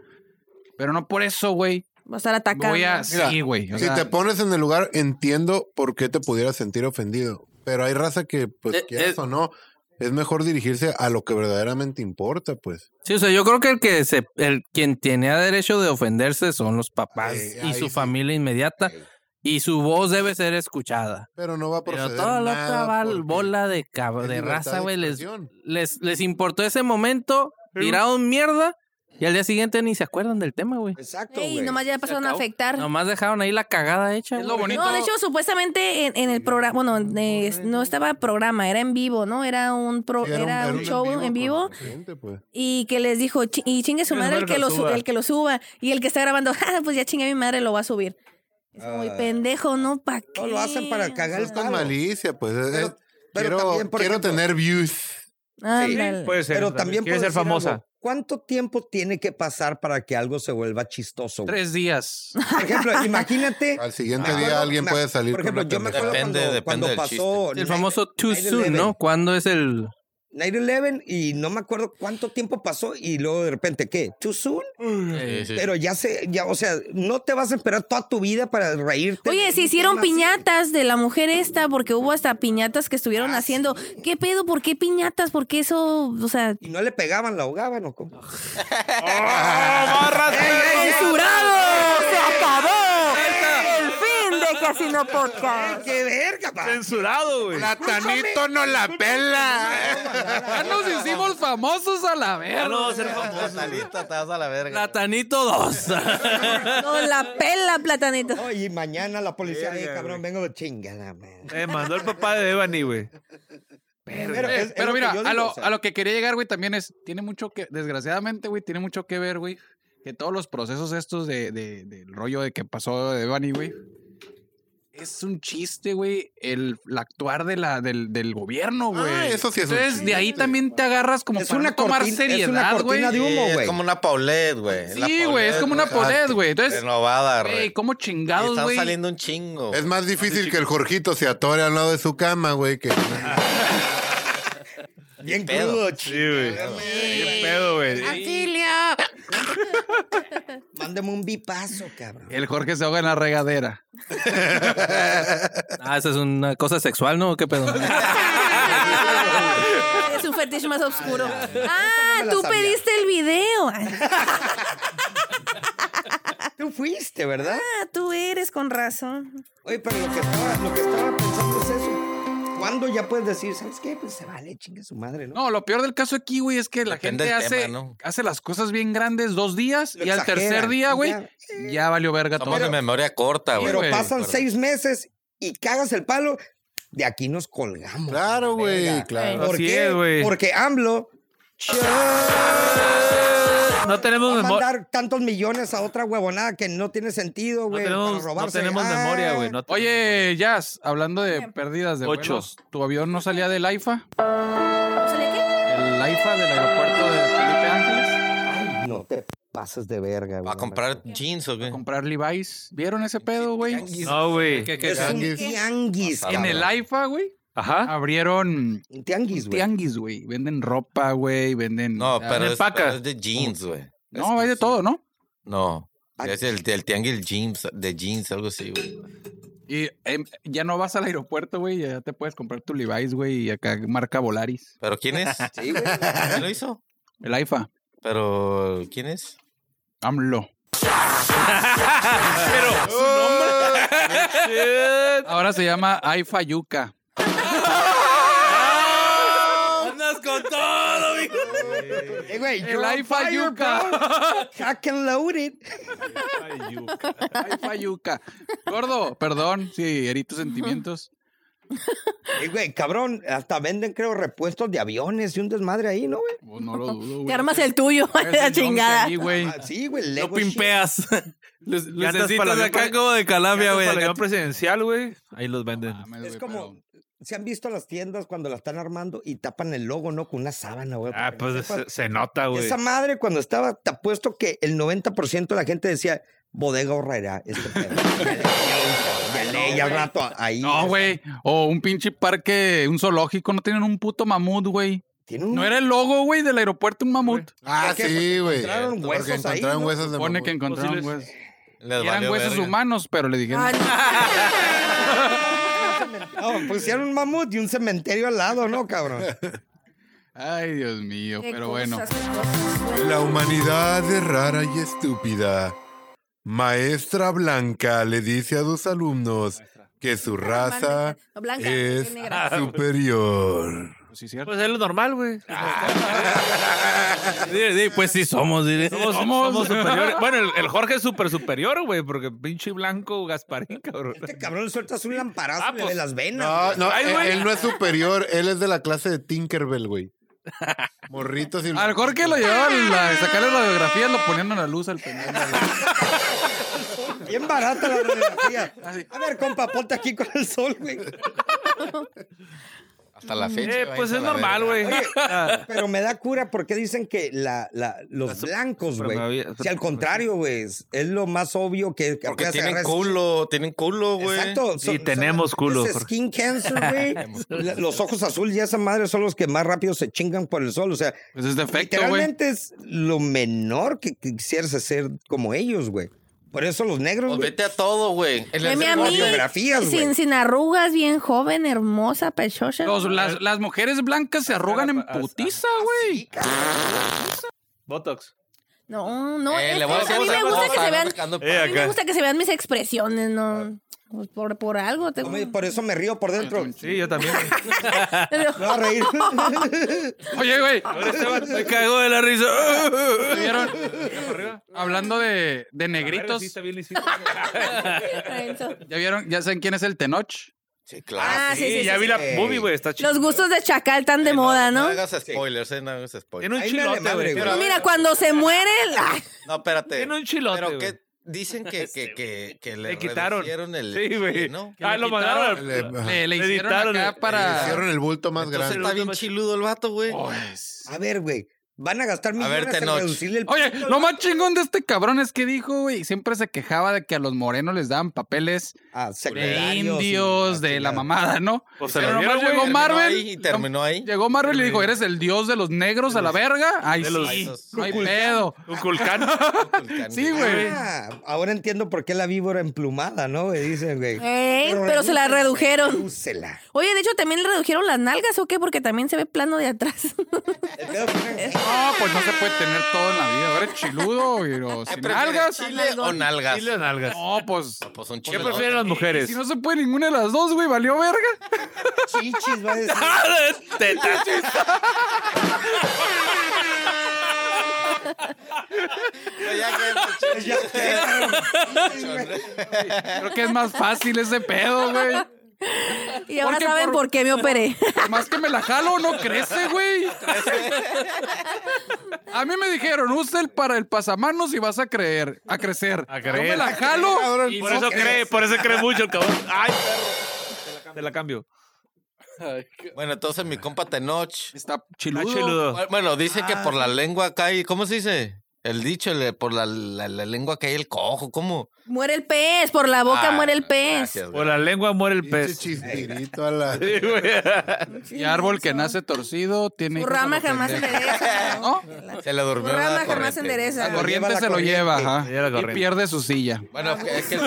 S5: Pero no por eso, güey.
S4: Va a estar atacando.
S5: Voy a.
S1: Mira,
S5: sí, güey. o
S1: Si
S5: sea,
S1: te pones en el lugar, entiendo por qué te pudieras sentir ofendido. Pero hay raza que, pues,
S9: Eh,
S1: quieras
S9: eh.
S1: o no, es mejor dirigirse a lo que verdaderamente importa, pues.
S9: Sí, o sea, yo creo que el que se, el quien tenía derecho de ofenderse son los papás
S1: Sí,
S9: y
S1: ahí
S9: su
S1: sí.
S9: familia inmediata y su voz debe ser escuchada.
S1: Pero no va a
S9: Pero
S1: proceder
S9: toda la otra
S1: nada
S9: bal-
S1: porque-
S9: bola de, cab-
S1: es
S9: de
S1: libertad
S9: raza,
S1: de
S9: güey, les,
S1: expresión.
S9: les, les importó ese momento, tiraron mierda
S10: Y al día siguiente ni se acuerdan del tema, güey.
S5: Pues
S3: Exacto.
S4: Ey, nomás ya pasaron a
S10: acabó.
S4: afectar.
S10: Nomás dejaron ahí la cagada hecha. Es lo
S4: No, de hecho, supuestamente en, en el programa, bueno, eh, no estaba programa, era en vivo, ¿no? Era un pro,
S1: Sí,
S4: era, un, show en vivo.
S1: Gente, pues.
S4: Y que les dijo, "Chi- y chingue su
S1: Chingue su
S4: madre el
S1: madre
S4: que,
S1: lo
S4: lo su-
S1: suba.
S4: el que lo suba. Y el que está grabando, "Ja, pues ya chingue mi madre, lo va a subir. Es como, "Y pendejo, ¿no? ¿Para qué?
S3: No lo hacen para cagar el
S1: Es con
S3: palo.
S1: malicia, pues. es- es-
S3: pero
S1: quiero
S3: también, por
S1: quiero
S3: ejemplo-
S1: tener views.
S4: Ándale.
S7: puede ser.
S3: Pero también
S7: quiere
S3: puedo
S7: ser
S3: decir
S7: famosa.
S3: algo. ¿Cuánto tiempo tiene que pasar para que algo se vuelva chistoso? güey?
S5: Tres días.
S3: Por ejemplo, imagínate.
S1: Al siguiente
S3: me
S1: día
S3: acuerdo-
S1: alguien
S3: me-
S1: puede salir
S3: Por
S1: con
S3: ejemplo,
S1: una
S3: yo me acuerdo
S1: pendejada.
S6: Depende-
S3: cuando,
S6: depende
S3: cuando
S6: del
S3: pasó
S10: El famoso too soon, ¿no? ¿Cuándo es el...?
S3: 9-11 y no me acuerdo cuánto tiempo pasó y luego de repente, ¿qué? ¿Too soon?
S6: Sí, sí.
S3: Pero ya sé, ya, o sea, no te vas a esperar toda tu vida para reírte. de
S4: Oye,
S3: un
S4: se hicieron
S3: tema así.
S4: piñatas de la mujer esta, porque hubo hasta piñatas que estuvieron haciendo. ¿Qué pedo? ¿Por qué piñatas? ¿Por qué eso? O sea,
S3: Y no le pegaban, la ahogaban o cómo.
S10: Ah,
S4: ¡Censurado! ¡Se acabó! ¡El fin de Casino Podcast!
S3: ¡Qué verga, pa!
S7: Censurado, güey.
S1: Platanito no la pela.
S5: Ya
S10: Ah,
S5: nos hicimos famosos a la
S7: Ya
S5: verga.
S7: no va a ser famoso.
S6: Platanito, te vas a la verga.
S10: Platanito 2.
S4: No la pela, platanito.
S3: No, y mañana la policía, "Eh,
S7: Verga,
S3: cabrón, vengo de chingada, man.
S7: Me mandó el papá de Devani, güey.
S3: Pero,
S5: Eh,
S3: es- es
S5: pero
S3: lo que
S5: mira,
S3: yo
S5: a,
S3: digo,
S5: lo,
S3: o sea.
S5: a lo que quería llegar, güey, también es, tiene mucho que, desgraciadamente, güey, tiene mucho que ver, güey, que todos los procesos estos de, de- del rollo de que pasó de Bunny, güey, es un chiste, güey, el, el actuar de la, del, del gobierno, güey.
S1: Ah, eso sí es un
S5: Entonces, de ahí
S1: chiste.
S5: también te agarras como
S3: Es
S5: para
S3: una
S5: no tomar
S3: cortina- es una
S5: seriedad, güey.
S3: cortina de humo,
S6: Sí,
S3: güey.
S6: es como una Paulette, güey. La
S5: Sí, güey, es
S6: Paulette,
S5: como una
S6: o sea,
S5: Paulette, güey. Entonces,
S6: Renovada,
S5: Güey,
S6: güey.
S5: cómo chingados,
S6: Están
S5: güey.
S6: saliendo un chingo.
S1: Es más difícil que el Jorgito se atore al lado de su cama, güey, que
S3: Bien
S6: pedo.
S3: crudo, ch-
S7: Sí, güey. Qué pedo, güey.
S3: Mándame un bipazo, cabrón.
S5: El Jorge se ahoga en la regadera.
S10: Ah, esa es una cosa sexual, ¿no? ¿Qué pedo?
S4: Es un fetiche más oscuro. Ah,
S3: no me la
S4: tú
S3: sabía.
S4: pediste el video. Ah,
S3: Tú fuiste, Este, ¿verdad?
S4: Ah, tú eres con razón.
S3: Oye, pero lo que estaba, lo que estaba pensando es eso. ¿Cuándo ya puedes decir, sabes qué? Pues se vale, chinga su madre, ¿no?
S5: No, lo peor del caso aquí, güey, es que la
S6: Depende
S5: gente
S6: del
S5: hace,
S6: tema, ¿no?
S5: hace las cosas bien grandes dos días
S3: Lo
S5: y al tercer
S3: exageran,
S5: día,
S3: y
S5: güey,
S3: ya.
S5: ya valió verga
S6: Somos
S5: todo.
S6: de memoria corta,
S7: Ah,
S6: güey.
S3: pero
S5: güey,
S3: pasan
S6: Perdón.
S3: seis meses y cagas el palo, de aquí nos colgamos.
S1: Claro, güey,
S3: Verga.
S1: claro.
S3: ¿Por
S7: Así
S3: qué?
S7: es, güey.
S3: Porque AMLO
S7: No tenemos
S3: va a
S7: memoria.
S3: mandar tantos millones a otra huevonada que no tiene sentido,
S7: No
S3: güey.
S7: tenemos,
S3: para
S7: no
S3: robarse.
S7: tenemos
S3: Ah,
S7: memoria, güey. No tenemos-
S5: Oye, Jazz, hablando de pérdidas de
S10: Ocho.
S5: vuelos, ¿tu avión no salía del AIFA?
S4: ¿Sale qué?
S5: ¿El AIFA del aeropuerto de Felipe Ángeles?
S3: ay, no te pases de verga, güey.
S6: ¿Va a comprar jeans o qué?
S5: Comprar Levi's. ¿Vieron ese pedo, güey?
S7: No, güey.
S10: ¿Qué, qué?
S3: Es un
S1: Tianguis.
S3: tianguis,
S5: En el
S3: cabrón.
S5: AIFA, güey,
S7: Ajá.
S5: abrieron
S3: Un tianguis, güey.
S5: tianguis, güey. Venden ropa, güey, venden...
S6: No,
S5: Ah,
S6: pero es,
S7: empaca.
S6: pero es de jeans, güey.
S5: No, hay de todo, ¿no?
S6: No. Es el, el tianguis jeans, de jeans, algo así, güey.
S5: Y em, ya no vas al aeropuerto, güey, ya te puedes comprar tu Levi's, güey, y acá marca Volaris.
S6: ¿Pero quién es?
S3: Sí, güey.
S6: ¿Quién lo hizo?
S5: El AIFA,
S6: ¿Pero quién es?
S5: AMLO.
S10: Ah.
S7: Pero su nombre.
S5: Ahora se llama AIFA Yuca.
S10: ¡Andas con todo, mijo!
S3: Eh, güey,
S5: El
S3: you're on
S5: AIFA
S3: fire,
S5: Yuca.
S3: bro. Hack and loaded.
S5: AIFA Yuca. Gordo, perdón si herí tus sentimientos.
S3: Eh, güey, cabrón, hasta venden, creo, repuestos de aviones y un desmadre ahí, ¿no, güey?
S5: Oh, no lo dudo, güey.
S4: Te armas el tuyo,
S5: Traes el
S4: la
S5: donkey
S4: chingada.
S5: ahí, güey.
S3: Ah, sí, güey,
S10: Lo
S3: Lego shit.
S10: pimpeas.
S7: Ya
S10: Lu-
S7: andas
S10: Lucecitas
S7: para
S10: de
S7: la-
S10: acá como de Calabria, güey.
S7: Para
S10: acá.
S7: el presidencial, güey. Ahí los venden.
S5: Mames,
S3: Es
S5: güey,
S3: como, ¿se han visto las tiendas cuando la están armando y tapan el logo, no? Con una sábana, güey.
S7: Ah,
S3: porque no
S7: pues
S3: sepa.
S7: se, se nota, güey.
S3: Esa madre cuando estaba, te apuesto que el 90% de la gente decía, bodega ahorrará este pedo. Ya leí ya al rato ahí.
S5: pero- No, güey. O un pinche parque, un zoológico. No tienen un puto mamut, güey.
S3: Tiene un...
S5: No era el logo, güey, del aeropuerto un mamut.
S1: Ah,
S3: ¿Qué?
S1: sí, güey.
S3: Encontraron
S1: Porque
S3: huesos ahí,
S1: encontraron
S3: ¿no?
S1: huesos de
S5: Supone que
S1: mamut.
S5: encontraron,
S7: Pues sí les-
S5: güey.
S6: Les
S5: Eran
S6: valió
S5: huesos
S6: verga.
S5: humanos, pero le dijeron.
S4: Ah,
S3: No, pusieron un mamut y un cementerio al lado, ¿no, cabrón?
S5: Ay, Dios mío,
S4: no. Qué
S5: pero bueno.
S4: cosas, qué cosas.
S1: La humanidad es rara y estúpida. Maestra Blanca le dice a sus alumnos que su raza
S4: Blanca,
S1: es
S4: Ah, sí, negra.
S1: superior.
S5: Pues sí, cierto.
S7: Pues es lo normal, güey.
S10: Sí, sí, pues sí somos, diré.
S7: Somos, somos superiores. Bueno, el, el Jorge es súper superior, güey, porque pinche blanco Gasparín, cabrón.
S9: Este
S3: Cabrón, le sueltas un lamparazo
S7: Ah,
S3: y le
S7: pues,
S3: ve
S7: eh.
S3: las venas.
S1: No,
S3: güey.
S1: no,
S7: Ay,
S1: él,
S7: güey.
S1: él no es superior, él es de la clase de Tinkerbell, güey. Morritos y...
S5: Al Jorge lo llevaron a sacarle la biografía lo ponían a la luz al pendejo.
S3: Bien barata la radiografía. A ver, compa, ponte aquí con el sol, güey.
S6: Hasta la fecha.
S7: Eh,
S6: güey,
S7: pues
S6: a
S7: es
S6: la
S7: normal,
S6: verga.
S7: güey. Ah,
S3: Pero me da cura porque dicen que la, la- los blancos, güey.
S7: supremavía-
S3: Si al contrario, güey, es es lo más obvio que... que
S6: Porque
S3: apenas
S6: tienen
S3: agarras-
S6: culo, tienen culo, güey.
S3: Exacto.
S7: Y tenemos culo,
S3: ese
S7: Jorge.
S3: skin cancer, güey. La- los ojos azules y esa madre son los que más rápido se chingan por el sol. O sea,
S5: Pues es defecto, güey.
S3: literalmente es lo menor que que quisieras hacer como ellos, güey. Por eso los negros,
S6: Pues
S3: güey.
S6: vete a todo, güey. El
S4: Veme a mí,
S3: biografías, güey.
S4: sin, sin arrugas, bien joven, hermosa, pechocha.
S5: Los- las, las mujeres blancas se arrogan en putiza, güey.
S7: Botox.
S4: No, no,
S6: Eh,
S4: es-
S6: le voy a
S4: es-
S6: decir,
S4: a mí me
S6: vamos
S4: gusta
S6: a-
S4: que se vean...
S6: buscando-
S7: Eh,
S4: a mí me gusta que se vean mis expresiones, ¿no? Pues por, por algo. Tengo...
S3: Ah. Hombre, Por eso me río por dentro.
S7: Sí, yo también.
S3: Me va a reír.
S5: Oye, güey.
S10: Me cagó de la risa.
S5: ¿vieron? Hablando de, de negritos,
S7: Sí, está bien lisito.
S5: ¿ya vieron? ¿Ya saben quién es el Tenoch?
S6: Sí,
S4: Ah,
S6: claro.
S4: sí, sí,
S7: Sí, ya
S4: sí,
S7: vi
S4: sí.
S7: la
S3: sí.
S7: movie, güey. Está chido.
S4: Los gustos de chacal tan de moda, ¿no?
S6: No hagas spoilers, eh, no hagas
S7: Tiene
S6: spoilers.
S7: un
S3: Ahí me vale
S7: chilote,
S3: madre,
S7: güey.
S3: güey.
S6: Pero a ver,
S4: Mira, cuando se muere... la-
S6: No, espérate.
S7: Tiene un chilote,
S6: Pero
S7: güey.
S6: que dicen que, que, que, que le,
S7: Le quitaron.
S6: reducieron el...
S7: Sí, güey.
S6: ¿no?
S7: Ah, lo mandaron al-
S1: Le, ajá.
S5: Le, le
S7: Le
S5: hicieron
S7: editaron
S5: acá
S7: el-
S1: Le
S5: para...
S1: hicieron el bulto más
S6: Entonces
S1: grande.
S6: está bien chiludo el vato, güey.
S5: Pues,
S3: A ver, güey. Van a gastar
S6: ver,
S3: millones en
S6: Tenoch.
S3: reducirle el...
S5: Oye, lo más chingón de este cabrón es que dijo, güey, siempre se quejaba de que a los morenos les daban papeles
S3: Ah,
S5: de
S3: secretarios y
S5: indios, de la
S3: chingada.
S5: mamada, ¿no?
S7: Pues se
S5: Pero
S7: lo
S5: nomás
S7: dieron, güey.
S5: llegó
S6: Terminó
S5: Marvel.
S6: ahí y terminó ahí.
S5: Llegó Marvel y le dijo, eres el dios de los negros a la verga. Ay,
S7: de
S5: sí,
S6: los-
S5: no hay pedo.
S7: Kukulcán.
S5: Sí, güey.
S3: Ah, ahora entiendo por qué la víbora emplumada, ¿no? güey? Dicen, güey.
S4: Ey, Eh, pero se la redujeron.
S3: Úsela.
S4: Oye, de hecho, ¿también le redujeron las nalgas o qué? Porque también se ve plano de atrás.
S3: El pedo fue-
S5: No, pues no se puede tener todo en la vida. Eres chiludo, pero
S6: ¿Qué
S5: sin
S6: prefieres,
S5: algas.
S6: chile o nalgas?
S7: Chile o nalgas.
S5: No, pues...
S6: Pues son
S7: ¿Qué
S6: chilos.
S7: prefieren las mujeres?
S5: Si no se puede ninguna de las dos, güey, valió verga.
S3: Chichis, va a decir.
S7: Tetas.
S6: Ya que-
S3: Ya,
S5: Creo que es más fácil ese pedo, güey.
S4: Y ahora
S5: Porque
S4: saben
S5: por-
S4: por... qué me operé.
S5: Por más que me la jalo, no crece, güey. A mí me dijeron, usa el para el pasamanos y vas a creer, a crecer.
S7: A
S5: Yo me
S7: creer.
S5: la jalo.
S1: Cabrón,
S7: Y
S1: por
S7: por eso
S1: eso-
S7: cree, por eso cree mucho el cabrón. Ay, perro. Te la cambio.
S6: Bueno, entonces mi compa Tenoch.
S5: Está
S7: Ah,
S5: chiludo.
S7: chiludo.
S6: Bueno, dice que por la lengua cae. ¿Cómo se dice? El dicho, le- por la, la- la lengua cae el cojo. ¿Cómo?
S4: Muere el pez, por la boca
S6: Ah,
S4: muere el pez.
S6: gracias, güey.
S7: Por la lengua muere el
S1: Pinche
S7: pez.
S1: chistirito a la...
S7: Sí, güey.
S5: Y árbol que nace torcido tiene.
S4: Tu
S5: hijos a
S4: rama
S5: lo
S4: jamás
S5: pendejo.
S4: endereza.
S5: ¿No?
S6: Se le
S4: Tu
S6: durmió la
S4: rama jamás
S6: corriente.
S5: La
S4: endereza.
S5: corriente
S3: lleva
S5: se
S3: la
S5: lo lleva,
S3: corriente.
S5: ajá.
S7: Lleva la
S5: Y
S7: corriente.
S5: pierde su silla.
S6: Bueno, es que él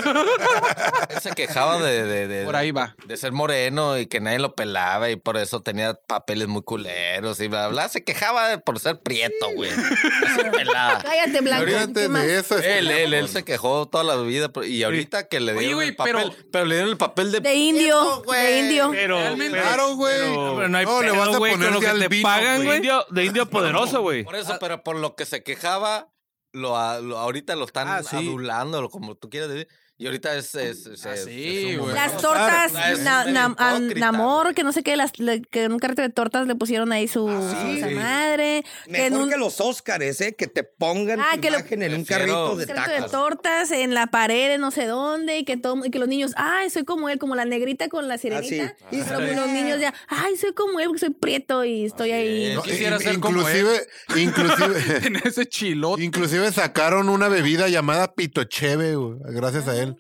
S6: se quejaba de, de- de-
S5: Por ahí va.
S6: de ser moreno y que nadie lo pelaba y por eso tenía papeles muy culeros y bla, bla. bla. Se quejaba de- por ser prieto, güey. No se pelaba.
S4: Cállate, Blanco. ¿Qué
S1: Olvídate
S4: más?
S1: de eso.
S6: Él, él, él se quejó toda la vida por- y ahorita que le
S5: Oye,
S6: dieron
S5: güey,
S6: el papel,
S5: pero-
S6: pero, le dieron el papel de,
S4: De indio,
S6: prieto, güey.
S4: de indio.
S7: Pero,
S5: Realmente-
S7: pero-
S1: Claro, güey.
S7: pero
S10: no hay pedo,
S1: le vas a
S10: güey, con
S1: poner
S10: lo
S1: de
S10: que te
S1: albino,
S10: pagan,
S7: de
S10: güey. Ah,
S7: indio, de indio poderoso, güey.
S6: Por eso, pero por lo que se quejaba, lo, a- lo- ahorita lo están
S10: Ah, sí.
S6: adulando, como tú quieras decir. Y ahorita es... es, es-
S5: Ah,
S6: es-
S5: sí,
S6: es un
S5: güey.
S4: Las
S6: momento.
S4: tortas,
S6: Claro, es
S4: na-
S6: medio
S4: na- an-
S6: hipócrita,
S4: Namor,
S6: güey.
S4: que no sé qué, las, le- que en un cartel de tortas le pusieron ahí su,
S3: sí.
S4: esa madre. que en
S3: Mejor
S4: un
S3: que los Óscares, ¿eh? Que te pongan
S4: Ah,
S3: tu
S4: que lo-
S3: imagen en un
S6: Prefiero-
S3: carrito de
S4: carrito de
S3: tacos.
S4: tortas en la pared, en no sé dónde, y que, todo, y que los niños, ay, soy como él, como la negrita con la sirenita.
S3: Ah, sí.
S4: Y solo que los niños ya, ay, soy como él, porque soy prieto y estoy ahí.
S6: es.
S1: No,
S5: Eh, Quisiera
S1: in-
S5: ser como
S1: inclusive, inclusive,
S5: Tiene ese chilote.
S1: inclusive sacaron una bebida llamada Pitocheve, güey, gracias a él.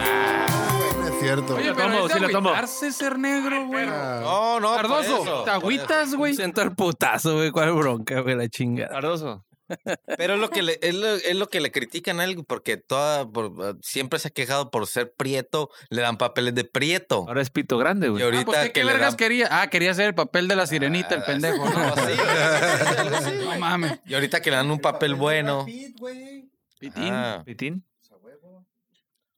S5: Ah.
S1: No es cierto.
S5: Oye,
S7: la
S5: pero
S7: tomo,
S5: es
S7: sí
S5: de
S7: la tomo.
S5: agüitarse ser negro, güey.
S6: No, no, por
S5: Cardoso,
S6: eso,
S5: te agüitas, güey.
S10: Siento el putazo, güey. ¿Cuál bronca, güey? La chingada.
S7: Cardoso.
S6: Pero es lo que le, es lo, es lo que le critican a él, porque toda, por- siempre se ha quejado por ser prieto, le dan papeles de prieto.
S7: Ahora es pito grande,
S6: Y
S7: güey.
S5: Ah,
S6: ahorita
S5: pues, ¿qué, qué
S6: que le
S5: vergas
S6: dan-
S5: quería? Ah, quería hacer el papel de la sirenita,
S7: Ah,
S5: el pendejo. No,
S6: Sí, güey.
S5: no mames.
S6: Y ahorita que le dan un papel bueno.
S3: Pit, güey.
S5: Pitín.
S6: Ah,
S7: Pitín.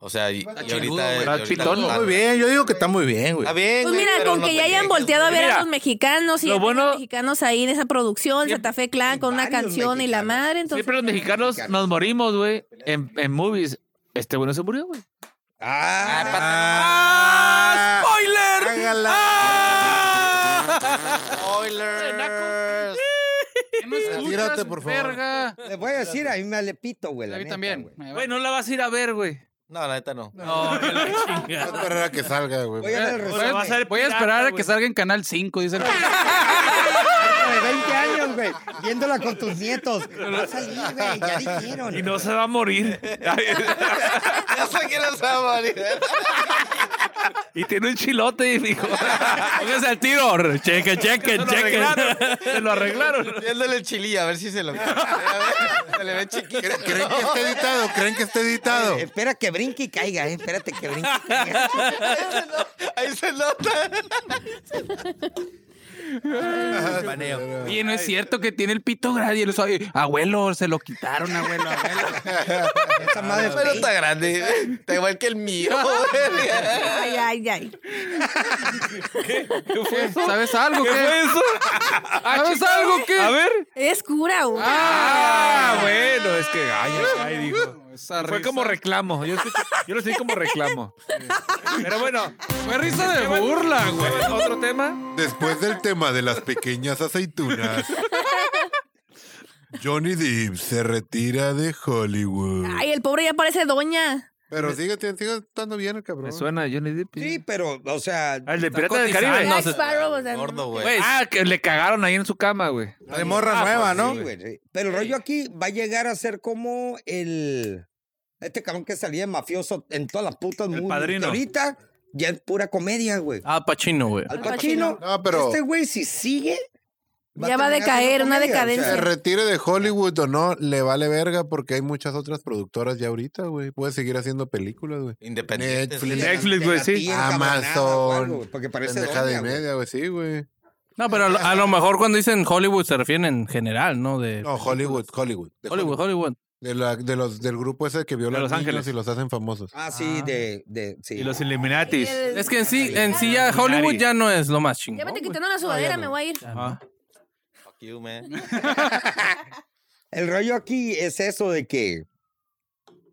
S6: O sea, y,
S9: Ah,
S6: y ahorita. eh, y
S9: Está
S6: ahorita
S9: pitón.
S6: está-
S9: Muy bien, yo digo que está muy bien, güey.
S6: Está bien,
S4: Pues
S6: güey,
S4: mira,
S6: pero
S4: con
S6: no
S4: que
S6: te
S4: ya hayan
S6: quejes,
S4: volteado a
S6: güey.
S4: ver
S7: Mira,
S4: a los mexicanos y
S7: lo
S4: a los
S7: bueno-
S4: mexicanos ahí de esa producción, Santa Fe Clan, con una
S3: varios
S4: canción y la
S3: mexicanos.
S4: madre. Entonces,
S7: Siempre los mexicanos nos morimos, güey, en, en movies. Este bueno se murió, güey.
S6: Ah,
S3: Ah,
S9: ¡Ah!
S10: ¡Spoiler!
S9: Hágala.
S6: Spoilers.
S5: ¿Qué no escuchas,
S9: Retírate, por favor.
S5: verga?
S3: le voy a decir, a mí me alepito, güey.
S5: A
S3: la
S5: mí
S3: neta,
S5: también.
S3: güey.
S5: Me
S7: Güey, no la vas a ir a ver, güey.
S6: No, la neta no.
S10: No, que la chingada.
S2: Voy a esperar a que salga, güey.
S3: Voy a ver el
S5: Voy,
S7: O sea,
S5: a-
S7: va a
S3: resumen.
S7: ser
S5: voy a
S7: pirata,
S5: esperar a
S7: güey.
S5: que salga en Canal 5, dice el...
S3: de 20 años, güey, viéndola con tus nietos. Va a salir, güey, ya dijeron.
S7: Y no se va a morir.
S6: Ya sé que no se va a morir.
S7: y tiene un chilote, hijo.
S10: Póngase al tiro. Cheque, cheque,
S7: Se lo
S10: cheque.
S7: arreglaron. Se lo arreglaron.
S6: Viéndole el chilí, a ver si se lo. A ver, Se le ve chiquito.
S2: ¿Creen creen que está editado? ¿Creen que está editado?
S3: Eh, Espera que brinque y caiga, eh, espérate que brinque y caiga.
S6: Ahí se nota.
S5: Oye, no es cierto que tiene el pito grande. y él sabe, Abuelo, se lo quitaron, abuelo. abuelo.
S3: Esa madre es
S6: Pero
S3: fake.
S6: está grande. Está igual que el mío.
S4: ay, ay, ay.
S10: Eh,
S5: ¿Sabes algo? ¿Qué fue eso?
S10: Ah,
S5: ¿Sabes algo? ¿Qué? A ver.
S4: Es cura, güey.
S7: Ah, bueno, es que ay, ay, ay, dijo. Fue como
S5: risa-
S7: reclamo. Yo, escuché- yo lo sentí como reclamo. Pero bueno,
S5: Fue risa de burla, güey.
S7: otro tema.
S1: Después del tema de las pequeñas aceitunas, Johnny Depp se retira de Hollywood.
S4: Ay, el pobre ya parece doña.
S2: Pero sigue, sigue estando bien el cabrón.
S7: Me suena Johnny Depp.
S3: Sí, pero, o sea,
S7: Al de
S10: Está
S7: Pirata del Caribe.
S10: cotizando.
S4: Jack Sparrow, o sea, no.
S6: Gordo, güey.
S10: Güey,
S7: Ah, que le cagaron ahí en su cama, güey.
S9: La de morra nueva,
S7: Ah, pues
S9: ¿no?
S3: Sí, güey, sí. Pero el rollo aquí va a llegar a ser como el. Este cabrón que salía de mafioso en todas las putas
S7: El
S3: movies. Y
S7: padrino.
S3: ahorita ya es pura comedia, güey.
S10: Ah, Pachino,
S7: Pues,
S10: güey.
S3: Al
S4: Pacino.
S3: Pacino.
S2: No, pero-
S3: Este güey, si sigue.
S4: Ya va a
S3: terminar siendo
S4: decaer, una
S3: comedia,
S4: decadencia.
S2: Se retire de Hollywood o no, le vale verga porque hay muchas otras productoras ya ahorita, güey. Puede seguir haciendo películas, güey.
S6: Independiente.
S3: o
S2: Netflix.
S3: sea,
S7: Netflix,
S3: de
S7: güey,
S3: la
S7: sí.
S3: tía encabronada o algo, güey,
S2: Amazon.
S3: Porque parece
S2: Pendejada
S3: doña,
S2: y
S3: güey.
S2: media, güey, sí, güey.
S10: No, pero a lo, a lo mejor cuando dicen Hollywood se refieren en general, ¿no? De
S2: No, Hollywood, Hollywood. de
S10: Hollywood, Hollywood.
S2: De la- de los, del grupo ese que viola
S7: De
S2: a
S7: Los
S2: los ángeles
S7: Ángeles.
S2: y los hacen famosos.
S3: Ah, sí, de. de sí.
S7: Y los Illuminatis.
S4: El-
S10: Es que en sí, en sí ya Hollywood ya no es lo más
S4: Ya
S10: chingón.
S4: vete quitando la sudadera, me voy a ir.
S10: Ah.
S6: Fuck you, man.
S3: El rollo aquí es eso de que.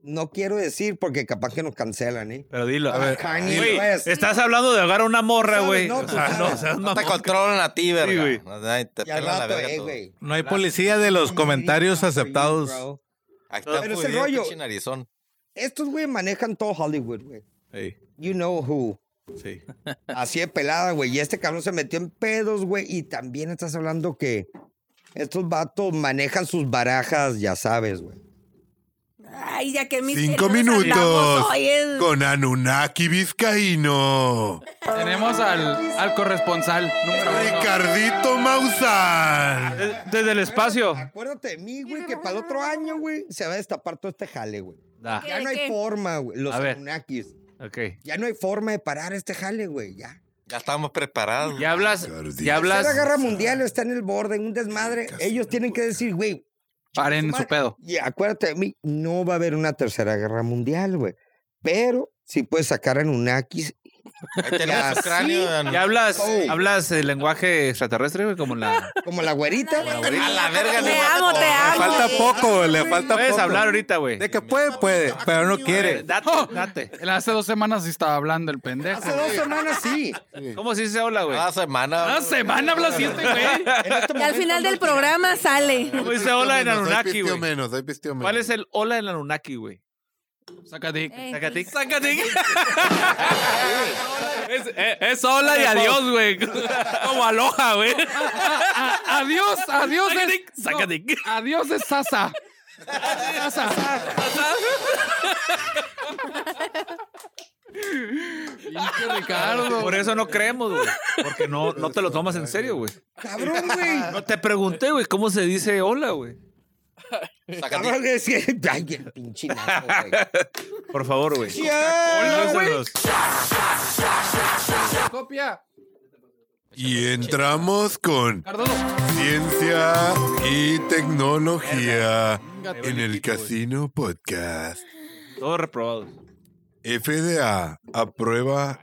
S3: No quiero decir porque capaz que nos cancelan, ¿eh?
S7: Pero dilo.
S2: A ver,
S3: Kanye
S7: Güey,
S3: West.
S7: estás hablando de ahogar a una morra,
S3: Sabes,
S7: güey.
S3: no,
S7: O
S3: tú
S7: sea,
S3: sabes.
S7: no, o sea,
S6: No
S7: no.
S6: te controlan a ti, verga.
S7: güey.
S6: Ay, te
S3: Y al
S6: pelan la
S3: rato,
S6: verga
S3: eh,
S6: todo.
S3: güey.
S9: No hay policía de los comentarios aceptados.
S3: Bro.
S6: Ahí está pues,
S3: Pero ese
S6: jodido,
S3: rollo-
S6: pinche narizón.
S3: Estos, güey, manejan todo Hollywood, güey.
S9: Ey,
S3: You know who.
S9: sí.
S3: Así de pelada, güey. Y este cabrón se metió en pedos, güey. Y también estás hablando que estos vatos manejan sus barajas, ya sabes, güey.
S4: Ay, ya que mis
S1: Cinco
S4: pues,
S1: minutos con Anunnaki Vizcaíno.
S5: Tenemos al, al corresponsal número uno.
S1: Ricardito Maussan.
S7: Desde, desde el espacio.
S3: Acuérdate de mí, güey, que para el otro año, güey, se va a destapar todo este jale, güey.
S7: Da.
S4: ¿Qué,
S3: Ya
S4: de
S3: no hay
S4: qué?
S3: forma, güey. Los
S7: A ver.
S3: Anunnakis.
S7: Ok.
S3: Ya no hay forma de parar este jale, güey. Ya.
S6: Ya estábamos preparados.
S7: Ya hablas. Ya
S3: La
S7: hablas.
S3: guerra mundial está en el borde, en un desmadre. Ellos tienen que decir, güey,
S5: Paren su pedo.
S3: Y acuérdate de mí, no va a haber una tercera guerra mundial, güey. Pero si puedes sacar a Anunnakis.
S6: Ahí tenemos
S3: Ya
S6: su cráneo.
S3: sí.
S6: Dan.
S7: Ya hablas.
S3: Oh.
S7: Hablas el lenguaje extraterrestre, güey, como la.
S3: Como la güerita.
S6: A la
S4: Te
S6: verga. no mames.
S4: amo, te
S9: Le
S4: amo.
S9: falta poco, le falta
S7: Puedes
S9: poco.
S7: hablar ahorita, güey.
S9: De que puede, puede, pero no quiere.
S7: Date, date.
S5: Él Oh, hace dos semanas sí estaba hablando el pendejo.
S3: Hace dos semanas sí.
S7: ¿Cómo se dice hola, güey?
S6: Cada semana.
S5: Una semana habla así este güey.
S4: Y al final del programa sale.
S7: ¿Cómo dice hola en
S2: Menos, hay
S7: Anunnaki,
S2: pisteo
S7: güey?
S2: menos, hay pisteo menos.
S7: ¿Cuál es el hola en Anunnaki, güey?
S5: Saca dick.
S4: Eh,
S7: Sácate.
S10: Es, es- es hola y adiós, güey. Como aloja, güey.
S5: Ah, ah, adiós, adiós.
S10: Saca
S5: es-
S10: dick, saca
S5: no,
S10: dick.
S5: Adiós es Sasa. Sasa. Pinche Ricardo.
S7: Por eso no creemos, güey. Porque no, no te lo tomas en serio, güey.
S3: Cabrón, güey.
S7: No te pregunté, güey, cómo se dice hola, güey.
S6: Sácate.
S3: Cabrón, es que. Ay, el pinche naco, güey.
S7: Por favor, güey.
S3: Ya, güey.
S7: Díselos.
S5: Copia.
S1: Y entramos con
S5: Cardoso.
S1: Ciencia y Tecnología
S5: Verga.
S1: en el Casino Podcast.
S7: Todos reprobados.
S1: FDA aprueba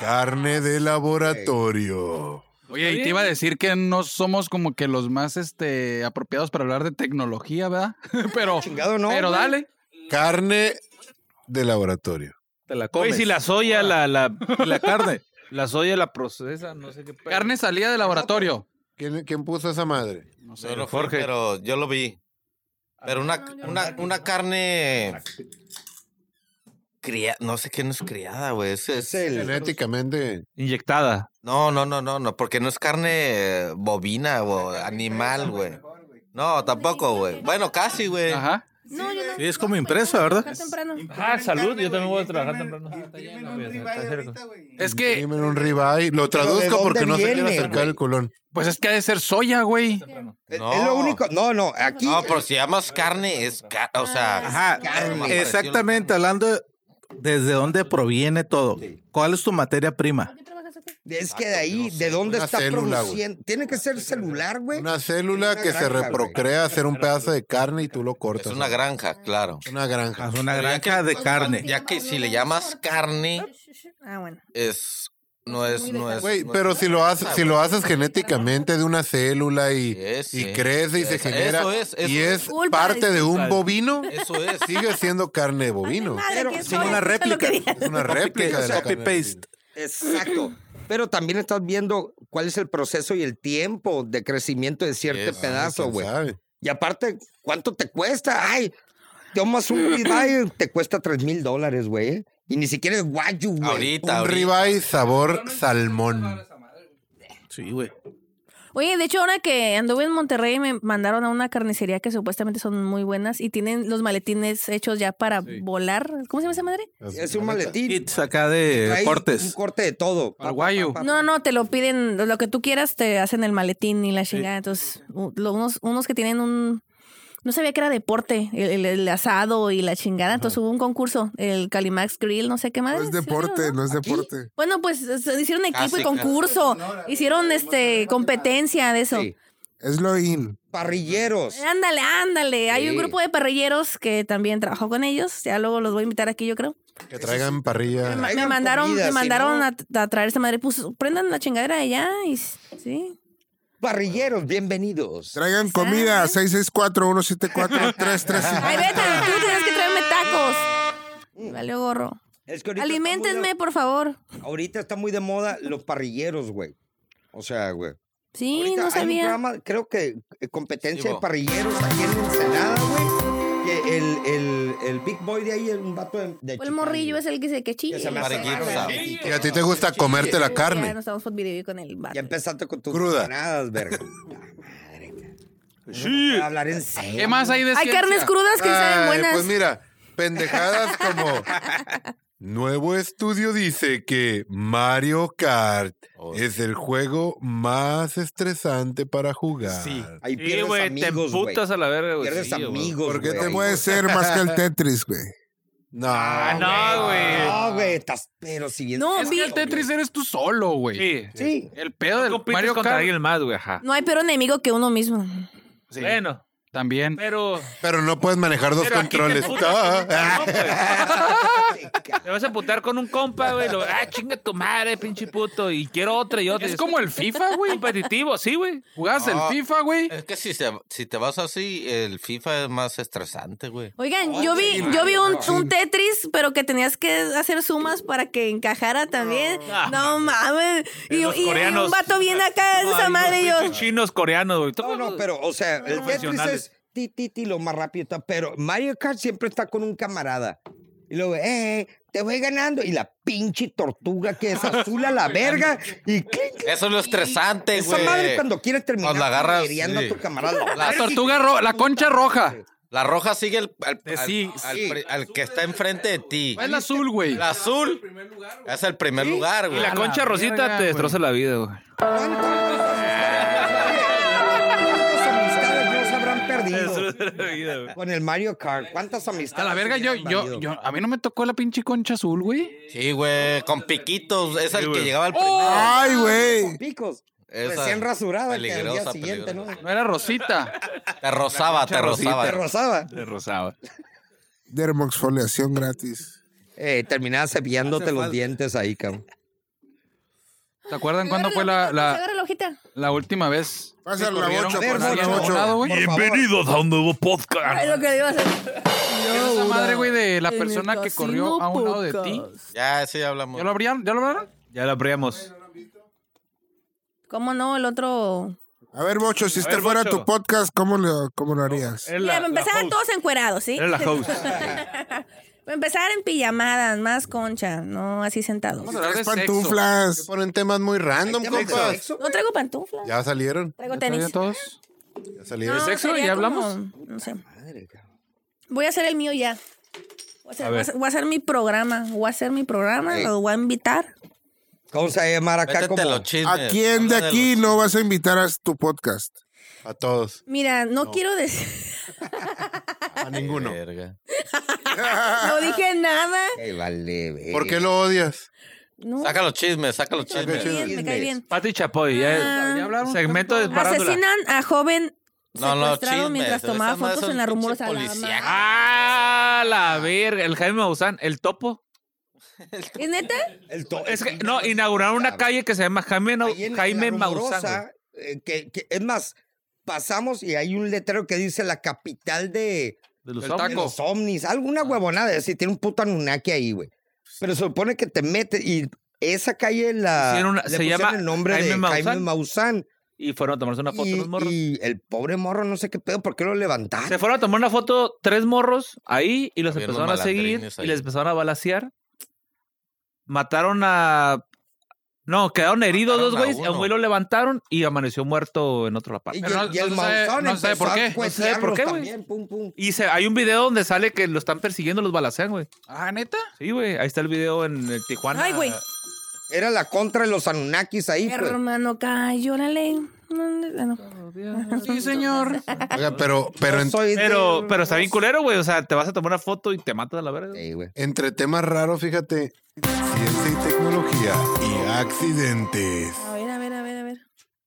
S1: carne de laboratorio.
S5: Oye, y te iba a decir que no somos como que los más este, apropiados para hablar de tecnología, ¿verdad? pero pero
S3: güey.
S5: dale.
S1: Carne de laboratorio.
S9: Te la
S7: Oye,
S9: comes.
S7: si la soya, la, la,
S9: Y la carne.
S7: la soya la procesa, no sé qué. pedo.
S5: Carne salida de laboratorio.
S1: ¿Quién, quién puso esa madre?
S5: No sé.
S6: Yo no fui, pero yo lo vi. Pero una, una, una carne. Cría, no sé qué no es criada, güey. Es, es-
S1: Genéticamente.
S7: Inyectada.
S6: No, no, no, no, no, porque no es carne bobina o animal, güey. No, tampoco, güey. Bueno, casi, güey.
S5: Ajá.
S4: No, yo no-
S9: Sí, es como
S4: no,
S9: impresa,
S4: pues,
S9: ¿verdad?
S4: trabajar temprano.
S7: Ah, salud, yo también voy a trabajar temprano. Está cerca.
S5: Es
S6: Eh.
S5: que,
S1: Dime un ribeye.
S3: Pero ¿de
S1: Lo traduzco porque
S3: dónde
S1: no se quiere
S3: viene,
S1: acercar
S3: güey?
S1: el culón.
S5: pues es que ha de ser soya, güey.
S3: Es-
S6: No.
S3: Es lo único. No, no, aquí.
S6: No, pero si llamas carne, es ca- o sea.
S9: Ajá,
S6: carne.
S9: exactamente, hablando de- desde dónde proviene todo. ¿Cuál es tu materia prima?
S4: ¿Por qué trabajas aquí?
S3: es que de ahí, ¿de dónde
S1: Una
S3: está
S1: célula, güey.
S3: produciendo? Tiene que ser celular, güey.
S1: Una célula
S3: Una
S1: que se
S3: granja, güey.
S1: reprocrea hacer un pedazo de carne y tú lo
S6: Es
S1: cortas.
S6: una granja, claro.
S1: Una granja.
S9: Es una
S6: Pero ya
S9: granja
S6: que-
S9: de carne.
S6: Ya que si le llamas carne,
S4: Ah, bueno.
S6: es. No es. No es
S1: Güey,
S6: no es-
S1: pero si lo haces, si lo haces genéticamente de una célula y,
S6: Yes,
S1: y
S6: Ah, sí.
S1: crece y se
S6: Esa-
S1: genera
S6: eso es, eso
S1: y
S6: es.
S1: es
S4: Disculpa,
S1: parte de un
S7: disculpa.
S1: bovino,
S6: Eso es.
S1: sigue siendo carne de bovino.
S4: Madre, que
S9: Sí,
S4: soy, eso es
S9: una
S4: lo que
S9: réplica.
S4: quería.
S1: Es una réplica de la
S9: Copy
S1: carne de
S9: paste.
S1: bovino.
S3: Exacto. Pero también estás viendo cuál es el proceso y el tiempo de crecimiento de cierto
S6: Yes.
S3: pedazo,
S1: ¿Quién
S3: güey.
S1: sabe?
S3: Y aparte, ¿cuánto te cuesta? Ay, tomas un ribeye, te cuesta 3 mil dólares, güey. Y ni siquiera es guayu, güey.
S1: Un
S6: Ahorita, ahorita.
S1: ribeye sabor salmón.
S9: Sí, güey.
S4: Oye, de hecho, ahora que anduve en Monterrey, me mandaron a una carnicería que supuestamente son muy buenas y tienen los maletines hechos ya para volar. ¿Cómo se llama esa madre?
S3: Es un maletín.
S9: Kits acá de
S3: Trae Un
S9: cortes.
S3: corte de todo.
S5: Al guayu.
S4: No, no, te lo piden, lo que tú quieras, te hacen el maletín y la chingada. Entonces, u- lo- unos, unos que tienen un. No sabía que era deporte, el, el- el asado y la chingada. Entonces hubo un concurso, el Calimax Grill, no sé qué más.
S3: Pues,
S2: No es deporte, no es deporte.
S4: Bueno, pues se
S3: ah,
S4: hicieron equipo
S6: Casi,
S4: y
S6: casi.
S4: concurso. Hicieron este competencia de eso.
S3: Sí.
S2: Es lo in.
S3: Parrilleros.
S4: Ándale, ándale. Hay un
S3: Sí.
S4: grupo de parrilleros que también trabajó con ellos. Ya luego los voy a invitar aquí, yo creo.
S1: Que traigan
S3: ma-
S1: parrilla.
S4: Me
S3: Traigan
S4: mandaron,
S3: Pues, comida,
S4: me
S3: si
S4: mandaron
S3: no-
S4: a, a traer esta madre. Pues prendan la chingadera de allá y s- sí.
S3: Parrilleros, bienvenidos.
S2: Traigan comida 664-174-335.
S4: Ay, vete, tú tienes que traerme tacos. Vale, Mm, gorro.
S3: Es que ahorita está muy de-
S4: Aliméntenme, por favor.
S3: ahorita está muy de moda los parrilleros, güey. O sea, güey.
S4: Sí,
S3: Ahorita
S4: no
S3: hay un
S4: sabía.
S3: programa, creo que eh, competencia
S6: Sí,
S3: de
S6: bo.
S3: parrilleros aquí en Ensenada, güey. Que el, el, el big boy de ahí es un vato de, de
S4: Fue el
S3: Chicali,
S4: morrillo es Pues el que se que chille.
S3: que se me
S4: Ya
S3: hace
S6: Mariquito,
S3: raro,
S6: sabe.
S3: güey.
S1: Y a ti te gusta comerte la
S4: no
S1: carne.
S4: estamos por video con el vato.
S3: Ya empezaste con tus
S1: Cruda.
S3: cochinadas, verga. Madre. Sí. hablar en serio.
S5: ¿Qué más hay de
S4: Hay
S5: ciencia?
S4: carnes crudas que saben
S1: Ay,
S4: buenas.
S1: Pues mira, pendejadas como. Nuevo estudio dice que Mario Kart es el juego más estresante para jugar.
S5: Sí.
S10: Ah,
S3: Ahí
S7: Sí,
S3: pierdes
S7: güey, te
S3: amigos, güey.
S7: emputas a la verga, güey.
S3: Pierdes
S7: Sí, güey.
S3: amigos,
S2: Porque
S3: güey.
S2: te puede ser más que el Tetris, güey.
S1: No.
S7: Ah, no, güey.
S3: No, güey, estás pero siguiendo.
S4: No,
S5: Es que el Tetris eres tú solo, güey.
S7: Sí.
S3: Sí.
S5: El pedo del
S7: compites
S5: Mario
S7: contra
S5: Kart.
S7: alguien más, güey, ajá.
S4: No hay peor enemigo que uno mismo.
S5: Sí,
S7: Bueno,
S5: También.
S7: pero...
S1: Pero no puedes manejar dos
S7: pero aquí te
S1: controles.
S7: emputas
S1: Ah,
S7: con un cabrón, güey.
S3: Te ca-
S7: Te vas a putar con un compa, güey. lo- Ah, chinga tu madre, pinche puto. Y quiero otra y otra.
S5: Es como el FIFA,
S7: güey,
S5: güey.
S7: competitivo, sí, güey.
S5: Jugabas
S6: Ah.
S5: el FIFA, güey.
S6: Es que si, se- si te vas así, el FIFA es más estresante, güey.
S4: Oigan, yo vi, yo vi un, un Tetris, pero que tenías que hacer sumas para que encajara también. No mames. Y,
S7: Los
S4: y- y
S7: coreanos.
S4: un vato bien acá, esa
S7: Ay,
S4: madre y yo.
S7: los pinches Chinos, coreanos, güey.
S3: No, no, pero, o sea, el Tetris
S7: Profesionales.
S3: es ti, ti, ti, lo más rápido. está, Pero Mario Kart siempre está con un camarada. Y luego, eh, eh, te voy ganando. Y la pinche tortuga que es azul a la verga. Y clink, clink.
S6: Eso es lo estresante,
S3: esa
S6: güey.
S3: madre cuando quiere terminar
S6: Cuando Pues agarras,
S3: putereando
S6: sí.
S3: a tu camarada.
S5: La tortuga roja, la concha roja.
S6: La roja sigue al, al-
S5: De
S6: al-
S5: sí,
S6: al
S5: sí.
S6: pri- al que está enfrente de ti.
S5: Es el azul, güey.
S6: La azul es el primer lugar,
S7: Y
S6: güey.
S7: la
S5: A
S7: concha
S5: la
S7: rosita
S5: verga,
S7: te
S5: güey.
S7: destroza la vida, güey.
S3: ¿Cuántas amistades no se habrán perdido con el Mario Kart? ¿Cuántas
S5: A
S3: amistades?
S5: la verga, yo,
S3: hubieran
S5: yo,
S3: valido?
S5: yo, a mí no me tocó la pinche concha azul, güey.
S6: Sí, güey, con piquitos. Es el que llegaba al
S7: ¡Oh!
S5: ¡Oh!
S2: Ay, güey.
S3: Con picos.
S6: primero. Esa-
S3: recién rasurada que al día
S6: peligrosa,
S3: siguiente,
S6: peligrosa.
S5: No era rosita.
S6: Te rozaba, te
S7: Concha rosita.
S3: ¿no?
S6: rozaba.
S3: Te rozaba.
S7: Te rozaba.
S2: Dermoxfoliación gratis.
S3: Eh, terminabas cepillándote los
S5: falta.
S3: dientes ahí, cabrón.
S5: ¿Se acuerdan cuándo fue la, la,
S4: Agarra la hojita.
S5: la última vez? que
S2: Pásale la
S5: corrieron
S2: bocha,
S5: con
S2: pásale la
S5: alguien a un
S2: bocha.
S5: lado, güey?
S10: Bienvenidos a un nuevo podcast.
S4: Ay, lo que iba a hacer.
S5: Esa madre, güey, de la
S4: En el
S5: persona que corrió a un lado de ti.
S6: Ya, sí, hablamos.
S5: ¿Ya lo abrían? ¿Ya lo hablaron?
S7: Ya la abríamos.
S4: ¿Cómo no? El otro.
S2: A ver, Bocho, si
S10: A
S2: este
S10: ver,
S2: fuera
S10: Bocho.
S2: tu podcast, ¿cómo lo, cómo lo harías?
S10: Era
S4: Mira, me
S10: la- la
S4: empezaban
S10: host.
S4: todos encuerados, ¿sí?
S7: Era la host.
S4: Me empezaban en pijamadas, más concha, no así sentados.
S5: Vamos a hablar de
S2: Tres
S5: sexo.
S1: Se
S2: pantuflas.
S1: ponen temas muy random, compas.
S4: No traigo pantuflas,
S1: Ya salieron,
S4: traigo
S5: ¿Ya
S4: tenis.
S5: todos?
S1: ya
S4: No,
S1: salieron.
S5: sexo?
S4: sería
S5: ¿Ya
S4: como-
S5: hablamos?
S4: no sé. Voy a hacer el mío ya. Voy a hacer, voy
S7: A
S4: a
S7: ver.
S4: hacer- voy a hacer mi programa. Voy a hacer mi programa,
S6: Ey.
S4: los voy a invitar.
S3: ¿Cómo se llama acá
S6: Métete
S3: como?
S6: los chismes.
S2: ¿A quién de
S6: Habla
S2: aquí
S6: los-
S2: no vas a invitar a tu podcast?
S1: A todos,
S4: Mira, no, quiero decir.
S1: a ninguno.
S6: Verga.
S4: No dije nada.
S3: Ay, vale, güey.
S1: ¿Por qué lo odias?
S4: No,
S6: Saca los chismes, saca los
S4: me cae
S6: chismes.
S4: bien, me cae bien. Ah,
S7: Pati Chapoy, ya
S5: ¿Ya hablaron?
S7: segmento de parándula.
S4: Asesinan a joven
S6: No, no,
S4: secuestrado
S6: chismes.
S4: mientras
S6: Esas
S4: tomaba
S6: madres
S4: fotos
S6: son
S4: en la rumores
S6: pinche policíaca.
S7: Ah, la verga. El Jaime Maussan, el topo.
S4: ¿Es neta?
S3: El to-
S7: Es que, no, inauguraron una calle que se llama Jaime, Nau-
S3: Ahí en- en
S7: Jaime
S3: La
S7: Maussan.
S3: Rumorosa,
S7: güey.
S3: eh, que, que- es más, pasamos y hay un letrero que dice la capital de,
S7: De los
S5: El
S7: ovnis.
S5: taco.
S3: los ovnis. Alguna
S7: Ah.
S3: huevonada de decir, tiene un puto anunnaki ahí, güey.
S7: Pues
S3: Pero se supone que te metes y esa calle la,
S7: Hicieron una-
S3: le
S7: se
S3: pusieron
S7: llama
S3: el nombre de
S7: Jaime Maussan.
S3: Jaime Maussan.
S7: Y fueron a tomarse una foto
S3: Y,
S7: los morros.
S3: y el pobre morro, no sé qué pedo, ¿por qué lo levantaron?
S7: Se fueron a tomar una foto tres morros ahí y los
S6: Había unos
S7: empezaron a seguir
S6: malandrines
S7: y
S6: ahí.
S7: les empezaron a balasear. Mataron a. No, quedaron heridos
S6: Mataron
S7: dos
S6: a
S7: güeyes. A un
S6: uno.
S7: güey lo levantaron y amaneció muerto en otra parte.
S3: Y,
S5: Pero no-
S3: y el
S5: no se sabe-
S3: Maussan
S5: no se sabe por
S3: empezó a
S5: qué, no se
S7: sabe por
S3: cuetearlos
S7: qué, güey.
S3: también, pum, pum.
S7: Y se, hay un video donde sale que lo están persiguiendo, los balacean, güey.
S5: Ah, ¿neta?
S7: Sí, güey. Ahí está el video en el Tijuana.
S4: Ay, güey.
S3: Era la contra de los anunnakis ahí, pues.
S4: Hermano, cayó la ley. No, no.
S5: Sí, señor.
S1: Oiga, pero, pero en-
S3: Soy de
S7: Pero, pero está bien
S3: los-
S7: culero, güey. O sea, te vas a tomar una foto y te matas a la verga.
S3: Sí, güey.
S1: entre temas raros, fíjate, ciencia y tecnología y accidentes.
S4: A ver, a ver, a ver, a ver.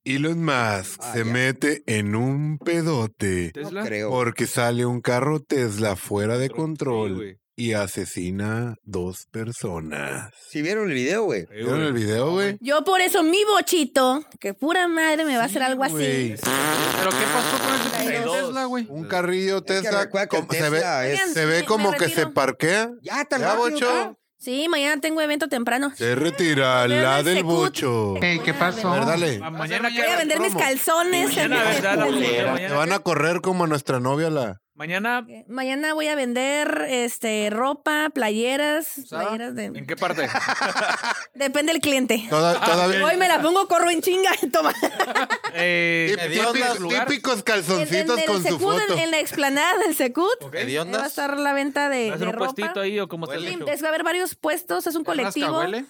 S1: Elon Musk
S5: Ah,
S1: se mete en un pedote
S7: Tesla.
S3: Creo.
S1: porque sale un carro Tesla fuera de
S7: Sí,
S1: control
S7: güey.
S1: y asesina dos personas.
S3: Si vieron el video, güey.
S7: Sí,
S1: ¿Vieron el
S7: güey.
S1: video, güey?
S4: Yo por eso mi bochito, que pura madre me va a hacer algo así.
S1: Güey,
S5: ¿Pero qué pasó con ese
S4: Ay,
S5: pinche
S4: no.
S5: Tesla, güey?
S1: Un carrillo
S3: Es que
S1: Tesla,
S3: recuerda que el
S1: como- se ve,
S3: Tesla es-
S4: Oigan,
S1: se
S4: me-
S1: ve
S4: me
S1: como que se
S4: retiro.
S1: parquea.
S3: Ya, tan
S1: Ya,
S3: rápido,
S1: bocho.
S3: ya.
S4: Sí, mañana tengo evento temprano.
S1: Se retira
S4: Pero
S1: la
S4: el
S1: del
S4: secut-
S1: bocho.
S4: Ey, ¿qué pasó?
S1: A ver, dale.
S5: Ah, Mañana
S4: Voy a
S5: que...
S4: vender mis
S1: promo.
S4: calzones.
S7: Mañana, ¿verdad? La-
S1: Te van a correr como a nuestra novia la...
S7: Mañana.
S4: Mañana voy a vender este ropa, playeras,
S5: ¿Usada?
S4: playeras
S5: ¿En
S4: de
S5: qué parte?
S4: depende del cliente.
S1: Toda- todavía-
S4: Hoy me la pongo, corro en chinga y toma.
S7: Eh,
S1: Tip-
S6: Hediondas
S1: típicos-
S7: lugar.
S1: típicos
S4: En,
S1: calzoncitos
S4: en el
S1: con su
S4: Secut, en-
S1: foto.
S4: en, la explanada del Secut. Ahí
S6: ¿Hediondas?
S4: va a estar la venta de,
S7: hacer
S4: de
S7: un
S4: ropa.
S7: puestito ahí o como está el
S6: Huele.
S7: hecho.
S4: Sí, es- va a haber varios puestos, es un colectivo.
S5: ¿Rascahuele?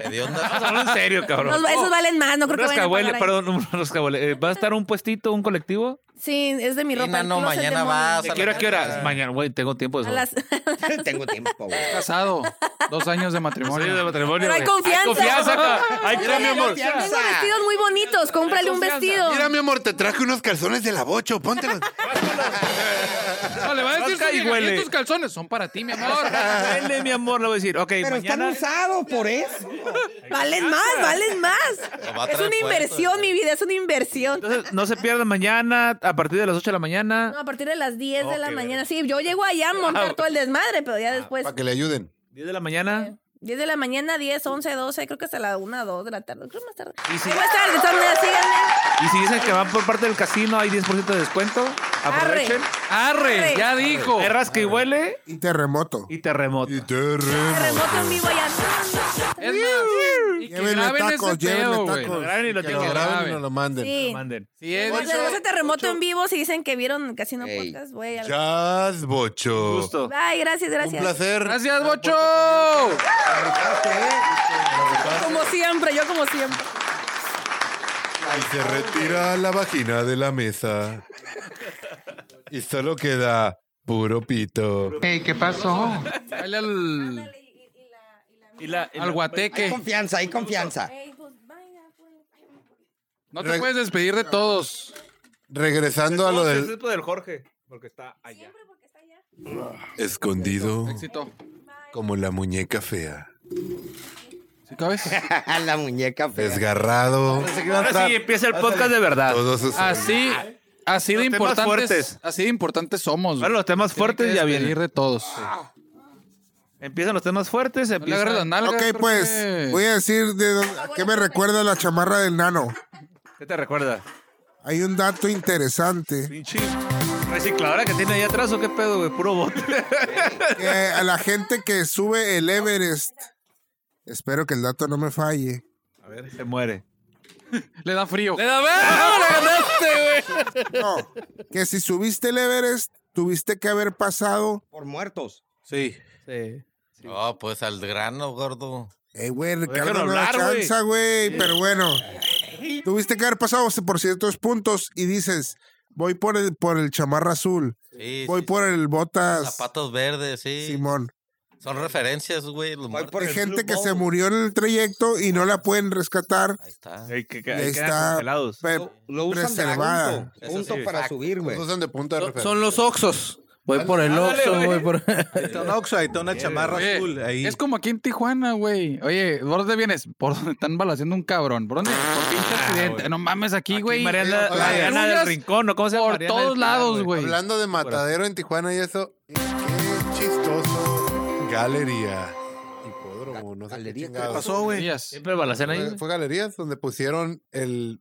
S6: Hediondas.
S7: Vamos a hablar en serio, cabrón.
S4: Los- esos valen más, no creo que
S7: Unos
S4: vayan a
S7: cabuele-
S4: pagar ahí.
S7: perdón, unos cabuele. Eh, ¿Va a estar un puestito, un colectivo?
S4: Sí, es de mi
S6: Sí,
S4: ropa. el
S6: nano,
S4: closet de
S6: mañana
S4: mono.
S6: vas
S7: ¿De
S6: a
S7: qué hora, a qué hora?
S6: Ah.
S7: Mañana, güey, tengo tiempo
S4: A
S7: de sobra.
S4: las-
S3: Tengo tiempo, güey.
S5: Casado. Dos años de matrimonio.
S7: Matrimonio de matrimonio,
S4: Pero hay
S7: güey.
S4: confianza.
S7: confianza, ca- hay
S3: Mira,
S7: mi amor.
S3: mira, mira.
S4: Tengo vestidos muy bonitos, cómprale un
S7: Confianza.
S4: vestido.
S1: Mira, mi amor, te traje unos calzones de la bocho, póntelos.
S5: No, le va a decir
S7: Rasca y
S5: que
S7: huele.
S5: estos calzones son para ti, mi amor.
S7: Dale, mi amor, lo voy a decir. Ok,
S3: Pero están
S7: mañana.
S3: usados por eso.
S4: Valen más, valen
S6: va a
S4: más. Es
S6: traer
S4: una inversión,
S6: puertos,
S4: mi vida, es una inversión.
S7: Entonces, no se pierdan mañana a partir de las 8 de la mañana.
S4: No, a partir de las 10 de la
S7: Ok, Ah,
S4: mañana. Sí, yo llego allá a montar todo el desmadre, pero ya después.
S1: Para que le ayuden.
S7: 10 de la mañana.
S4: 10 de la mañana, 10, 11, 12, creo que hasta la 1, 2 de la tarde. Creo más tarde.
S7: Y si-
S4: Sí, más tarde, de todas maneras, síganme.
S7: Y si dicen que van por parte del casino, hay 10% de descuento. Aprovechen.
S5: Arre,
S4: Arre.
S5: ya dijo.
S7: Hay rasca y huele
S2: Y terremoto.
S7: y terremoto.
S1: Y te remo.
S4: Remoto en vivo allá.
S5: Es más, y que
S2: Llévenle
S5: graben
S2: tacos,
S5: ese
S2: llévenle
S5: pedo, güey.
S2: tacos.
S7: Graben y lo
S1: Que lo
S7: tengan.
S1: graben y
S5: graben.
S1: nos lo manden.
S4: Sí.
S7: Manden.
S5: Sí, es
S4: Cuando se hace terremoto en vivo, si dicen que vieron Casino
S3: Ey.
S4: Podcast, voy a.
S1: Jazz bocho.
S7: Gusto.
S4: Bye, gracias,
S1: Un
S4: gracias.
S1: placer.
S5: Gracias, Bocho.
S4: Como siempre, yo como siempre.
S1: Y se retira la vagina de la mesa. Y solo queda puro pito.
S5: Dale al,
S7: Y la, y la- pues,
S5: al
S3: Hay
S5: guateque.
S3: confianza, hay confianza.
S5: No te puedes despedir de todos.
S1: Regresando a lo
S7: Es
S1: del
S7: el del Jorge, porque está allá.
S1: escondido,
S5: Éxito.
S1: Como la muñeca fea.
S3: la muñeca fea.
S1: Desgarrado.
S7: Ahora sí empieza el podcast de verdad.
S1: Todos sus-
S5: Así, así de
S7: Los temas
S5: importantes.
S7: fuertes.
S5: Así de importantes somos.
S7: Ahora
S5: güey.
S7: los temas
S5: Tiene
S7: fuertes
S5: que
S7: ya vienen.
S5: despedir de todos.
S7: Empiezan los temas fuertes,
S5: No le
S7: empieza...
S5: agarres las nalgas,
S2: Ok,
S5: Jorge.
S2: pues voy a decir de dónde- a qué me recuerda la chamarra del nano.
S7: ¿Qué te recuerda?
S2: Hay un dato interesante.
S7: Pinche recicladora que tiene ahí atrás o qué pedo, güey, puro bote.
S2: que a la gente que sube el Everest, espero que el dato no me falle.
S7: A ver, se muere.
S5: Le da frío.
S10: ¡Le da ¡Ah, la ganaste, güey!
S2: No, que si subiste el Everest, tuviste que haber pasado.
S3: Por muertos.
S9: Sí.
S6: No, pues al grano, gordo.
S2: Eh, güey,
S6: Pues
S2: Ricardo,
S7: déjalo
S2: no da
S7: hablar, güey.
S2: chanza, güey. Pero bueno, tuviste que haber pasado por ciertos puntos y dices, voy por el, por el chamarra azul,
S6: Sí,
S2: voy
S6: sí,
S2: por el botas
S6: Zapatos verdes, sí.
S2: Simón.
S6: Son referencias, güey. los
S3: Voy
S6: muertos.
S3: por
S2: Hay
S3: el
S2: gente
S3: Blue
S2: que se
S3: Bowl.
S2: murió en el trayecto y no la pueden rescatar.
S6: Ahí está.
S7: Ahí, que, que-
S2: Ahí
S7: ahí quedan
S2: está.
S7: congelados.
S2: Pe-
S6: Lo-
S3: Lo usan de
S2: Reservada.
S3: punto.
S6: Eso
S3: Punto
S6: sí,
S3: para subir, güey.
S1: Usan de punta de
S10: Son,
S1: referencia.
S10: son los oxos. Voy por el
S7: Ándale,
S10: oxo,
S7: güey.
S10: voy por...
S9: Ahí está un Oxxo, ahí está una chamarra
S5: Oye,
S9: azul. Ahí.
S5: Es como aquí en Tijuana, güey. Oye, ¿por dónde vienes? Por donde están balaciendo un cabrón. ¿Por dónde? Por pinche accidente. no mames aquí, güey.
S7: Mariana,
S1: Oye,
S7: Mariana
S5: oye,
S7: del Rincón, ¿no? ¿Cómo se llama?
S5: Por
S7: Mariana del
S5: todos
S7: Pilar,
S5: lados, güey.
S1: Hablando de matadero en Tijuana y eso, qué chistoso. Galería. Hipódromo, no sé qué
S3: Galería, ¿qué
S1: chingados.
S9: pasó, güey?
S5: Días.
S7: Siempre balacen ahí.
S1: Fue, fue galerías donde pusieron el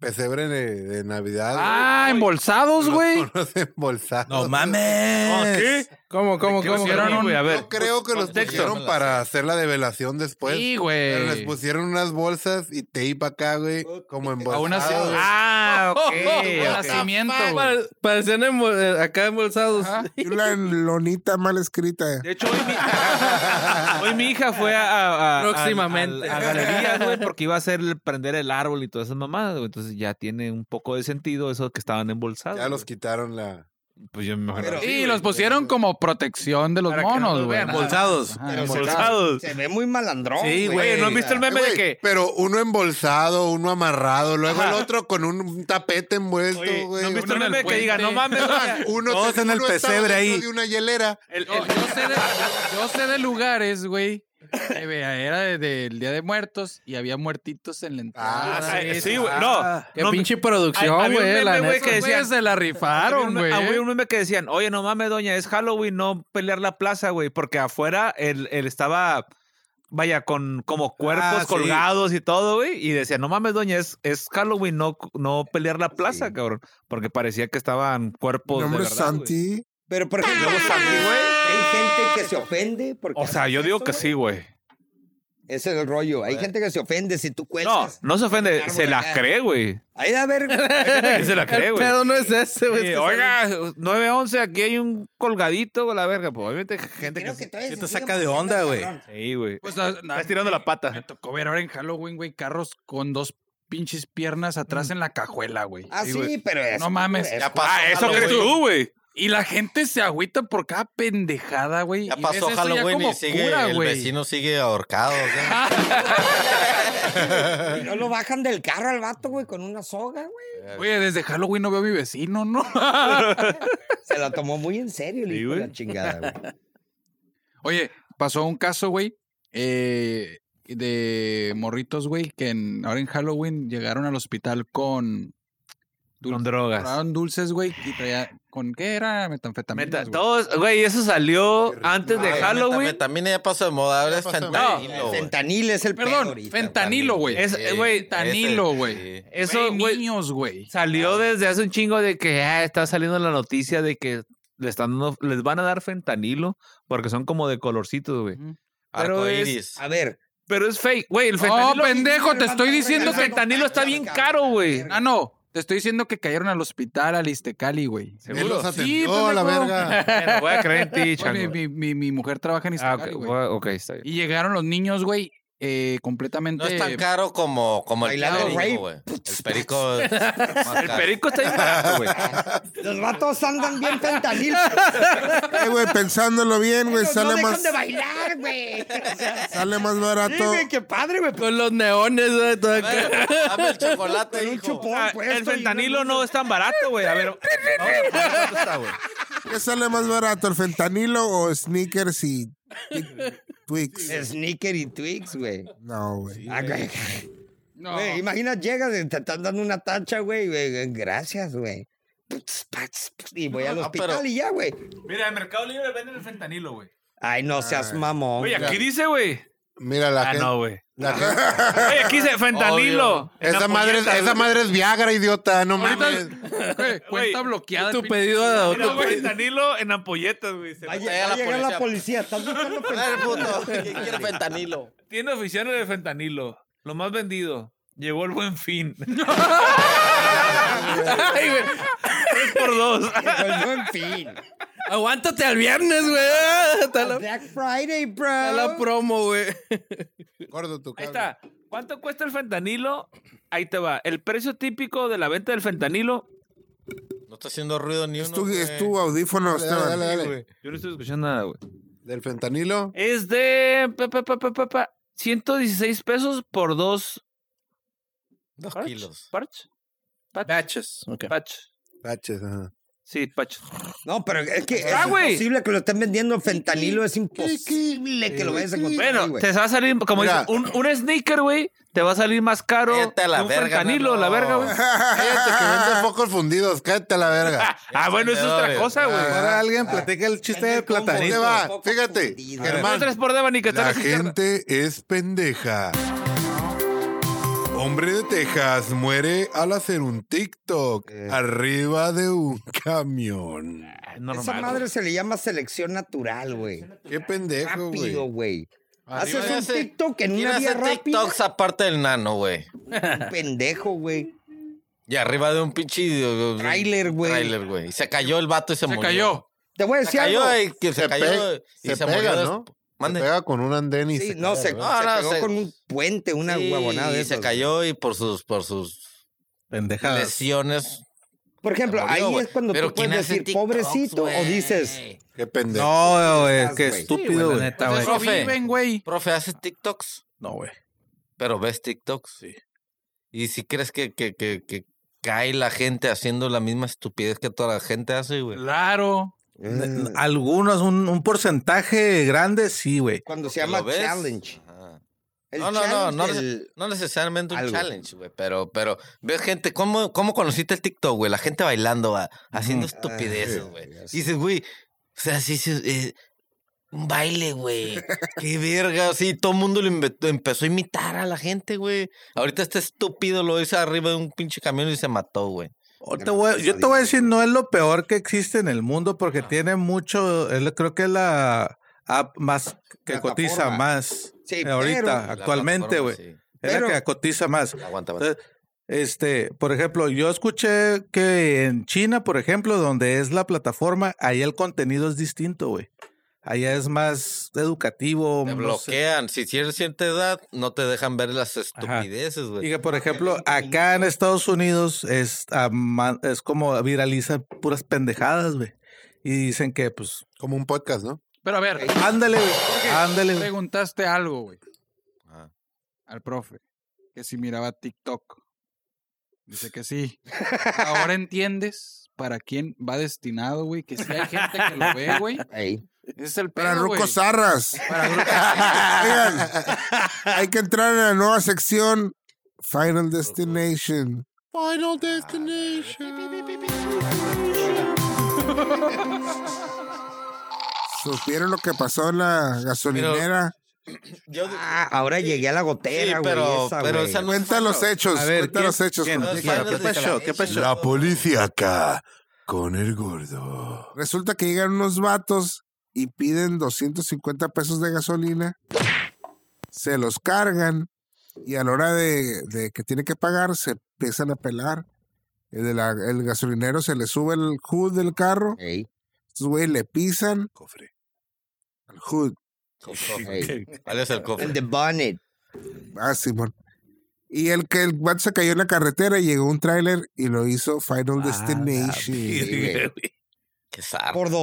S1: pesebre de, de Navidad.
S5: Ah, embolsados, güey.
S1: Con los embolsados.
S9: No mames.
S10: ¿Cómo, cómo,
S7: ¿Qué
S10: cómo?
S7: hicieron,
S5: cómo?
S7: güey? A ver.
S1: Yo creo que los
S6: contexto.
S1: pusieron para hacer la develación después.
S5: Sí,
S1: Pero les
S5: güey.
S1: pusieron unas bolsas y tape acá, güey, como embolsados.
S5: Aún así,
S7: Ah, ok.
S5: El
S7: ok.
S5: nacimiento, güey.
S10: Pa- Parecían embol- eh, acá embolsados.
S5: Ajá.
S2: Y una lonita mal escrita.
S7: De hecho, hoy mi, hoy mi hija fue a, a- a-
S10: Próximamente.
S7: a, a galerías, güey, porque iba a hacer el- prender el árbol y todas esas mamadas, güey. Entonces ya tiene un poco de sentido eso que estaban embolsados.
S1: Ya los
S7: güey.
S1: quitaron la...
S7: Pues yo me imagino.
S3: Pero-
S5: Y los pusieron como protección de los
S7: Para que no
S5: monos,
S7: los
S5: güey.
S7: vean.
S9: Embolsados.
S5: Ajá.
S3: Pero
S7: Embolsados.
S3: Se ve muy malandrón.
S9: Sí,
S7: Güey, ¿no has visto el meme
S1: Eh,
S7: de
S1: güey,
S7: que?
S1: Pero uno embolsado, uno amarrado, luego el otro con un, un tapete envuelto,
S7: Oye,
S1: güey.
S7: ¿No has
S5: uno
S7: visto el
S5: en el
S7: meme que diga, no
S5: puente.
S7: mames? doña"?
S1: Uno
S9: Todos
S1: te-
S9: en el
S1: uno estaba
S9: pesebre
S1: dentro
S9: ahí.
S1: de una hielera.
S7: El-
S5: Yo,
S7: el-
S5: yo sé de, yo sé de lugares, güey. que vea, Era de- del Día de Muertos y había muertitos en la entrada.
S7: Ah, sí,
S5: Esos-
S7: güey. No.
S10: Qué
S7: no,
S10: pinche
S7: Ay,
S10: producción,
S7: había un
S10: güey. La
S7: meme, güey,
S10: neta.
S5: Esos
S7: que decían-
S5: güeyes se la
S7: Había
S5: rifaron,
S7: un-
S5: güey.
S7: Había
S5: ¿eh?
S7: un meme que decían, oye, no mames, doña, es Halloween, no pelear la plaza, güey, porque afuera él, él estaba, vaya, con como cuerpos
S9: Ah, sí.
S7: colgados y todo, güey, y decían, no mames, doña, es, es Halloween, no, no pelear la plaza, cabrón, porque parecía que estaban
S2: Mi
S7: cuerpos de
S2: nombre es
S7: verdad, güey.
S2: Santi.
S3: Pero por ejemplo, hay gente que se ofende porque
S7: O sea, yo digo que sí, güey.
S3: Ese es el rollo. Hay gente que se ofende si tú
S7: No,
S3: cuentas.
S7: no se ofende, se la cree, güey.
S3: Ahí a ver.
S7: Hay gente que se la cree,
S10: El
S7: güey.
S10: pedo no es ese, güey. es
S7: Sí,
S10: que
S7: Oiga, 911, aquí hay un colgadito, güey, la verga, pues obviamente gente que...
S3: creo que todavía
S9: que
S3: se
S9: te
S3: sigue
S9: saca de onda,
S3: pasando,
S9: güey.
S3: cabrón.
S7: Sí, güey.
S5: Pues, la- la-
S7: Estás tirando la
S5: Me
S7: pata.
S5: tocó ver ahora en Halloween, güey, carros con dos pinches piernas atrás en la cajuela, güey.
S3: Ah,
S5: Sí,
S3: sí,
S5: güey.
S3: pero es.
S5: No mames.
S3: es-
S6: Ya pasó.
S7: Ah, eso
S6: Halloween.
S7: crees tú, güey.
S5: Y la gente se agüita por cada pendejada, güey.
S6: Ya
S5: Y ves
S6: pasó
S5: eso
S6: Halloween
S5: como
S6: y sigue,
S5: cura,
S6: el
S5: güey.
S6: vecino sigue ahorcado. güey.
S3: Y No lo bajan del carro al vato, güey, con una soga, güey.
S5: Oye, desde Halloween no veo a mi vecino, ¿no?
S3: Se la tomó muy en serio, el hijo de la chingada, güey.
S5: Oye, pasó un caso, güey, eh, de morritos, güey, que en- ahora en Halloween llegaron al hospital con...
S7: Con
S5: dulces.
S7: drogas.
S5: Compraron dulces, güey, y traía... ¿Con qué era? Metanfetamina.
S7: Meta- todos, güey, eso salió antes de
S6: Ay,
S7: Halloween.
S6: Metanfetamina ya pasó de moda, ahora es
S1: pasó de
S6: fentanilo, güey.
S3: Fentanil es el pedo
S5: Perdón,
S3: ahorita,
S5: fentanilo, güey.
S7: Es-
S6: Sí,
S7: güey,
S6: ese,
S5: Danilo, güey.
S6: sí.
S7: Eso, güey,
S5: niños, güey.
S7: salió desde hace un chingo de que ah, está saliendo la noticia de que le están dando- les van a dar fentanilo porque son como de colorcitos, güey.
S5: Ujú.
S7: Pero es,
S6: Arcoíris.
S3: A ver.
S7: pero es fake, güey. El
S5: No,
S7: fentanilo,
S5: pendejo, te estoy diciendo
S7: el
S5: que...
S7: fentanilo está bien caro, güey.
S5: Ah, no. Te estoy diciendo que cayeron al hospital, al Iztecali, güey.
S1: Él los
S7: Seguro.
S1: atendió
S5: Sí,
S1: a la
S5: pendejo.
S1: verga.
S7: Bueno, voy a creer en
S5: Bueno,
S7: ti, chango.
S5: mi, mi- mi mujer trabaja en
S7: Ah,
S5: Iztecali,
S7: ok,
S5: güey.
S7: voy a- ok, está bien.
S5: Y llegaron los niños, güey, eh,
S6: No
S5: completamente...
S6: es tan caro como, como el
S3: Bailando rave.
S6: perico, güey. El perico es más
S7: El
S6: caro.
S7: perico está bien barato, güey.
S3: Los vatos andan bien fentanil.
S2: Eh, güey, pensándolo bien, güey,
S3: Ellos no
S2: sale
S3: dejan
S2: más,
S3: de bailar, güey. O sea,
S2: sale más
S3: sí,
S2: barato.
S3: güey, qué padre, güey.
S10: Con los neones, güey. todo acá.
S6: Dame el chocolate,
S3: Con un
S6: hijo.
S3: chupón
S7: Ah,
S3: puesto y
S7: el
S3: una
S7: fentanilo
S3: luz.
S7: no es tan barato, güey. A ver, vamos a ver cuánto está, güey.
S2: ¿Qué sale más barato, el fentanilo o sneakers y Twix.
S3: Sneaker y Twix, güey.
S2: No, güey.
S3: Ah, güey. Güey, imagina, llegas, te están dando una tacha, güey. güey, Gracias, güey. Putz, pats, putz, Y voy al
S6: No,
S3: hospital
S6: pero-
S3: y ya, güey.
S7: Mira, en Mercado Libre venden el fentanilo, güey.
S3: Ay, no seas mamón.
S7: Oye, aquí
S3: güey.
S7: dice, güey.
S1: Ah. Mira la
S7: Ah,
S1: gente.
S7: no, güey.
S1: la gente-
S7: Oye, aquí dice fentanilo. En la
S1: esa, madre,
S7: puñeta,
S1: esa
S7: güey.
S1: madre es Viagra, idiota. No mames.
S5: Ahorita, güey, cuenta
S7: Güey,
S5: bloqueada.
S9: Tu
S5: el pin-
S9: pedido de
S7: Mira, güey, fentanilo en ampolletas, güey. Se-
S3: Va a lle-
S6: Llega
S3: va a
S6: la
S3: llegar la policía. Estás buscando
S6: ver, puto, ¿quién quiere fentanilo?
S7: Tienda oficial de fentanilo. Lo más vendido. Llegó el buen fin. Ay, güey. Tres por dos.
S3: Pues no, en fin.
S10: Aguántate al viernes, güey. Está la,
S3: Black Friday, bro.
S10: está la promo, güey.
S1: Gordo tu
S7: Ahí
S1: cara.
S7: está. ¿Cuánto cuesta el fentanilo? Ahí te va. El precio típico de la venta del fentanilo.
S6: No está haciendo ruido ni
S2: Es
S6: uno.
S2: tu, es
S6: güey.
S2: tu audífono,
S1: Dale,
S2: Esteban.
S1: dale, dale, dale.
S7: Yo no estoy escuchando nada, güey.
S1: Del fentanilo.
S7: Es de pa, pa, pa, pa, pa, pa, 116 pesos por dos
S6: Dos
S7: parch,
S6: kilos.
S7: Parch. Patch.
S9: Batches. ok.
S7: Patch.
S1: Paches, ajá.
S7: Sí, patch.
S3: No, pero es que
S7: Ah,
S3: es
S7: güey.
S3: imposible que lo estén vendiendo fentanilo. Es imposible que lo vayas a encontrar.
S7: Bueno,
S3: ahí, güey.
S7: te va a salir, como
S1: Mira.
S7: dices, un, un sneaker, güey, te va a salir más caro
S6: Cállate a la
S7: que un
S6: verga,
S7: fentanilo,
S6: no, no.
S7: la verga, güey.
S1: Cállate que venden focos fundidos. Cállate a la verga.
S7: Ah, bueno, eso es otra
S6: vendedores. Ah,
S7: cosa, güey.
S9: Ahora alguien
S5: Ah,
S9: platica el chiste
S3: Es
S9: de
S3: del combo,
S1: Ahí te
S9: platanito.
S1: va.
S3: Foco
S1: Fíjate.
S3: fundido.
S7: No
S1: Germán.
S7: tres por Devani que está
S1: La
S7: en la izquierda.
S1: gente es pendeja. Hombre de Texas muere al hacer un TikTok arriba de un camión.
S7: Ah,
S3: Esa
S7: normal,
S3: madre
S7: güey.
S3: se le llama selección natural, güey.
S1: Qué pendejo,
S3: Rápido, güey.
S1: güey.
S6: Arriba
S3: Haces
S6: de
S3: un
S6: ese-
S3: TikTok en
S6: ¿Quién
S3: una
S6: hace
S3: vía rápida.
S6: TikToks aparte del nano, güey?
S3: Un pendejo, güey.
S6: Y arriba de un pinche... eh,
S3: Trailer, güey.
S6: Tráiler, güey. Y Se cayó el vato y se,
S5: Se
S6: murió.
S5: cayó.
S3: Te voy a
S6: Se
S3: decir
S6: cayó
S3: algo.
S6: y que se,
S1: Se
S6: cayó
S1: pe-
S6: y
S1: se
S6: se,
S1: pega,
S6: murió.
S1: ¿no?
S6: des-
S1: Se
S6: Mande.
S1: pega con un andén y
S3: Sí,
S1: se
S3: no,
S1: cae,
S3: se,
S1: ¿verdad?
S6: No,
S3: se
S6: no,
S3: pegó
S6: se-
S3: con un puente, una
S6: Sí,
S3: huevonada de
S6: y se
S3: esas.
S6: cayó y por sus, por sus
S9: Pendejadas.
S6: lesiones.
S3: Por ejemplo,
S6: se murió,
S3: ahí
S6: güey.
S3: es cuando
S6: Pero
S3: tú
S6: ¿quién
S3: puedes
S6: hace
S3: decir
S6: TikToks,
S3: pobrecito o
S6: güey?
S3: dices
S1: Qué pendejo.
S9: No, güey,
S3: Estás,
S9: qué
S3: güey.
S9: estúpido, güey.
S7: neta,
S5: Pues
S7: güey.
S5: eso
S6: Profe.
S5: viven, güey.
S6: Profe, ¿haces TikToks?
S9: No, güey.
S6: Pero ves TikToks. Y si crees que, que, que, que cae la gente haciendo la misma estupidez que toda la gente hace, güey. Mm.
S5: Claro.
S9: N- Algunos, un, un porcentaje grande, sí, güey.
S3: cuando se
S6: ¿Lo
S3: llama
S6: ves?
S3: challenge.
S6: Ajá.
S3: El
S6: No, no, no,
S3: challenge
S6: no,
S3: del-
S6: no necesariamente un
S3: algo.
S6: challenge, güey, pero, pero ves gente, ¿cómo, cómo conociste el TikTok, güey? La gente bailando, va, haciendo
S3: Mm, ah,
S6: estupideces,
S3: sí,
S6: güey.
S3: ya
S6: Y dices, güey, o sea, sí, sí, eh, un baile, güey. Qué verga, sí, todo el mundo lo inve- empezó a imitar a la gente, güey. Ahorita este estúpido lo hizo arriba de un pinche camión y se mató, güey.
S9: O te voy- yo te voy a decir, no es lo peor que existe en el mundo porque tiene mucho, es la- creo que es la app más que
S3: Plataforma.
S9: cotiza más
S3: Sí,
S9: eh,
S3: pero-
S9: ahorita,
S6: La
S9: actualmente,
S6: plataforma,
S9: güey.
S6: sí.
S9: Es
S3: Pero-
S9: la que cotiza más.
S6: Aguanta, aguanta.
S9: Entonces, este, por ejemplo, yo escuché que en China, por ejemplo, donde es la plataforma, ahí el contenido es distinto, güey. Allá es más educativo.
S6: Te
S9: no sé.
S6: bloquean. Si tienes cierta edad, no te dejan ver las estupideces,
S9: Y
S6: güey.
S9: que, por ejemplo, acá en Estados Unidos es, a ma- es como viraliza puras pendejadas, güey. Y dicen que, pues,
S1: Como un podcast, ¿no?
S5: Pero a ver,
S9: ándale, güey, ándale. güey.
S5: preguntaste algo, güey,
S6: Ajá.
S5: al profe. Que si miraba TikTok. Dice que sí. Ahora entiendes para quién va destinado, güey. Que si hay gente que lo ve, güey.
S3: Ey.
S5: Ese es el
S2: Para
S5: pedo, güey.
S2: rucos zarras. Oigan, hay que entrar en la nueva sección Final Destination.
S1: Final Destination.
S2: ¿Supieron lo que pasó en la gasolinera?
S6: Yo di-
S3: Ah, ahora llegué a la
S6: Sí,
S3: gotera, güey.
S6: pero,
S3: esa,
S6: pero
S3: güey.
S6: esa no es
S2: Cuenta los
S6: final.
S2: hechos,
S9: A ver,
S2: cuenta
S9: ¿quién-
S2: los hechos.
S9: quién?
S6: No es
S9: Platícala,
S6: final
S9: ¿qué
S6: de
S9: pasó? ¿Qué
S6: Destination.
S9: pasó?
S1: La policía acá con el gordo.
S2: Resulta que llegan unos vatos y piden 250 pesos de gasolina, se los cargan y a la hora de, de que tiene que pagar se empiezan a pelar. El, de la- el gasolinero se le sube el hood del carro,
S3: Ey,
S2: estos güeyes le pisan
S1: Cofre.
S2: el hood.
S3: ey.
S6: ¿Cuál es el
S3: En
S6: cofre?
S3: the bonnet.
S2: Ah, Simón. Y el que el vato se cayó en la carretera y llegó un tráiler y lo hizo
S3: Ah,
S2: Final Destination.
S3: Sí, güey.
S6: este Qué zarra,
S3: Por
S6: güey.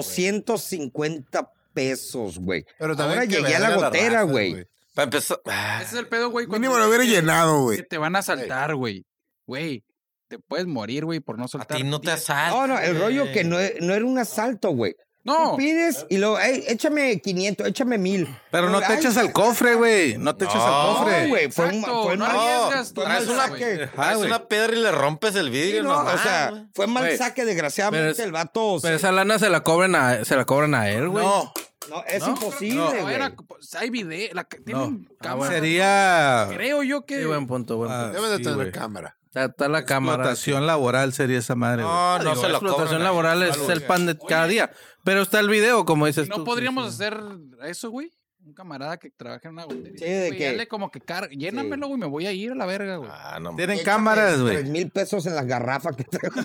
S3: 250 pesos, güey.
S1: Pero
S3: Ahora
S1: hay que
S3: llegué a la
S1: ver
S3: gotera,
S1: raza,
S3: güey.
S6: Para empezar. ah,
S5: Ese es el pedo, güey. cuando
S2: Mínimo lo hubiera
S5: dicen que-
S2: llenado,
S5: Que
S2: güey.
S5: te van a saltar, güey. Güey, te puedes morir, güey, por no
S6: A
S5: soltar.
S6: ti no te
S5: diez-
S6: asaltan.
S3: No, no, el rollo que
S6: güey.
S3: no, e- no era un asalto, güey.
S5: Eh. No.
S3: Pides y luego, "Ey, échame 500, échame 1000.
S9: Pero no te
S3: Ay,
S9: echas al cofre, güey. No te echas al
S6: No,
S9: cofre.
S3: no, güey, fue un,
S5: Exacto,
S3: fue un
S5: no
S3: mal-
S5: arriesgas tu
S3: fue un mal
S6: traes una
S5: güey.
S3: saque.
S9: Ah,
S6: Es
S9: güey.
S6: una piedra y le rompes el vidrio,
S3: Sí, no,
S6: no,
S3: o sea, fue mal
S10: Güey.
S3: saque, desgraciadamente,
S10: Pero-
S3: el vato. se-
S10: Pero esa lana se la cobran a, se la cobran a él, güey.
S9: No,
S3: no, es
S5: No,
S3: imposible, güey.
S5: vayan a- pues, hay video. La, que- tienen
S7: ah,
S9: no.
S5: cámara.
S9: Sería
S5: Creo yo que.
S10: Sí, buen punto, buen
S9: Ah,
S10: punto.
S1: Debe de
S9: sí,
S1: tener
S9: güey.
S1: cámara.
S10: Está, está la cámara.
S9: explotación laboral sería esa madre, güey.
S6: no, no
S10: Digo,
S6: se lo
S10: explotación
S6: cobran.
S10: laboral es el pan de cada día. Pero está el video, como dices tú.
S9: pues,
S5: No podríamos hacer eso, güey. Un camarada que trabaja en una gotería.
S3: Sí, de que-
S5: Dale como que car... llénamelo, güey. Me voy a ir a la verga, güey.
S6: Ah, no.
S9: Tienen cámaras,
S3: Tres
S9: güey.
S3: mil pesos en las garrafas que traigo.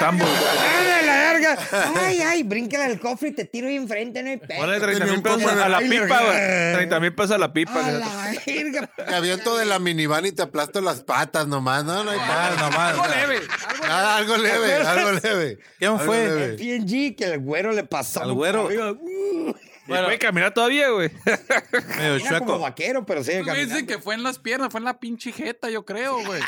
S10: Tambo.
S3: ¡Ay, la verga! ¡Ay, ay! Bríncala al cofre y te tiro ahí enfrente, no hay pedo.
S1: Este
S7: Ponle 30
S2: Tenía
S7: mil
S2: un
S7: pesos
S2: poco de
S7: a la
S2: trailer.
S7: pipa, güey. 30 mil pesos a la pipa.
S3: Eh. A
S7: güey.
S3: la verga.
S1: Te aviento de la minivan y te aplasto las patas nomás. No, no hay
S9: Ah,
S1: nada.
S9: nomás.
S5: Algo leve. Algo leve.
S1: Nada, algo leve, algo leve.
S9: ¿Quién
S1: Algo
S9: fue?
S1: leve.
S3: PNG, que el güero le pasó.
S9: Al güero.
S3: por arriba. Uh,
S7: Y puede caminar todavía, güey.
S9: Medio
S3: Era como
S9: chueco.
S3: vaquero, pero sigue
S5: Güey,
S3: caminando.
S5: Dicen que fue en las piernas, fue en la pinche jeta, yo creo, güey.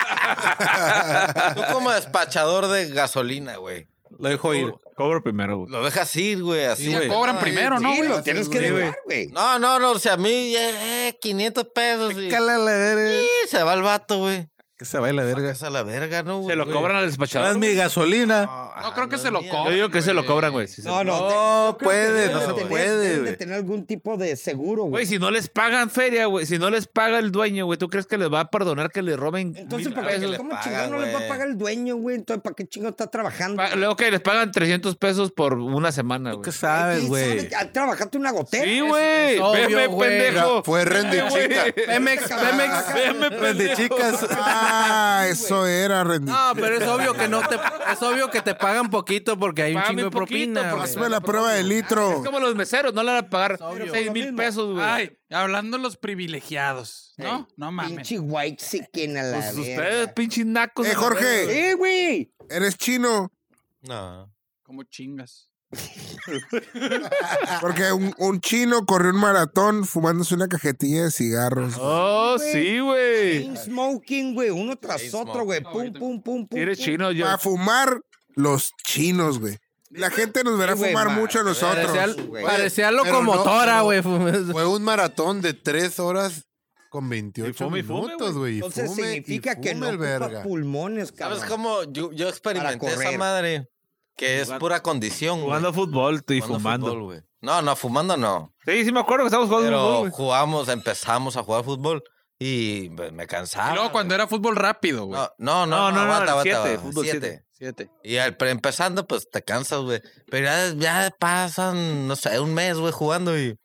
S6: Tú como despachador de gasolina, güey.
S9: Lo dejo ir.
S7: Cobro primero, güey.
S6: Lo dejas ir, güey, así,
S5: Ya
S6: güey.
S5: cobran
S1: Ay,
S5: primero, ¿no,
S3: Ah, Sí,
S5: güey?
S3: lo tienes que
S1: Sí, güey.
S3: dejar, güey.
S6: No, no, no. O sea, a mí, eh, eh, 500 pesos. Y,
S9: Cala la verga.
S6: Sí, se va el vato, güey.
S9: Que se vaya la verga.
S6: Regresa a la verga, ¿no,
S7: Se
S6: güey?
S7: lo cobran al
S9: No es
S7: despachador.
S9: mi gasolina.
S3: Ah,
S10: Ah,
S5: No creo que se lo
S7: Yo
S5: cobren.
S7: digo que se lo cobran, güey. Si se-
S3: No, no.
S9: No
S3: te- yo creo que
S9: puede,
S3: deben
S9: no
S3: de
S9: se
S3: tener-
S9: puede,
S3: deben de
S9: güey.
S3: tener algún tipo de seguro,
S7: Güey,
S3: güey.
S7: si no les pagan feria, güey. Si no les paga el dueño, güey. ¿Tú crees que les va a perdonar que le roben?
S3: Entonces,
S7: mil
S3: ¿por
S7: pesos?
S3: qué?
S6: le
S3: ¿Cómo
S6: pagan,
S3: chingado no les va a
S6: güey?
S3: pagar el dueño, güey? Entonces, ¿para qué chingado está trabajando?
S7: Pa- Ok, les pagan 300 pesos por una semana,
S9: ¿Tú
S7: güey.
S9: qué sabes,
S3: ¿Quién
S9: güey?
S3: sabe? Ah, Trabajaste una gotera.
S7: Sí, güey.
S10: es obvio,
S7: Veme,
S10: güey.
S7: pendejo.
S1: Fue rendichita.
S10: Pemex, Ah, Pemex.
S7: Veme,
S9: De
S7: pendejo.
S9: chicas.
S2: Ah, eso era, Randy.
S10: No, pero es obvio que no te, es obvio que te pagan poquito porque hay un
S7: Págame
S10: chingo de
S7: poquito,
S10: propina.
S7: porque-
S10: güey.
S2: Hazme la prueba de
S7: Es
S5: Ah,
S2: litro.
S7: como los meseros, no le van a pagar
S10: obvio.
S7: 6 mil pesos, güey.
S5: Ay, hablando de los privilegiados, ¿no? No mames.
S3: Pinche white chicken a la
S7: Pues ustedes,
S3: verga.
S7: pinches nacos.
S2: Eh, Jorge.
S3: Eh, güey.
S2: Eres chino.
S6: No.
S5: Como chingas.
S2: Porque un, un chino corrió un maratón fumándose una cajetilla de cigarros.
S10: Ah,
S7: Oh, sí, güey.
S3: Chain smoking, güey. Uno tras
S6: Chain
S3: otro, güey. Pum, pum, pum, pum.
S7: Si eres
S3: pum.
S7: chino, yo.
S2: A fumar los chinos, güey. La gente nos verá
S3: Sí, güey,
S2: fumar
S3: ma,
S2: mucho a nosotros.
S10: Parecía,
S3: güey.
S10: parecía
S1: Pero
S10: locomotora,
S1: no,
S10: güey.
S1: Fue un maratón de 3 horas con 28
S7: Y fume y fume,
S1: minutos, güey. y
S3: Entonces
S1: fume, y
S3: significa que
S1: fume
S3: no
S1: el
S3: ocupa
S1: verga.
S3: pulmones, cabrón.
S6: ¿Sabes cómo? Yo, yo experimenté
S3: Para correr.
S6: esa madre. Que es pura condición, güey.
S7: Jugando fútbol y
S6: Jugando
S7: fumando.
S6: fútbol, güey. No, no, fumando no.
S7: Sí, sí me acuerdo que estábamos jugando fútbol,
S6: Pero
S7: güey.
S6: jugamos, empezamos a jugar fútbol y pues, me me
S5: Y
S6: cansaba.
S5: luego cuando era fútbol rápido, güey.
S6: No,
S7: No,
S6: no, no, no,
S7: no, no,
S6: aguanta,
S7: el
S6: aguanta,
S7: siete,
S6: aguanta,
S7: fútbol
S6: siete.
S7: siete.
S5: Siete.
S6: Y al pre- empezando, pues te cansas, güey. Pero ya, ya pasan, no sé, un mes, güey, jugando y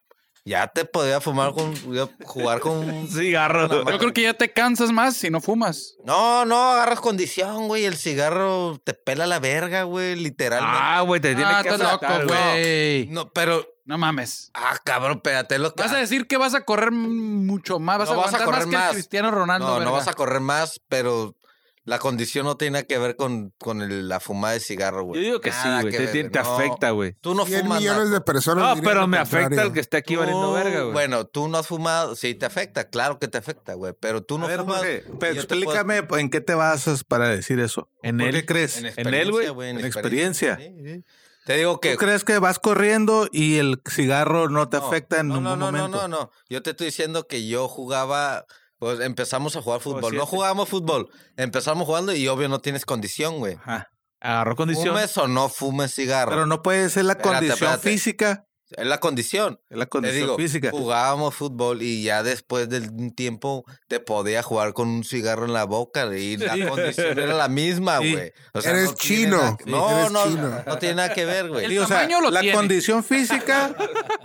S6: ya te podía fumar con, ya jugar con un
S7: Cigarro.
S6: No,
S5: Yo creo que ya te cansas más si no fumas.
S6: No, no, agarras condición, güey. El cigarro te pela la verga, güey, literalmente.
S7: Ah, güey, te tiene
S5: Ah,
S7: que
S5: estás loco,
S7: aplatar,
S5: güey.
S6: No, pero,
S5: No mames.
S6: ah, cabrón, espérate lo que. ah.
S5: Vas a decir que vas a correr mucho más, Ah, vas
S6: No
S5: a
S6: vas a
S5: aguantar
S6: correr
S5: más que el
S6: más.
S5: Cristiano Ronaldo,
S6: No,
S5: verga.
S6: no vas a correr más, pero la condición no tiene nada que ver con, con el- la fumada de cigarro, güey.
S7: Yo digo que sí,
S6: Nada
S7: güey.
S6: que
S7: Te,
S6: ver,
S7: te- te
S6: no.
S7: afecta, güey.
S6: Tú no
S2: 100
S6: fumas.
S2: millones de
S6: naco.
S2: personas.
S7: No,
S2: dirían
S7: pero
S2: lo
S7: me
S2: contrario.
S7: afecta el que está aquí valiendo
S6: Tú-
S7: verga, güey.
S6: Bueno, tú no has fumado. Sí, te afecta, claro que te afecta, güey. Pero tú no
S9: A ver,
S6: fumas.
S9: Jorge,
S6: y
S9: pero
S6: yo te puedo-
S9: explícame pues, en qué te basas para decir eso.
S7: En
S9: ¿Por
S7: él.
S9: qué crees?
S6: En,
S7: En él, güey.
S6: experiencia, güey.
S9: En experiencia.
S6: Sí, sí. Te digo que.
S9: ¿Tú crees que vas corriendo y el cigarro no te
S6: No,
S9: afecta en
S6: no,
S9: ningún
S6: no, no,
S9: momento?
S6: No, no, no. Yo te estoy diciendo que yo jugaba. Pues empezamos a jugar fútbol.
S7: siete.
S6: No jugábamos fútbol. Empezamos jugando y obvio no tienes condición, güey.
S9: Ajá.
S7: Agarró condición.
S6: Fumes o no fumes cigarro.
S9: Pero no puede ser la
S6: Espérate,
S9: condición
S6: espérate.
S9: física.
S6: Es la condición.
S9: Es la
S6: Te
S9: condición
S6: digo,
S9: física.
S6: jugábamos fútbol y ya después de un tiempo te podía jugar con un cigarro en la boca y la condición era la misma,
S9: Sí.
S6: güey. O tiene
S2: Eres chino.
S6: nada que-
S2: Sí,
S6: No,
S2: eres
S6: no,
S2: chino.
S6: no tiene nada que ver, güey.
S5: El
S9: Sí, o sea,
S5: tamaño lo
S9: la
S5: tiene.
S9: condición física,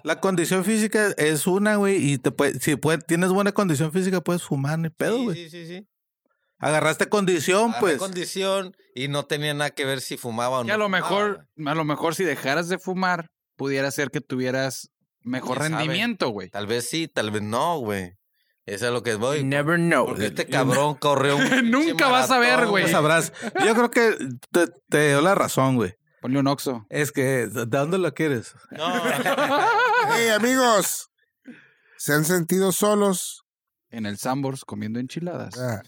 S9: la condición física es una, güey, y te puede- si puede- tienes buena condición física puedes fumar ni pedo,
S6: Sí,
S9: güey.
S6: sí, sí, sí.
S9: Agarraste condición,
S6: Agarré
S9: pues.
S6: condición y no tenía nada que ver si fumaba o no.
S5: Que a lo
S6: fumaba,
S5: mejor,
S6: güey.
S5: a lo mejor si dejaras de fumar, pudiera ser que tuvieras mejor
S6: ¿Quién sabe?
S5: rendimiento, güey.
S6: Tal vez sí, tal vez no, güey. Eso es lo que
S10: You
S6: voy.
S10: Never know.
S6: Porque este cabrón corrió un pinche
S5: Nunca vas a ver,
S6: maratón,
S5: güey.
S9: No sabrás. Yo creo que te, te dio la razón, güey.
S5: Ponle un oxo.
S9: Es que, ¿de dónde lo quieres?
S6: No,
S2: Hey, amigos, ¿se han sentido solos?
S5: en el Sambors comiendo enchiladas.
S2: Ah,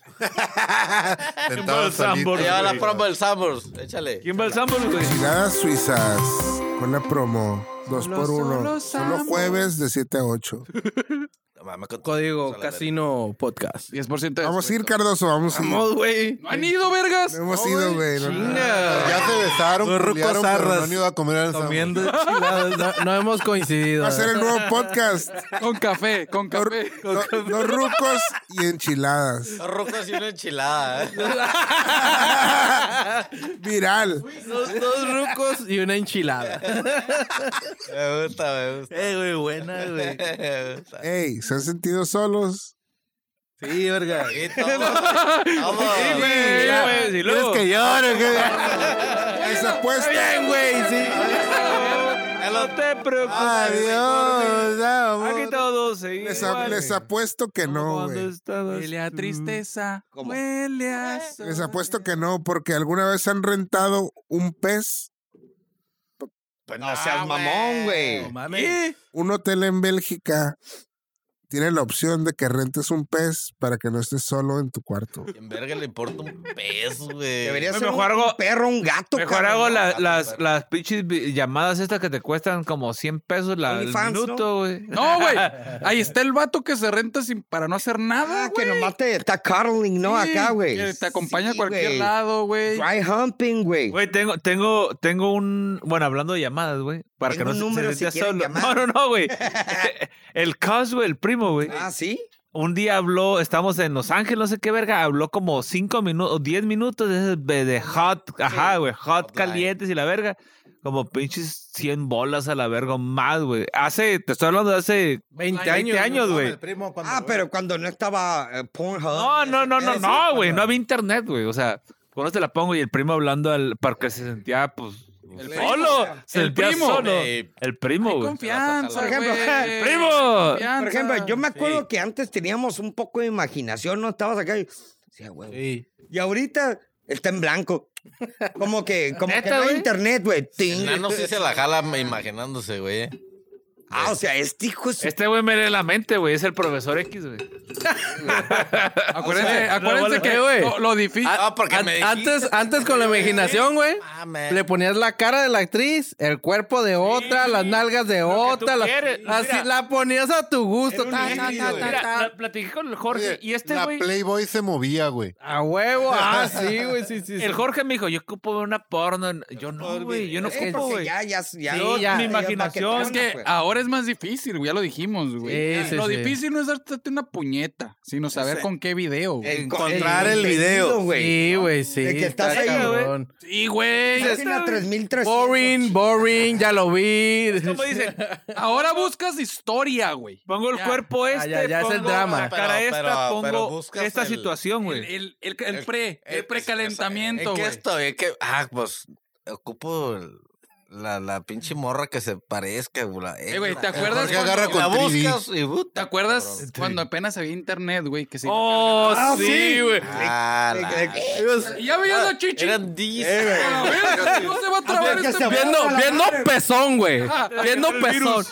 S1: Sentado
S10: Mal Sambor,
S6: Allá
S1: solito,
S6: va la
S1: güey.
S6: promo del Summers. Échale.
S10: ¿Quién va al Sambor, güey?
S2: enchiladas suizas con la promo. Dos
S10: Solo,
S2: por uno.
S10: solo
S2: Solo
S10: samos.
S2: jueves de 7 a 8.
S6: No mames, con-
S10: Ah, Código
S6: Vamos a la
S10: Casino Podcast.
S5: 10% de
S2: Vamos a ir,
S5: descuento.
S2: Cardoso. Vamos a ir.
S10: Vamos, güey.
S5: ¡No han ido, vergas!
S2: No hemos ido, güey. no, no.
S10: Chinga.
S1: Ya se besaron,
S9: Los rucos
S1: culiaron, pero no
S9: zarras.
S1: han ido a comer al
S9: Comiendo
S1: Sambor.
S9: enchiladas.
S10: No, no hemos coincidido.
S2: Va a ser el nuevo podcast.
S5: Con café, con café.
S2: Los, los rucos y enchiladas.
S6: Dos rocas y una enchilada. ¿eh?
S2: Viral.
S10: Dos, dos rucos y una enchilada.
S6: Me gusta, me gusta.
S9: Eh, güey, buena, güey.
S6: Me gusta.
S2: Ey, ¿se han sentido solos?
S9: Sí, verga.
S6: Sí, toma. Toma.
S10: Sí, güey, güey, y
S9: ¿Quieres
S10: luego-
S9: que llore?
S2: Esa apuesta.
S9: güey, sí.
S10: No te preocupes.
S9: Adiós. amor.
S10: Aquí todos seguimos.
S2: Les, a- les apuesto que no, güey.
S5: Huele a tristeza,
S3: ¿Cómo?
S5: huele a
S2: Les apuesto que no, porque alguna vez han rentado un pez,
S3: Pues no seas mamón, güey.
S9: No mames.
S2: un hotel en Bélgica. Tiene la opción de que rentes un pez para que no estés solo en tu cuarto.
S6: En verga le importa un peso, güey.
S3: Debería
S6: Deberías.
S3: ser un,
S7: mejor hago-
S3: un perro, un gato.
S7: Mejor
S3: cabrón.
S7: hago la-
S6: gato,
S7: las,
S6: perro.
S7: las pinches vi- llamadas estas que te cuestan como 100 pesos la, el
S3: OnlyFans, ¿no?
S7: minuto, güey.
S5: No, güey. Ahí está el vato que se renta sin, para no hacer nada,
S3: Ah, que
S5: güey.
S3: nomás te está carling, ¿no?
S5: Sí,
S3: Acá, güey.
S5: que Te acompaña a
S3: Sí,
S5: cualquier
S3: güey.
S5: lado, güey.
S3: Dry humping, güey.
S7: Güey, tengo, tengo, tengo un. Bueno, hablando de llamadas, güey. Para
S3: Tengo
S7: que
S3: un
S7: no
S3: número si
S7: se, se sienta
S3: quieren
S7: solo.
S3: llamar.
S7: No, no, no, güey. Eh, el Coswell, el primo, güey.
S3: Ah, ¿sí?
S7: Un día habló, estamos en Los Ángeles, no sé qué verga, habló como 5 minutos, 10 minutos de, de, de hot, ajá, güey, hot
S6: Hotline.
S7: calientes y la verga. Como pinches 100 bolas a la verga o más, güey. Hace, te estoy hablando de hace 20 años, güey.
S3: Ah, pero cuando no estaba eh, Pornhub.
S7: No, no, no, no,
S3: Eso,
S7: no, güey.
S3: cuando-
S7: No había internet, güey. O sea, cuando te la pongo y el primo hablando al, porque se sentía, pues, solo. Se
S5: El
S7: sentía
S5: primo.
S7: solo.
S10: Eh,
S6: Ey.
S7: El primo, güey.
S5: Confianza,
S6: Por
S3: ejemplo,
S5: güey.
S7: primo.
S5: Confianza.
S3: Por ejemplo, yo me acuerdo
S6: Sí.
S3: que antes teníamos un poco de imaginación, ¿no? Estabas acá y... Sí, güey.
S9: Sí.
S3: Y ahorita está en blanco. Como que, como que
S7: ¿Neta,
S3: no hay
S7: güey?
S3: internet, güey.
S6: El
S3: Ting.
S6: nano sí se la jala imaginándose, güey.
S3: Ah, o sea, este hijo es...
S7: Este güey me lee la mente, güey. Es el profesor X, güey.
S5: Acuérdense,
S10: no,
S5: acuérdense
S10: no,
S5: que
S10: güey.
S5: lo, lo difícil.
S6: Ah, porque
S10: An-
S6: me dijiste,
S10: antes, antes con la imaginación, güey.
S6: mames.
S10: Le ponías la cara de la actriz, el cuerpo de otra, las nalgas de otra.
S7: tú
S10: la-
S7: quieres.
S10: así
S7: Mira.
S10: la ponías a tu gusto. ta, ta, ta, ta,
S7: Mira,
S10: ta.
S7: la- platiqué con el Jorge
S1: Oye,
S7: y este
S1: La
S7: güey.
S1: Playboy se movía, güey.
S10: A huevo. Ah, sí, güey. Sí, sí, sí.
S7: El Jorge me dijo, yo ocupo ver una porno. en- Yo no, güey. Yo no
S3: es que
S7: ocupo,
S3: eh, porque
S7: güey.
S3: ya, ya, ya,
S10: Sí, ya. Mi
S7: imaginación
S5: Es que
S3: pues.
S5: ahora es más difícil, güey. Ya lo dijimos, güey.
S10: Sí, sí,
S5: lo
S10: sí.
S5: difícil no es darte una puñeta, sino saber con qué video, güey.
S3: encontrar el, video, Eh, güey.
S10: Sí, güey, sí.
S3: De que
S10: está
S3: estás ahí, güey.
S10: cabrón.
S5: Sí, güey.
S3: Página 3300.
S10: Boring, boring, ya lo vi.
S7: ¿Cómo dicen?
S5: Ahora buscas historia, güey.
S7: Pongo el
S5: Ya.
S7: cuerpo este,
S10: ya, ya es
S7: pongo
S10: el drama.
S7: la cara
S6: Pero-
S7: esta,
S6: pero-
S7: pongo
S6: pero buscas
S7: esta
S6: el-
S7: situación,
S5: El,
S7: güey.
S5: el, el, el pre, el precalentamiento,
S6: Es que
S5: güey.
S6: estoy, es que, ah, pues, ocupo el- la, la pinche morra que se parezca, güey. la-
S5: Eh, güey, ¿te
S6: la-
S5: acuerdas
S1: Jorge
S5: cuando-
S1: agarra
S6: La
S1: con 3D.
S6: buscas y puta,
S5: ¿Te acuerdas
S6: cabrón.
S5: cuando apenas había internet, güey? Que se...
S7: Oh,
S10: Ah, sí.
S7: sí, güey.
S6: Ah, la-
S5: Y ya veías la chichi.
S6: Eran DJs.
S5: A ver, ¿Cómo se va a trabar
S3: Ya
S5: este
S3: se-
S10: Eh, Viendo, viendo pezón, güey. Viendo pezón.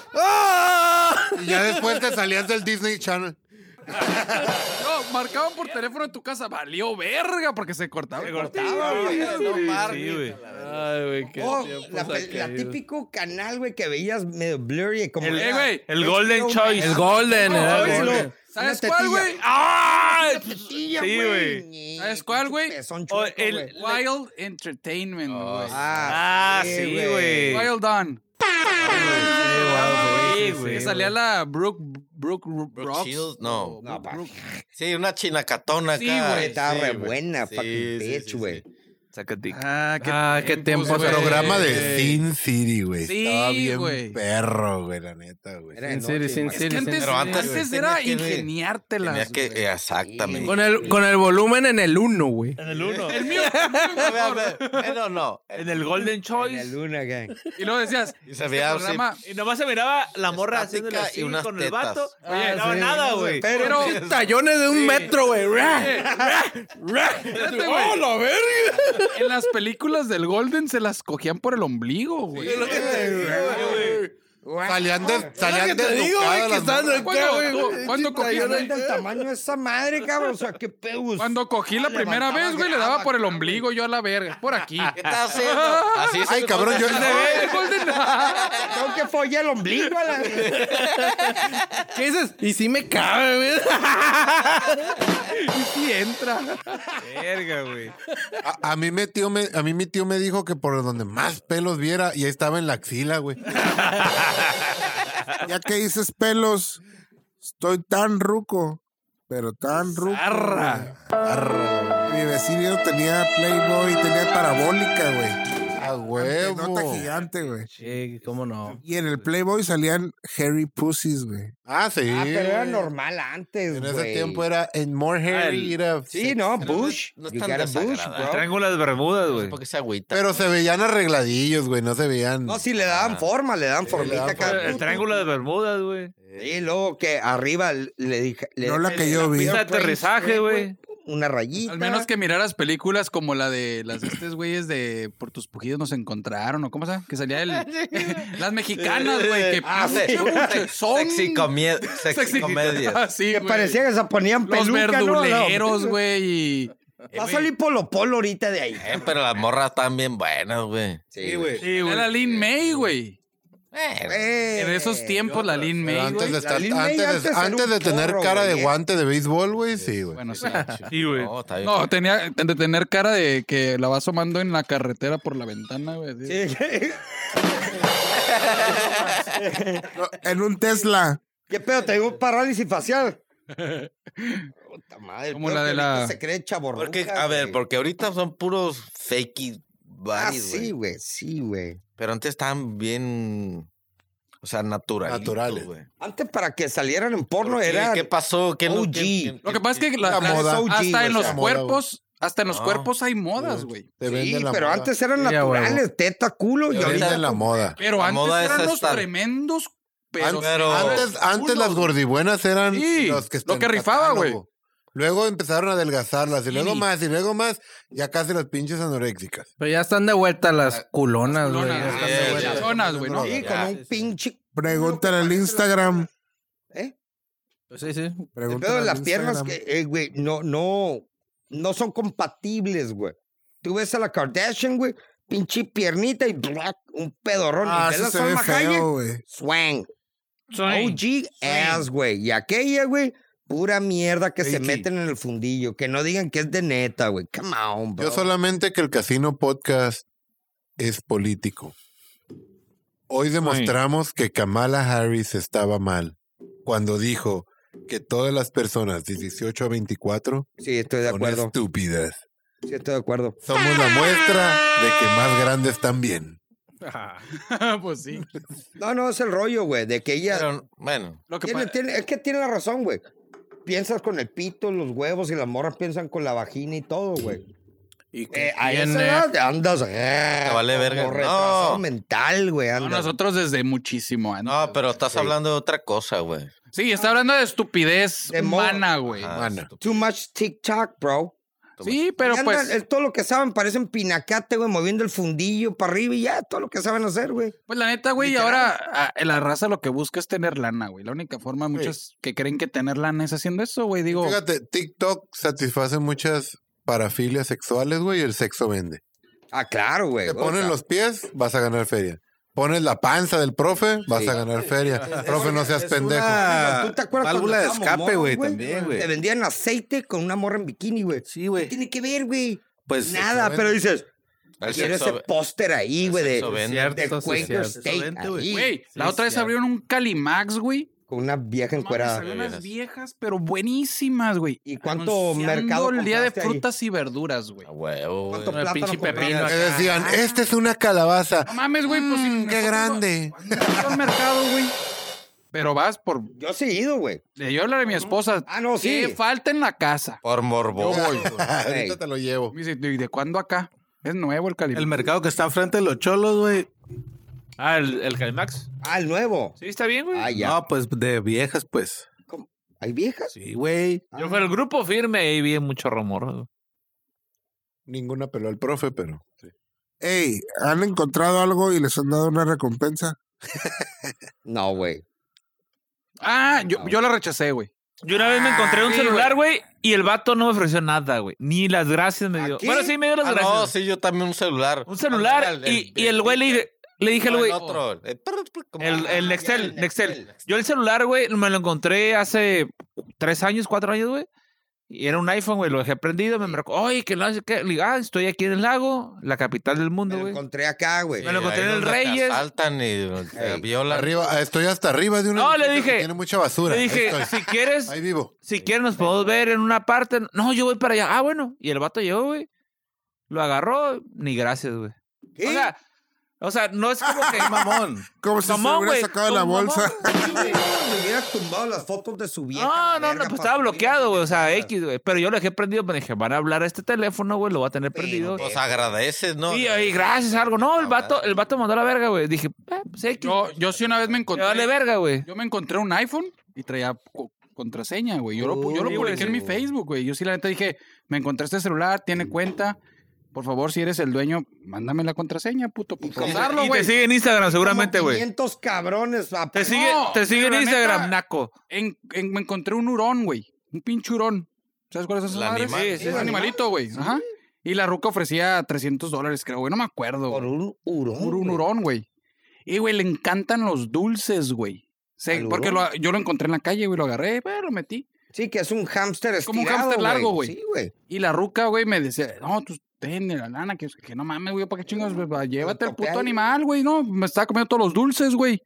S1: Y ya después te salías del Disney Channel.
S5: No, marcaban por teléfono en tu casa. Valió verga porque se cortaba. Se
S6: No
S7: Sí, güey.
S6: mames.
S10: Ay, güey, qué
S3: Oh,
S10: tiempos
S3: la, pel- la
S10: aquellos.
S3: típico canal, güey, que veías medio blurry. Como
S5: El-
S3: era
S5: eh, güey,
S7: El Golden
S3: HBO
S7: Choice.
S10: El Golden,
S5: No,
S10: era el
S5: güey,
S10: Golden.
S5: lo- ¿Sabes
S3: Una
S5: cuál,
S3: tetilla.
S5: güey?
S7: ¡Ah!
S3: Una tetilla,
S7: Sí,
S3: güey.
S7: güey.
S3: Ni-
S5: ¿Sabes cuál, güey?
S3: pezón
S7: O
S3: chueco,
S7: el-
S3: güey.
S5: Wild Entertainment,
S10: Oh,
S5: güey.
S7: Ah, sí, güey.
S5: Wild On.
S7: Sí,
S5: Que
S7: güey.
S5: salía la Brooke... Brooke... Brooks.
S6: Shields, no.
S5: O
S3: No, pa-
S5: Brooke-
S6: Sí, una chinacatona
S5: Sí,
S6: acá.
S5: güey,
S3: estaba re buena,
S6: Sí,
S3: fucking
S6: sí,
S3: bitch,
S6: sí, sí.
S3: güey.
S7: Sácate.
S10: Ah, qué,
S7: Ah,
S3: Pues,
S7: qué
S10: tiempos,
S5: tiempos,
S10: güey.
S1: Programa de
S5: güey.
S1: Sin City, güey.
S5: Sí,
S1: Estaba bien
S5: güey.
S1: perro, güey, la neta, güey.
S3: Era de
S10: Sin
S3: noche,
S10: City, sin
S3: imagínate.
S5: Es que
S10: City, sin
S5: antes,
S6: Pero antes,
S5: antes
S6: güey,
S5: era
S6: tenías que- Tenías
S5: ingeniártelas.
S6: que,
S5: güey.
S6: exactamente.
S10: Con el, con el volumen en el 1, güey.
S7: el uno.
S5: El mío.
S6: A ver, a ver,
S10: Eh,
S6: Pero no.
S7: En el Golden
S3: La
S7: Choice.
S3: luna, gang.
S5: Y luego decías,
S6: Y se veía así.
S5: programa...
S7: "Este Y nomás se miraba la morra
S6: Estática
S7: haciéndole así
S6: y unas
S7: con el
S6: tetas.
S7: vato. Oye,
S10: Ah,
S7: no,
S10: sí.
S7: nada, güey.
S5: Pero...
S10: Tallones de un metro, güey. Ra, ra,
S1: Este
S5: Espérate,
S10: ra.
S5: güey.
S10: ¡Oh, la verga!
S5: En las películas del Golden se las cogían por el ombligo, güey.
S7: Sí, güey.
S1: Salían de, salían
S9: te digo, güey,
S1: desnucadas
S9: que
S1: las
S9: están
S1: morras.
S5: ¿Cuándo,
S9: güey,
S5: cuándo
S9: sí,
S5: cogí,
S9: traía-
S3: del tamaño de esa madre, cabrón. O sea, qué pedo.
S5: cuando cogí la primera
S3: Levantaba
S5: vez, güey, le
S3: grava,
S5: daba por el ombligo yo a la verga. Por aquí.
S6: ¿Qué estás haciendo? Así es.
S1: Ay,
S6: el-
S1: cabrón, yo...
S3: Tengo que follar el ombligo a la.
S9: ¿Qué dices? Y sí me cabe, güey.
S7: Verga, güey.
S1: A, a mí me tío me, a mí mi tío me dijo que por donde más pelos viera, y ahí estaba en la axila, güey.
S2: Ya que dices pelos, estoy tan ruco, pero tan ruco.
S9: Arra.
S2: güey. Mi vecino tenía Playboy, tenía parabólica, güey.
S1: A
S2: Nota
S1: huevo.
S2: gigante, güey.
S9: Sí, cómo no.
S2: Y en el Playboy salían hairy pussies, güey.
S1: Ah, sí.
S3: Ah, pero era
S1: güey.
S3: normal antes,
S1: En
S3: güey.
S1: ese tiempo era en More Harry. Era,
S3: Sí, no, Bush.
S6: No es
S3: You
S6: tan
S3: got a Bush,
S6: desagradable.
S3: bro.
S7: Tengo las bermudas, Pues güey.
S6: Porque se agüita.
S1: Pero se veían arregladillos, güey. No se veían. Ah.
S3: No, sí, le daban forma, le daban formita
S1: daban
S3: acá.
S7: El triángulo de Bermudas, güey.
S3: Y luego que arriba le dije. le-
S2: No la que yo vi.
S7: Pista de
S3: Frank
S7: aterrizaje,
S3: Frank,
S7: güey.
S3: Una rayita.
S5: Al menos que miraras películas como la de las de estos güeyes de Por tus pujidos nos encontraron, o cómo se llama, que salía el. las mexicanas, güey, que
S6: Ah, sí.
S5: pinche- son-
S6: Sexy, comie- sexy
S5: sexy-
S6: comedias.
S5: Ah, sí,
S3: Que
S5: güey.
S3: parecía que se ponían
S5: Los
S3: peluca, ¿no?
S5: verduleros, güey. y-
S3: Va a salir Polo Polo ahorita de ahí.
S6: Eh, pero las morras están bien buenas, güey.
S3: Sí, güey.
S5: Era Lin May, güey.
S6: Eh,
S3: Eh,
S5: En esos tiempos, la Lin
S1: Pero
S5: May,
S1: antes
S5: güey.
S1: de, estar-
S3: Lin May
S1: antes de-
S3: antes era
S1: antes
S3: un
S1: de tener
S3: porro,
S1: cara de
S3: güey, ¿eh?
S1: guante de béisbol, güey, sí, güey.
S5: Bueno, Ah, sí.
S7: Sí, güey.
S6: No, está bien.
S5: No, tenía, te- te- tener cara de que la vas asomando en la carretera por la ventana, güey. así.
S3: Sí, ¿Qué
S2: No, en un Tesla.
S3: qué pedo? Te digo parálisis facial. Puta madre.
S5: Como
S3: pedo
S5: la
S3: que
S5: de la-
S3: ahorita Se cree chaborruca.
S6: Porque, a ver, porque ahorita son puros fakey
S3: Ah,
S6: bodies, güey.
S3: sí, güey. Sí, güey.
S6: Pero antes estaban bien. O sea, naturales.
S1: Naturales.
S6: güey.
S3: Antes para que salieran en porno
S6: ¿Qué-
S3: era.
S6: ¿Qué pasó? ¿Qué
S3: OG.
S5: Lo que pasa es que la-
S1: La
S5: la-
S1: moda.
S3: OG,
S5: hasta
S3: güey,
S5: en los
S1: la moda,
S5: cuerpos, hasta en los
S6: No.
S5: cuerpos hay modas, güey.
S1: Te
S3: Sí,
S1: venden la
S3: pero
S1: moda.
S3: antes eran
S9: Sí, a huevo.
S3: naturales, teta, culo.
S1: Te
S3: Y
S1: venden
S3: ahorita
S1: la moda.
S5: Pero
S6: La
S5: antes
S6: moda es
S5: eran los
S6: estar-
S5: tremendos,
S1: An-
S5: pero,
S6: pero-
S1: antes, antes las gordibuenas eran
S5: Sí,
S1: los que
S5: lo
S1: están
S5: que
S1: en
S5: rifaba,
S1: catálogo.
S5: güey.
S1: Luego empezaron a adelgazarlas y luego
S5: Sí.
S1: más y luego más y acá se las pinches anoréxicas.
S9: Pero ya están de vuelta las culonas, güey.
S5: Culonas,
S6: güey.
S3: eh,
S5: las
S6: Sí,
S5: chichonas, güey, ¿no?
S3: Sí,
S6: Ya,
S3: con un pinche.
S2: Pregúntale al Instagram.
S3: ¿Eh?
S9: Sí, sí.
S3: El
S2: Pregúntale
S3: pedo de
S2: al
S3: las piernas
S2: Instagram.
S3: que, eh, güey, no, no, no son compatibles, güey. Tú ves a la Kardashian, güey, pinche piernita y black, un pedorrón. y
S2: Ah,
S3: ves
S2: eso
S3: la
S2: se ve
S3: Salma Hayek,
S2: feo, güey.
S3: swang. OG ass, güey. Y aquella, güey, pura mierda que se
S1: Fakey.
S3: meten en el fundillo. Que no digan que es de neta, güey. Come on, bro.
S1: Yo solamente que el Casino Podcast es político. Hoy demostramos que Kamala Harris estaba mal cuando dijo que todas las personas de 18 a 24
S3: Sí, estoy de
S1: son
S3: acuerdo.
S1: estúpidas.
S3: Sí, estoy de acuerdo.
S1: Somos la muestra de que más grandes también.
S5: pues sí.
S3: No, no, es el rollo, güey, de que ella...
S6: Pero, bueno.
S5: Lo que
S3: Tiene-
S5: pa-
S3: tiene- es que tiene la razón, güey. Piensas con el pito, los huevos y las morras piensan con la vagina y todo, güey.
S9: Y que
S3: Eh, a
S9: tiene-
S3: esa edad andas. eh,
S6: Te vale
S3: como
S6: verga. No.
S3: retrasado mental, güey.
S5: No,
S3: Andas.
S5: nosotros desde muchísimo antes.
S6: No, pero estás hablando de otra cosa, güey.
S5: Sí, está hablando de estupidez
S3: De moda.
S5: humana, güey.
S6: Ah,
S1: Humana.
S6: estúpido.
S3: Too much TikTok, bro.
S5: Sí, pero
S3: Y andan- eh,
S5: pues,
S3: es todo lo que saben parecen pinacate, güey, moviendo el fundillo para arriba y ya, todo lo que saben hacer, güey.
S5: pues la neta, güey, ahora a- la raza lo que busca es tener lana, güey. La única forma, muchos que creen que tener lana es haciendo eso, güey. Digo,
S1: Fíjate, TikTok satisface muchas parafilias sexuales, güey, y el sexo vende.
S3: Ah, claro, güey.
S1: Te
S3: o sea,
S1: pones los pies, vas a ganar feria. Pones la panza del profe, vas a ganar feria. Profe, no seas
S9: es
S1: pendejo.
S9: una
S3: ¿Tú te acuerdas
S9: válvula de
S3: cuando estábamos
S9: escape, güey,
S3: morros,
S9: también,
S3: Te
S9: güey.
S3: vendían aceite con una morra en bikini, güey.
S9: Sí, güey.
S3: Tiene que ver, güey.
S9: Pues
S3: Nada, pero dices,
S6: El
S3: quiero
S6: sexo-
S3: ese póster ahí, güey, de, este,
S6: sexo vende.
S3: de
S9: Cierto, sí,
S3: Quaker
S9: cierto.
S3: State.
S9: Vente, güey.
S3: ahí,
S5: güey, la otra vez abrieron un Calimax, güey.
S3: Con una vieja
S5: No mames,
S3: encuerada.
S5: había unas viejas, pero buenísimas, güey.
S3: ¿Y cuánto
S5: Anunciando
S3: mercado
S5: el día de
S3: compraste ahí?
S5: frutas y verduras, güey.
S6: A huevo, güey.
S3: ¿Cuánto plátano
S10: pinche
S3: compraste?
S10: pepino
S1: Que decían, esta es una calabaza.
S5: No mames, güey, pues
S1: Mm, qué grande.
S5: al mercado, güey. Pero vas por
S3: Yo sí he ido, güey.
S5: le yo hablar de mi esposa.
S3: Ah, no, sí.
S5: "¿Qué falta en la casa.
S6: Por morbo.
S1: Ahorita te lo llevo.
S5: Me dice, "¿Y de cuándo acá? Es nuevo el
S9: el
S5: Calimax.
S9: mercado que está enfrente de los cholos, güey.
S7: Ah, el, el Calimax.
S3: Ah, el nuevo.
S7: Sí, está bien, güey.
S3: Ah, ya.
S9: No, pues de viejas, pues.
S3: ¿Hay viejas? Ah.
S9: Sí, güey.
S7: Yo fui al grupo firme y vi mucho rumor. güey.
S1: Ninguna peló al profe, pero.
S2: Ey, ¿han encontrado algo y les han dado una recompensa?
S3: No, güey.
S5: Ah, yo, yo la rechacé, güey.
S7: Yo una vez me
S6: Ah,
S7: encontré un
S5: sí,
S7: celular, güey, y el vato no me ofreció nada, güey. Ni las gracias me dio.
S3: ¿Aquí?
S7: Bueno, sí me dio las
S6: Ah,
S7: gracias.
S6: no, sí, yo también un celular.
S7: Un celular y, y el güey le dije, le dije al
S6: No,
S7: güey,
S6: el otro, el- ¿cómo?
S7: el, el Nextel,
S6: el
S7: Nextel.
S6: Nextel.
S7: Yo el celular, güey, me lo encontré hace tres años, cuatro años, güey. Y era un iPhone, güey, lo dejé prendido, me marcó, oye, que no sé qué. Le digo, ah, estoy aquí en el lago, la capital del mundo,
S3: Me lo
S7: güey.
S3: encontré acá, güey.
S7: Me lo
S6: Sí,
S7: encontré
S6: ahí
S7: en el
S6: donde te
S7: Reyes.
S6: asaltan y te
S3: Ey.
S6: violan.
S1: Arriba, ah, estoy hasta arriba de una.
S7: No, le
S1: edificio que
S7: dije-
S1: Tiene mucha basura.
S7: Le
S1: Ahí
S7: dije,
S1: estoy.
S7: si quieres,
S1: Ahí vivo.
S7: si quieres nos podemos ver en una parte. No, yo voy para allá. Ah, bueno. Y el vato llegó, güey. Lo agarró, ni gracias, güey.
S3: ¿Qué?
S7: O sea, o sea, no es como que...
S12: Mamón.
S2: Como si
S7: Mamón,
S2: se hubiera
S7: güey,
S2: sacado de la
S7: como mamón.
S2: bolsa.
S3: Me hubieras tumbado las fotos de su vieja.
S7: No,
S3: la
S7: no, no,
S3: verga,
S7: pues
S3: pa'
S7: estaba
S3: subir.
S7: bloqueado, güey. O sea, X, güey. Pero yo lo dejé prendido, me dije, van a hablar a este teléfono, güey, lo voy a tener
S3: Pero,
S7: prendido.
S6: Pues agradeces, ¿no?
S7: Y ahí, gracias, algo. No, el vato, el vato mandó a la verga, güey. Dije, eh, pues X.
S5: Yo, yo sí una vez me
S7: me
S5: encontré.
S7: vale verga, güey.
S5: Yo me encontré un iPhone y traía co- contraseña, güey. Yo, lo, pu- yo
S3: Uy,
S5: lo
S3: sí.
S5: publiqué en mi Facebook, güey. Yo sí, la neta dije, me encontré este celular, tiene cuenta. Por favor, si eres el dueño, mándame la contraseña, puto, por
S3: como-
S5: usarlo,
S7: y
S5: güey.
S7: te sigue en Instagram, seguramente,
S3: Como
S7: güey.
S3: 500 cabrones. ah, a-
S7: Te sigue,
S5: No,
S7: te sigue en
S5: pero la
S7: Instagram,
S5: neta-
S7: naco.
S5: En- en- me encontré un hurón, güey. Un pinche hurón. ¿Sabes cuál es esa
S6: El
S5: madre?
S6: animal.
S5: Sí,
S6: Sí,
S5: sí, es
S3: el
S5: un animalito, güey. Ajá. Y la ruca ofrecía 300 dólares, creo, güey. No me acuerdo.
S3: Por
S5: güey.
S3: un hurón.
S5: Por un
S3: güey.
S5: hurón, güey. Y, güey, le encantan los dulces, güey. Sí,
S3: ¿Al
S5: porque
S3: hurón?
S5: lo- yo lo encontré en la calle, güey, lo agarré, pero lo metí.
S3: Sí, que es un hámster
S5: Es como
S3: estirado.
S5: un hámster largo, güey.
S3: Sí, güey.
S5: Y la ruca, güey, me decía, no, tú ten de la lana, que, que no mames, güey, ¿para qué chingas? güey? Va, Llévate el
S3: topé
S5: puto
S3: ahí.
S5: animal, güey, no, me estaba comiendo todos los dulces, güey.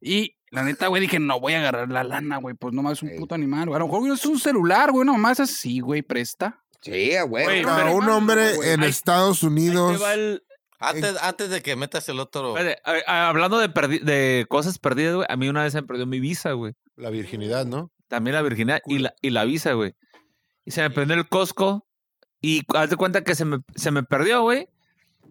S5: Y la neta, güey, dije, no voy a agarrar la lana, güey, pues no mames, un
S3: Ey.
S5: puto animal, güey. A lo mejor güey, es un celular, güey, nomás así, güey, presta.
S3: Sí, a huevo.
S7: Güey,
S2: Para
S7: pero-
S2: un hombre
S7: güey,
S2: en
S7: ahí-
S2: Estados
S7: Ahí
S2: Unidos.
S7: te va el-
S6: Antes,
S10: Eh,
S6: antes de que metas el otro.
S7: Espérate, a- a- hablando de, perdi- de cosas perdidas, güey, a mí una vez se me perdió mi visa, güey.
S1: La virginidad, ¿no?
S7: También la virginidad y la, y la visa, güey. Y se me perdió el Costco. Y cu- haz de cuenta que se me, se me perdió, güey.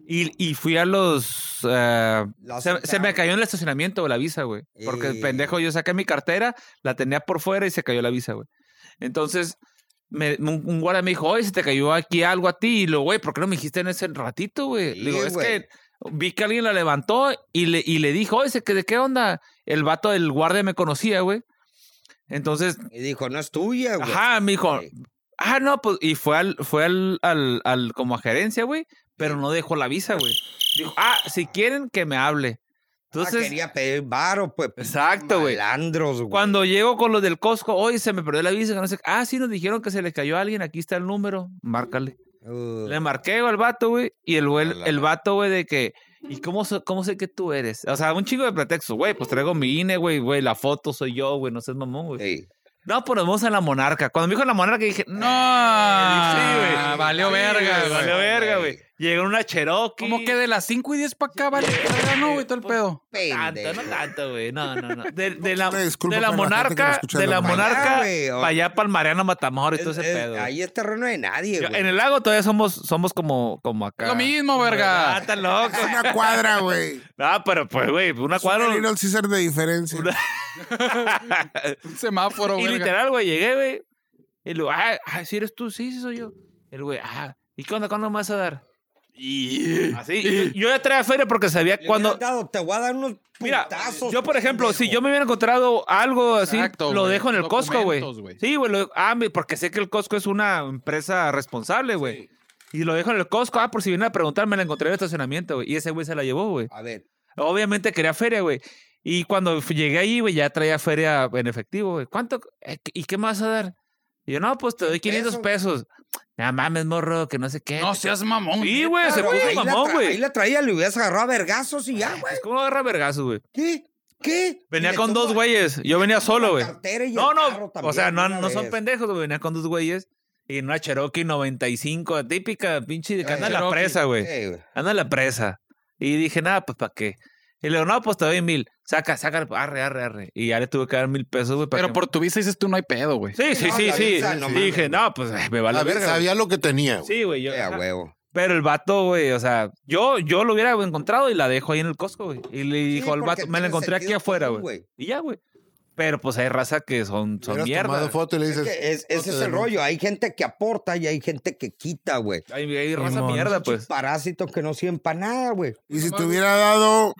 S7: Y, y fui a los... eh,
S3: La
S7: se, se me
S3: sacaron.
S7: cayó en el estacionamiento la visa, güey. Porque el
S3: Eh.
S7: pendejo, yo saqué mi cartera, la tenía por fuera y se cayó la visa, güey. Entonces, me- un, un guardia me dijo, oye, se te cayó aquí algo a ti. Y lo, güey, ¿por qué no me dijiste en ese ratito, güey?
S3: Sí,
S7: Le digo, es
S3: güey.
S7: que vi que alguien la levantó y le, y le dijo, oye, ¿se- ¿de qué onda? El vato del guardia me conocía, güey. Entonces,
S3: Y dijo, no es tuya, güey.
S7: Ajá, me dijo,
S3: Sí.
S7: ah, no, pues, y fue al, fue al, al, al- como a gerencia, güey, pero no dejó la visa, güey. Dijo, ah, si quieren que me hable.
S3: Ah,
S7: Entonces,
S3: quería pedir varo, pues.
S7: exacto, güey.
S3: Malandros, güey.
S7: Cuando llego con los del Costco, hoy se me perdió la visa, que no sé, qué". ah, sí, nos dijeron que se le cayó a alguien, aquí está el número, márcale.
S3: Uh,
S7: Le marqué güey, al vato, güey, y el, güey-
S6: A la
S7: el
S6: madre.
S7: vato, güey, de que, ¿y cómo, so- cómo sé que tú eres? O sea, un chingo de pretextos, güey, pues traigo mi INE, güey, güey, la foto soy yo, güey, no seas mamón, güey.
S3: sí.
S7: No, pues nos vamos a la monarca. Cuando me dijo la monarca, dije, no.
S5: Ah,
S7: güey.
S5: valió
S7: Sí,
S5: verga,
S7: güey,
S5: güey.
S7: Valió verga, güey. Llegó una Cherokee.
S5: Como que de las 5 y 10 para acá, vale, verga, no, güey, todo el pedo.
S7: Tanto, no
S3: Pendejo.
S7: tanto, güey. No, no, no. De, de la,
S2: Una disculpa
S7: de la
S2: para la gente que nos
S7: monarca,
S2: escucha
S7: de
S2: en
S7: la
S2: la mañana.
S7: monarca,
S3: Ah, güey, o-
S7: para allá, para el Mariano Matamor y todo ese
S3: Es- es-
S7: pedo. güey.
S3: Ahí es terreno de nadie,
S7: Yo-
S3: güey.
S7: en el lago todavía somos, somos como, como acá.
S5: Lo mismo,
S7: Ah,
S5: verga.
S7: está loco.
S2: Es una cuadra, güey.
S7: Ah, pero pues, güey, una cuadra.
S2: Un Little Caesar de diferencia.
S5: Un semáforo,
S7: Y
S5: verga.
S7: literal, güey, llegué, güey. Y luego, ah, ah, si eres tú, sí, sí soy yo. El güey, ah, ¿y qué onda? ¿Cuándo me vas a dar? Y así. y Yo ya traía feria porque sabía
S3: Le
S7: cuando.
S3: hubieras dado, te voy a dar unos
S7: Mira,
S3: putazos.
S7: yo por ejemplo, si
S3: pendejo.
S7: yo me hubiera encontrado algo así,
S5: Exacto,
S7: lo
S5: güey.
S7: dejo en el Costco, güey.
S5: Documentos, güey.
S7: Sí, güey, lo- ah, me- porque sé que el Costco es una empresa responsable, güey. Y lo dejo en el Costco, ah, por si viene a preguntar, me la encontré en el estacionamiento, güey. Y ese güey se la llevó, güey.
S3: A ver,
S7: Obviamente quería feria, güey. Y cuando f- llegué ahí, güey, ya traía feria en efectivo, güey. ¿Cuánto? Eh, ¿qué- ¿Y qué me vas a dar? Y yo, no, pues te doy 500 pesos. No mames, morro, que no sé qué.
S5: No seas mamón.
S7: sí, güey, se
S3: Claro,
S7: puso
S3: ahí la
S7: mamón,
S3: tra- Ahí
S7: güey.
S3: la traía, le hubieras agarrado a vergazos y ya, güey.
S7: Pues, ¿Cómo agarra vergazos, güey?
S3: ¿Qué? ¿Qué?
S7: Venía
S3: Le
S7: con
S3: tomo
S7: dos güeyes. Yo venía solo,
S3: la
S7: güey.
S3: cartera y el
S7: No,
S3: carro
S7: no.
S3: también
S7: O sea, no,
S3: de una
S7: no son
S3: vez.
S7: pendejos, güey. Venía con dos güeyes. Y en una Cherokee 95, típica, pinche, que
S3: Eh,
S7: anda en la
S5: Cherokee.
S7: presa, güey.
S3: Sí, eh, güey.
S7: anda en la presa. Y dije, nada, pues ¿para qué? Y le digo, no, pues te doy mil. Saca, saca, arre, arre, arre. Y ya le tuve que dar mil pesos, güey. para
S5: Pero
S7: que-
S5: por tu visa dices tú no hay pedo, güey.
S7: Sí, sí,
S3: No,
S7: sí,
S3: la
S7: sí.
S3: visa, no
S7: Y
S3: mames.
S7: dije, no, pues eh, me vale
S1: Sabía,
S7: verga. güey".
S1: sabía lo que tenía. güey.
S7: Sí, güey. yo-
S3: Eh, a
S7: ajá.
S3: huevo.
S7: Pero el vato, güey, o sea, yo, yo lo hubiera encontrado y la dejo ahí en el Costco, güey. Y le
S3: Sí,
S7: dijo al
S3: porque
S7: vato, me la
S3: tiene
S7: encontré aquí
S3: sentido
S7: afuera,
S3: común,
S7: güey. Y ya, güey. Pero pues hay raza que son, son
S1: Hubieras tomado
S7: mierda.
S1: foto y le dices.
S3: Que es- ese
S1: "No te
S3: es el
S1: denuncio".
S3: rollo. Hay gente que aporta y hay gente que quita, güey.
S7: Hay, hay raza
S12: Simón.
S7: mierda, pues.
S3: Parásitos que no sirven para nada, güey.
S2: Y si te hubiera dado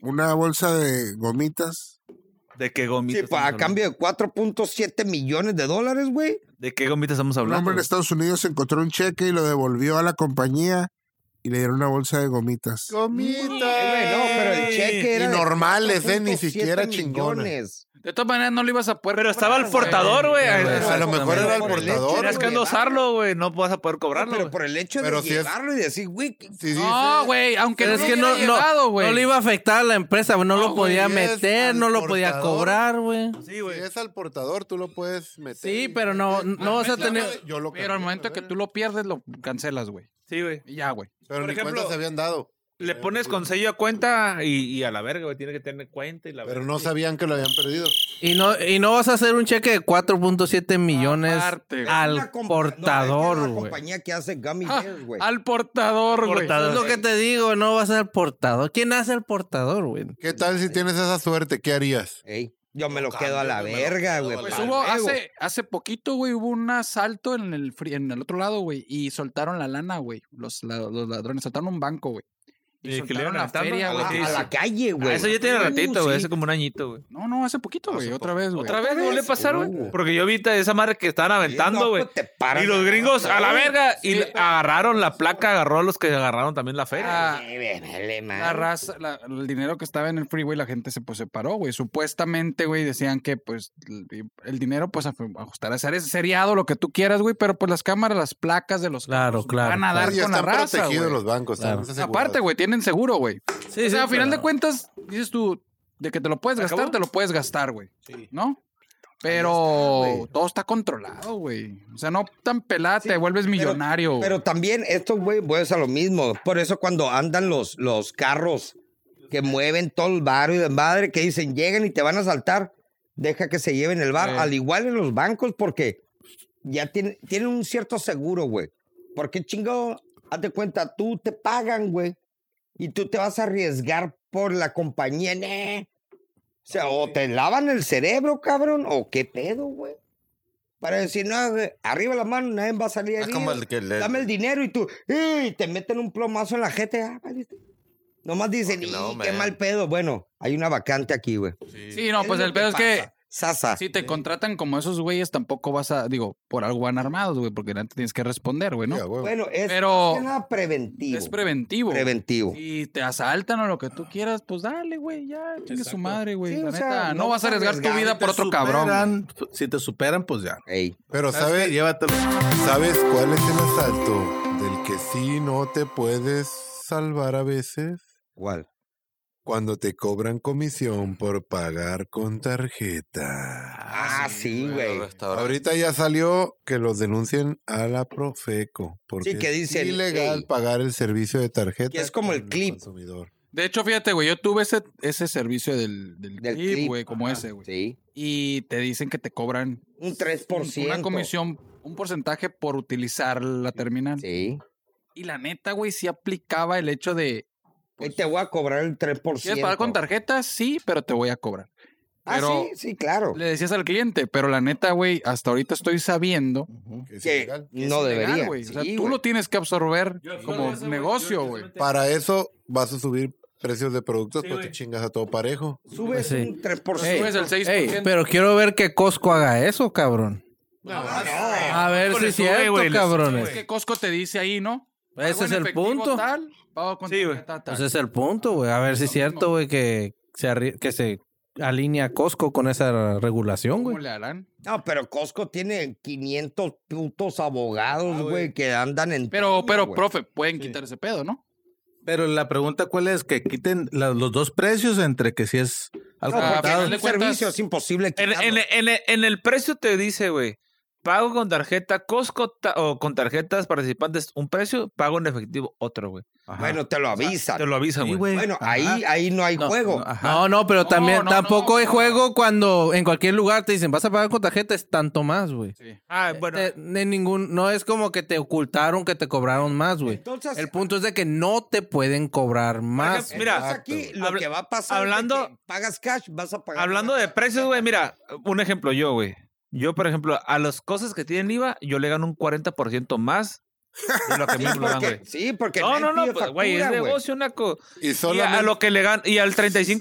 S2: una bolsa de gomitas.
S13: ¿De qué gomitas?
S1: pues,
S3: Sí, pa- a
S13: estamos hablando?
S3: cambio de 4.7 millones de dólares, güey.
S13: ¿De qué gomitas estamos
S2: Un
S13: hablando?
S2: hombre en
S13: güey?
S2: Estados Unidos encontró un cheque y lo devolvió a la compañía y le dieron una bolsa de gomitas.
S1: Comita.
S3: Eh, güey, no, pero el cheque era
S1: Y
S3: de
S1: normales, eh, ni
S3: 4.7
S1: siquiera chingones.
S3: millones.
S5: De todas maneras, no lo ibas a poder.
S7: Pero estaba el
S5: comprar, güey.
S7: portador, güey.
S1: A lo mejor era el
S3: Por el
S1: portador.
S7: Tienes que
S3: andar-
S1: güey.
S7: endosarlo, güey. No vas a poder
S3: No,
S7: cobrarlo.
S3: pero
S7: güey.
S3: por el hecho
S1: Pero
S3: de
S1: si es-
S3: llevarlo y decir, güey, que-
S1: Sí, dice,
S5: No, güey, aunque
S10: Pero
S5: no
S10: es que no, no,
S5: llegado, güey.
S10: no le iba a afectar a la empresa, güey. No,
S1: No,
S10: lo podía
S1: güey, es
S10: meter,
S1: al
S10: no lo podía
S1: portador.
S10: cobrar, güey.
S1: si es al portador, tú lo puedes meter.
S10: Sí, pero no,
S9: Ah,
S10: no vas a tener.
S1: Yo lo
S5: Pues, Pero al momento que tú lo pierdes, lo cancelas, güey.
S7: Sí, güey.
S5: Y ya, güey.
S1: Pero
S7: Por
S1: ni
S7: ejemplo,
S1: cuenta se habían dado.
S7: Le pones con sello a cuenta y, y a la verga, güey. Tiene que tener cuenta y la verga.
S1: Pero no sabían que lo habían perdido.
S10: Y no, y no vas a hacer un cheque de 4.7 millones
S5: Aparte, güey.
S10: al
S3: una compa- no, es que
S10: portador,
S3: una
S10: güey.
S3: compañía que hace gummy
S5: Ah,
S3: bears, güey.
S5: al portador, güey.
S10: Eso es lo que te digo, no vas a ser portador. ¿Quién hace el portador, güey?
S1: ¿Qué tal si tienes esa suerte? ¿Qué harías?
S3: Ey, yo me lo quedo a la
S6: me lo
S3: verga,
S6: quedo
S3: güey.
S6: a la
S5: Pues
S3: para
S5: hubo
S3: luego.
S5: hace, hace poquito, güey, hubo un asalto en el, fri- en el otro lado, güey, y soltaron la lana, güey. Los, la- los ladrones soltaron un banco, güey.
S7: ¿Y
S5: Y,
S7: que le
S5: soltaron
S7: iban
S5: la
S7: aventando?
S5: feria,
S7: A
S5: güey.
S7: la-
S5: que
S3: A
S5: hizo.
S3: la calle, güey.
S7: Ah, eso ya tiene
S3: Uh,
S7: ratito, güey.
S3: sí.
S7: Hace como un añito, güey.
S5: No, no, hace poquito, güey. Otra vez, güey.
S7: ¿Otra vez no le pasaron?
S3: güey.
S7: güey? Porque yo vi esa madre que estaban
S3: No,
S7: aventando, güey.
S3: pues, te paran
S7: Y
S3: de
S7: los gringos
S3: abajo,
S7: a la
S3: güey.
S7: verga. Y agarraron la placa, agarró a los que agarraron también la feria.
S5: La,
S3: Eh, me vale
S5: Ah, la
S3: madre.
S5: raza, la- el dinero que estaba en el freeway, la gente se pues separó, güey. Supuestamente, güey, decían que pues el, el dinero, pues a- ajustar a ser es seriado, lo que tú quieras, güey, pero pues las cámaras, las placas de los
S10: Claro,
S5: carros
S10: claro,
S5: van a
S1: Claro,
S5: dar
S1: ya
S5: con la
S1: están
S5: raza,
S1: protegidos
S5: güey.
S1: los bancos.
S10: Claro.
S1: están asegurados.
S5: Aparte, güey, tienen seguro, güey.
S10: Sí,
S5: o sea,
S10: sí,
S5: a final
S10: pero-
S5: de cuentas, dices tú, de que te lo puedes
S7: ¿Se
S5: gastar,
S7: acabó?
S5: te lo puedes gastar, güey. ¿No?
S3: Ahí
S5: Pero
S3: está, güey.
S5: todo está controlado, güey. O sea, no tan pelada, te vuelves millonario. güey.
S3: Pero también estos güey vuelves a lo mismo. Por eso cuando andan los, los carros que mueven todo el barrio y de madre que dicen llegan y te van a saltar, deja que se lleven el bar.
S5: Sí.
S3: Al igual en los bancos porque ya tienen, tienen un cierto seguro, güey. Porque chingado, haz de cuenta, tú te pagan, güey. Y tú te vas a arriesgar por la compañía, ¿ne? O sea, o te lavan el cerebro, cabrón, o qué pedo, güey. Para decir, no, güey, arriba la mano, nadie va a salir
S6: Es Ah, como
S3: herido.
S6: el que le-
S3: Dame el dinero y tú, ¡ey! te meten un plomazo en la gente. Ah, valiste. Nomás dicen,
S6: Porque no,
S3: "Y, qué
S6: man.
S3: mal pedo. Bueno, hay una vacante aquí, güey.
S5: sí, no,
S3: Es
S5: pues
S3: lo
S5: el pedo es que
S3: pasa. Sasa.
S5: si te contratan como esos güeyes, tampoco vas a, digo, por algo van armados, güey, porque antes tienes que responder, güey, ¿no?
S1: Ya, güey.
S3: Bueno, es
S5: Pero-
S3: más que nada preventivo.
S5: es preventivo.
S3: Preventivo.
S5: Si te asaltan o lo que tú quieras, pues dale, güey, ya, chingue su madre, güey.
S3: Sí,
S5: la
S3: o sea,
S5: neta,
S3: no
S5: Ah, no vas a
S3: vas a
S5: arriesgar tu
S3: arriesgar,
S5: vida por otro cabrón. güey.
S10: Superan, si te superan, pues ya.
S3: Ey.
S1: Pero
S10: ¿Sabes?
S1: ¿sabes,
S10: Llévatelo.
S1: ¿sabes cuál es el asalto del que sí no te puedes salvar a veces?
S3: ¿Cuál?
S1: Cuando te cobran comisión por pagar con tarjeta.
S3: Ah, sí, güey.
S1: Ahorita ya salió que los denuncien a la Profeco. Porque
S3: Sí, que dicen,
S1: es ilegal
S3: "Ey".
S1: pagar el servicio de tarjeta.
S3: Que es como el
S1: con
S3: clip.
S1: consumidor.
S5: De hecho, fíjate, güey, yo tuve ese, ese servicio del, del,
S3: Del
S5: clip,
S3: clip,
S5: güey, como ese, güey.
S3: Sí.
S5: Y te dicen que te cobran
S3: Un 3%.
S5: una comisión, un porcentaje por utilizar la terminal.
S3: Sí.
S5: Y la neta, güey, sí aplicaba el hecho de, pues,
S3: Hoy te voy a cobrar el 3%.
S5: ¿quieres pagar con tarjeta? Sí, pero te voy a cobrar.
S3: Ah,
S5: Pero
S3: sí, sí, claro.
S5: le decías al cliente, pero la neta, güey, hasta ahorita estoy sabiendo
S1: que es
S3: Que
S1: ilegal.
S3: no
S5: ilegal,
S3: debería.
S5: güey. O sea,
S3: Sí,
S5: tú
S3: güey.
S5: lo tienes que absorber
S7: Yo absorbo
S5: como
S7: eso, güey.
S5: negocio,
S7: Yo-
S5: güey.
S1: Para eso vas a subir precios de productos
S7: Sí,
S1: porque
S7: güey.
S1: chingas a todo parejo.
S3: Subes
S10: Sí.
S3: un 3%.
S5: Tú ves el 6%.
S10: Ey, pero quiero ver que Costco haga eso, cabrón.
S3: Ah,
S10: A ver si
S7: le
S10: es
S7: sube,
S10: cierto,
S7: güey, le sube,
S10: cabrones.
S5: es que Costco te dice ahí, ¿no?
S10: Ese
S5: Pago
S10: es
S5: en
S10: el
S5: efectivo
S10: punto.
S5: tal, pago con
S7: Sí, güey.
S5: tarjeta tal.
S10: Ese es el punto, güey. Pues, Ah, A ver si es cierto, güey, que se, arri- que se alinea Costco con esa regulación,
S5: ¿Cómo
S10: güey.
S5: le harán?
S3: no. no, pero Costco tiene 500 putos
S7: Ah,
S3: abogados, güey, que andan en.
S5: Pero,
S3: todo,
S5: pero,
S3: güey.
S5: profe, pueden quitar ese pedo, ¿no?
S10: Pero la pregunta cuál es que quiten la- los dos precios entre que si es al
S3: No, porque
S5: al final
S10: contado.
S5: de
S3: un servicio
S5: cuentas-
S3: es imposible.
S7: En,
S3: quitarlo.
S7: en- en- en- en el precio te dice, güey, pago con tarjeta Costco ta- o con tarjetas participantes un precio, pago en efectivo otro, güey.
S10: Ajá.
S3: bueno, te lo avisan.
S7: Te lo avisan,
S10: Sí,
S7: güey.
S10: güey.
S3: Bueno,
S10: Ajá.
S3: ahí, ahí no hay
S10: No,
S3: juego.
S10: No, ajá. no, no, pero
S5: No,
S10: también
S5: no,
S10: tampoco
S5: no.
S10: hay juego cuando en cualquier lugar te dicen vas a pagar con tarjeta, es tanto más, güey.
S5: Sí.
S7: Ah, bueno.
S10: Te- ni eh, ningún, no es como que te ocultaron que te cobraron más, güey.
S3: Entonces,
S10: El punto es de que no te pueden cobrar más.
S7: ejemplo, mira,
S3: entonces aquí lo
S7: Habla-
S3: que va a pasar
S7: hablando-
S3: es de que pagas cash, vas a pagar.
S7: Hablando de precios, güey, mira, un ejemplo yo, güey. Yo, por ejemplo, a las cosas que tienen IVA, yo le gano un 40% más Es lo que
S3: Sí,
S7: menos lo dan,
S3: porque,
S7: güey.
S3: sí, porque
S7: No,
S3: el
S7: no, no,
S3: tío
S7: pues, güey, es
S3: factura, güey.
S7: negocio, naco.
S1: Y
S7: Y a,
S1: solamente
S7: a lo que le gan y al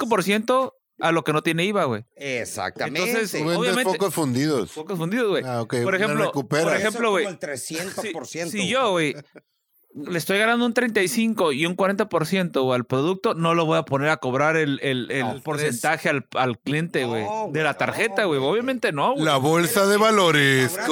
S7: 35% a lo que no tiene IVA, güey.
S3: Exactamente.
S7: Entonces,
S1: tú vendes
S7: obviamente-
S1: focos fundidos.
S7: Focos fundidos, güey.
S1: Ah, ok.
S7: Por
S1: la
S7: ejemplo,
S1: recuperas.
S7: por
S3: Eso
S7: ejemplo,
S3: como
S7: güey,
S3: el 300%.
S7: Si, si yo, güey, le estoy ganando un 35 y un 40% güey, al producto, no lo voy a poner a cobrar el, el- el porcentaje al, al cliente, güey.
S3: No, güey,
S7: de la
S3: no,
S7: tarjeta, güey.
S3: güey.
S7: Obviamente no, güey.
S1: La bolsa de valores
S3: Ahora,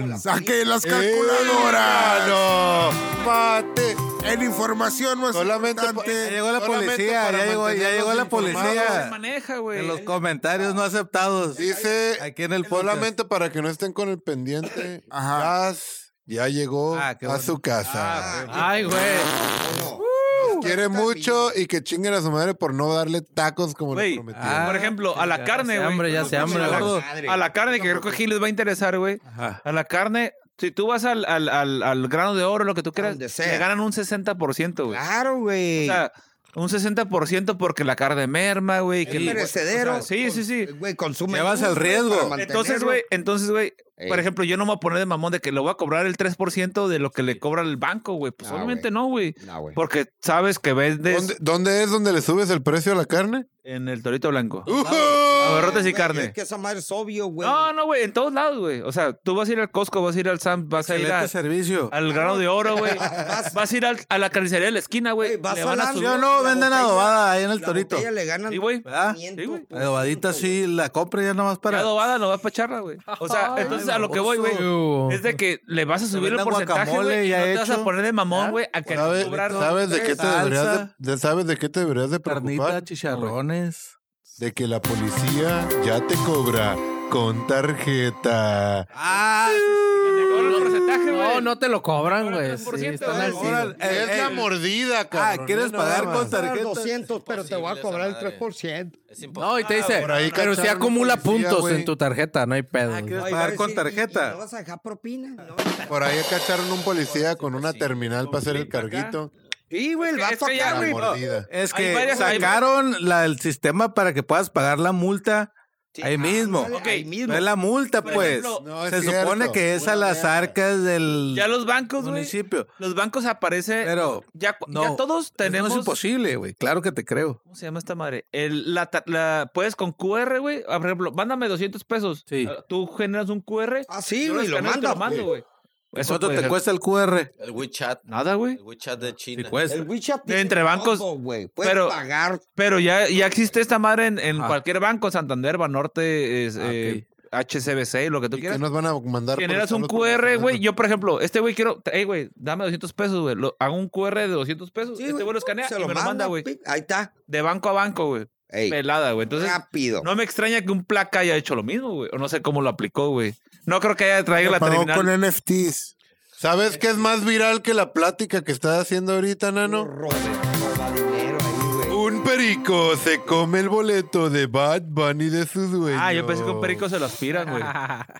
S1: con.
S2: Saque las
S1: ¡Eh,
S2: calculadoras.
S1: no! ¡Mate!
S2: En información más
S1: Solamente
S10: Ah,
S1: pa-
S9: Ya
S2: importante.
S9: llegó la
S1: Solamente
S9: policía,
S1: para
S9: ya llegó, ya
S1: mantenernos
S9: llegó la
S1: informados.
S7: No se
S9: policía.
S7: maneja,
S9: De
S7: güey.
S9: los comentarios no aceptados.
S1: Dice.
S9: Aquí en el podcast.
S1: Solamente para que no estén con el pendiente.
S2: Ajá.
S1: Gas ya llegó
S9: Ah, qué
S1: a
S9: bueno.
S1: su casa.
S7: Ay, güey.
S1: Los quiere mucho y que chinguen a su madre por no darle tacos como
S7: Güey,
S1: le prometió.
S9: ah,
S7: Por ejemplo, a la carne,
S9: se
S7: güey.
S9: hambre, ya se hambre,
S7: A la-
S9: gordo.
S7: A la carne, que creo que aquí les va a interesar, güey. A la carne, si tú vas al, al, al, al grano de oro, lo que tú quieras,
S3: Donde sea.
S7: le ganan un 60%, güey.
S3: Claro, güey.
S7: O sea, un 60% porque la carne merma, güey.
S3: es
S7: que el-
S3: perecedero.
S7: o sea, sí, sí, sí.
S3: Güey, consume.
S9: Llevas el
S3: mucho, güey,
S9: riesgo.
S3: para mantenerlo.
S7: Entonces, güey, entonces, güey, por
S3: Ey.
S7: ejemplo, yo no me voy a poner de mamón de que le voy a cobrar el 3% de lo que le cobra el banco, güey. Pues
S3: Ah,
S7: obviamente
S3: güey.
S7: no, güey.
S3: No, güey.
S7: Porque sabes que vendes
S1: ¿Dónde, dónde es donde le subes el precio a la carne?
S7: en el torito blanco.
S1: ¡Ujú!
S7: Abarrotes
S3: Güey,
S7: y
S3: Es
S7: carne.
S3: que esa madre es obvio, güey.
S7: ¡Uh! No, no, güey, en todos lados, güey. O sea, tú vas a ir al Costco, vas a ir al Sam, vas a ir
S9: Excelente
S7: a-
S9: servicio.
S7: al grano de oro, güey. Vas a ir al- a la carnicería de la esquina, güey.
S3: Güey, vas
S7: Le
S3: a
S7: van a
S3: la-
S7: subir.
S9: Yo no,
S3: La
S9: venden
S3: botella-
S9: adobada ahí en el
S3: La
S9: torito.
S3: botella le ganan.
S7: Sí, güey.
S9: ¿Verdad?
S7: Sí, güey.
S3: 500%,
S9: Adobadita sí, la compra ya nomás
S7: Para...
S9: para.
S7: adobada no vas para charla, güey. O sea,
S9: Ay,
S7: entonces a lo que voy,
S9: baboso.
S7: güey, es de que le vas a subir el
S9: venden
S7: porcentaje,
S9: guacamole
S7: güey, y no
S9: ya
S7: te vas a
S9: hecho.
S7: poner de mamón, güey, a que
S1: ¿Sabe-
S7: cobrar
S1: ¿Sabes de qué te
S9: Salsa.
S1: deberías de, de- ¿Sabes de qué te deberías de
S9: Carnita,
S1: preocupar?
S9: chicharrones.
S1: De que la policía ya te cobra con tarjeta.
S9: Ah,
S7: el porcentaje, güey.
S10: No, no te lo cobran, güey. Sí,
S7: 3%,
S10: están
S7: güey.
S10: al tiro.
S9: Órale,
S3: Ah,
S9: eh,
S1: es la
S9: eh.
S1: mordida,
S9: Ah,
S1: cabrón.
S9: ¿quieres
S1: no nada
S9: pagar
S1: más.
S9: con
S3: Ganan
S9: tarjeta?
S3: 200, pero te voy a
S6: Imposible
S3: cobrar el
S6: esa madre.
S3: 3%.
S6: Es imposible.
S10: No, y te dice,
S1: por ahí
S10: pero si
S1: cacharon un
S10: acumula
S1: policía,
S10: puntos
S1: güey.
S10: en tu tarjeta, no hay pedo.
S9: Ah, ¿quieres
S3: Ay, va a
S9: pagar con
S3: decir, ¿y- y ¿No
S9: tarjeta?
S3: vas a dejar propina? No.
S1: Por ahí cacharon un policía con una terminal para hacer el carguito.
S3: Sí, güey, el
S7: Es que
S3: vato
S7: ya,
S3: acá,
S1: La
S7: güey,
S3: güey.
S1: mordida.
S9: Es
S7: Hay
S9: que
S7: varias- hay-
S9: sacaron la- el sistema para que puedas pagar la multa ahí mismo.
S3: ándale,
S7: Ok.
S3: Ahí mismo.
S9: No es la multa, pues.
S7: ejemplo,
S1: No, es
S9: Se
S1: cierto.
S9: supone que es a las arcas del
S7: Ya los bancos, güey.
S9: municipio.
S7: Los bancos aparece
S9: Pero
S7: ya, cu-
S9: no,
S7: ya todos
S9: tenemos...
S7: tenemos
S9: es imposible, güey. Claro que te creo.
S7: ¿Cómo se llama esta madre? El, la, ta- la- puedes con QR, güey. Ah, Por ejemplo, mándame 200 pesos.
S9: Sí.
S7: Ah, Tú generas un QR.
S3: Ah, sí,
S7: yo
S3: güey, lo
S7: escaneo y te
S3: manda.
S7: mando, güey. Eso
S9: ¿Cuánto
S7: puede
S9: te
S7: ser.
S9: cuesta el QR?
S6: El WeChat.
S7: Nada, güey.
S6: El WeChat de
S9: Sí,
S6: China.
S9: cuesta.
S3: El WeChat
S7: De entre bancos,
S3: todo, güey. Puedes
S7: pero-
S3: pagar.
S7: Pero ya, ya existe esta madre en, en
S9: Ah.
S7: cualquier banco, Santander, Banorte, es,
S9: Ah,
S7: eh, HCBC, lo que tú
S1: ¿Y qué
S7: quieras.
S1: nos van a mandar? por
S7: Generas un
S1: estarnos
S7: QR, güey.
S1: comercializando?
S7: Yo, por ejemplo, este güey quiero, hey, güey, dame 200 pesos, güey. Lo- Hago un QR de 200 pesos.
S3: Sí,
S7: este güey lo escanea
S3: se
S7: y me lo manda, güey.
S3: pic, Ahí está.
S7: De banco a banco, güey.
S3: Ey,
S7: Pelada, güey. Entonces,
S3: rápido.
S7: No me extraña que un placa haya hecho lo mismo, güey. O no sé cómo lo aplicó, güey. No creo que haya traído la
S2: Pagó
S7: terminal.
S2: con NFTs.
S1: ¿Sabes qué es más viral que la plática que estás haciendo ahorita, nano?
S3: Roba, roba dinero ahí, güey.
S1: Un perico se come el boleto de Bad Bunny de sus dueños.
S7: Ah, yo pensé que un perico se lo aspiran, güey.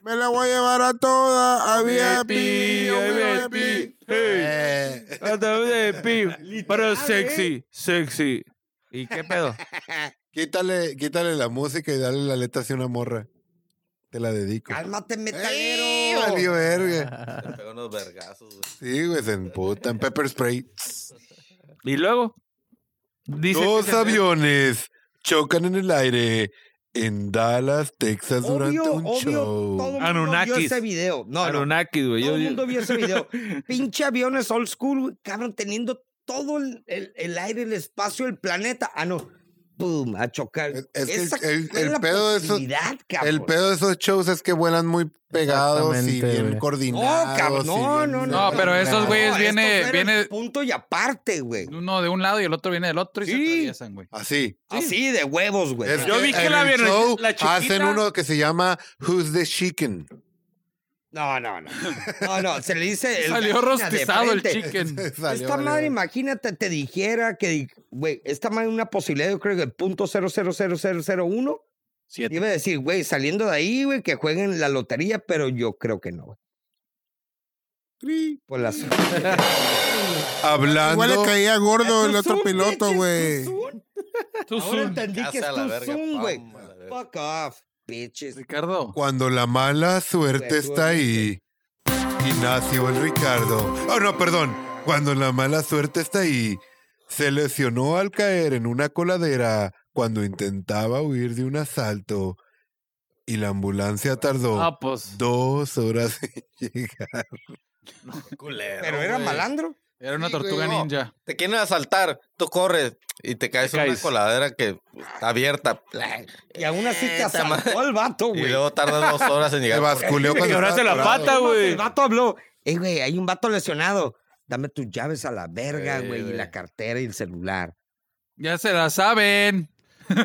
S2: Me la voy a llevar a toda. A VIP.
S7: VIP,
S2: VIP.
S1: Eh,
S7: A través de pi, Pero
S3: ¿eh?
S7: sexy, sexy. ¿Y qué pedo?
S1: quítale, quítale la música y dale la letra así a una morra. Te la dedico.
S3: Cálmate,
S1: ¡Ey,
S3: metalero.
S1: valió verga!
S6: Le pegó unos vergazos, güey.
S1: Sí, güey, se emputan. Pepper spray.
S7: ¿Y luego? Dice
S1: Dos
S7: que se-
S1: aviones chocan en el aire en Dallas, Texas, durante
S3: Obvio,
S1: un
S3: obvio,
S1: show.
S3: todo el mundo
S7: Anunnakis.
S3: vio ese video. No, no,
S7: Anunnakis, güey.
S3: todo
S7: Yo-
S3: el
S7: yo-
S3: mundo vio ese video. Pinche aviones old school, güey, cabrón, teniendo todo el, el- el aire, el espacio, el planeta. Ah, no. Pum, a chocar.
S1: Es- es que el-
S3: Esa
S1: el-
S3: fue
S1: el
S3: la
S1: pedo de esos-
S3: posibilidad, cabrón.
S1: El pedo de esos shows es que vuelan muy pegados y
S10: Exactamente,
S1: bien
S10: güey.
S1: coordinados.
S3: No, cabrón,
S1: y
S3: no,
S1: bien-
S3: no,
S5: No, pero esos
S3: No,
S5: güeyes
S3: estos
S5: viene,
S3: eran
S5: viene
S3: Punto y aparte, güey.
S5: uno de un lado y el otro viene del otro y se
S3: Sí.
S5: atraviesan, güey.
S1: Así.
S3: Así de huevos, güey.
S1: Es
S7: Yo vi que
S1: en
S7: la
S1: el
S7: vieron-
S1: show
S7: la chiquita-
S1: hacen uno que se llama Who's the Chicken.
S3: No, no, no. No, no, se le dice. el
S5: Salió
S3: gallina de
S5: rostizado el
S3: frente.
S5: chicken.
S1: Salió,
S3: esta
S1: valió
S3: madre,
S1: verga.
S3: imagínate, te dijera que, di- güey, esta madre una posibilidad, yo creo que punto cero cero cero cero cero uno.
S7: Siete.
S3: Iba a decir, güey, saliendo de ahí, güey, que jueguen la lotería, pero yo creo que no. güey. Por las...
S1: Hablando.
S2: Igual le caía gordo el otro
S3: Tuzun, pinches
S2: piloto, güey.
S3: Tuzun. Ahora
S5: Tuzun.
S3: entendí que
S6: Casa a la
S3: es
S6: verga,
S3: Tuzun,
S6: pam,
S3: güey.
S6: a la verga.
S3: Fuck off, bitches.
S5: Ricardo.
S1: Cuando la mala suerte
S3: Güey, tú
S1: está ahí Ignacio el Ricardo. Oh, no, perdón. Cuando la mala suerte está ahí, se lesionó al caer en una coladera cuando intentaba huir de un asalto y la ambulancia tardó
S7: Ah, pues.
S1: dos horas en llegar.
S6: Pero
S3: era malandro.
S5: Era una
S6: Sí, güey,
S5: tortuga
S6: no.
S5: ninja.
S6: Te quieren asaltar, tú corres y te caes
S7: Te
S6: en una
S7: caes.
S6: coladera que está abierta. Plac.
S3: Y aún así te
S6: Esta
S3: asaltó el vato,
S6: Y
S3: güey.
S6: luego tardas dos horas en
S1: Se
S6: llegar.
S1: basculeó
S7: Te
S1: cuando
S7: quebraste
S1: estaba
S7: la
S1: parado.
S7: pata,
S3: El
S7: güey.
S3: vato habló. Ey, güey, hay un vato lesionado. Dame tus llaves a la verga,
S6: Eh,
S3: güey, y
S6: güey.
S3: la cartera y el celular.
S5: Ya se la saben.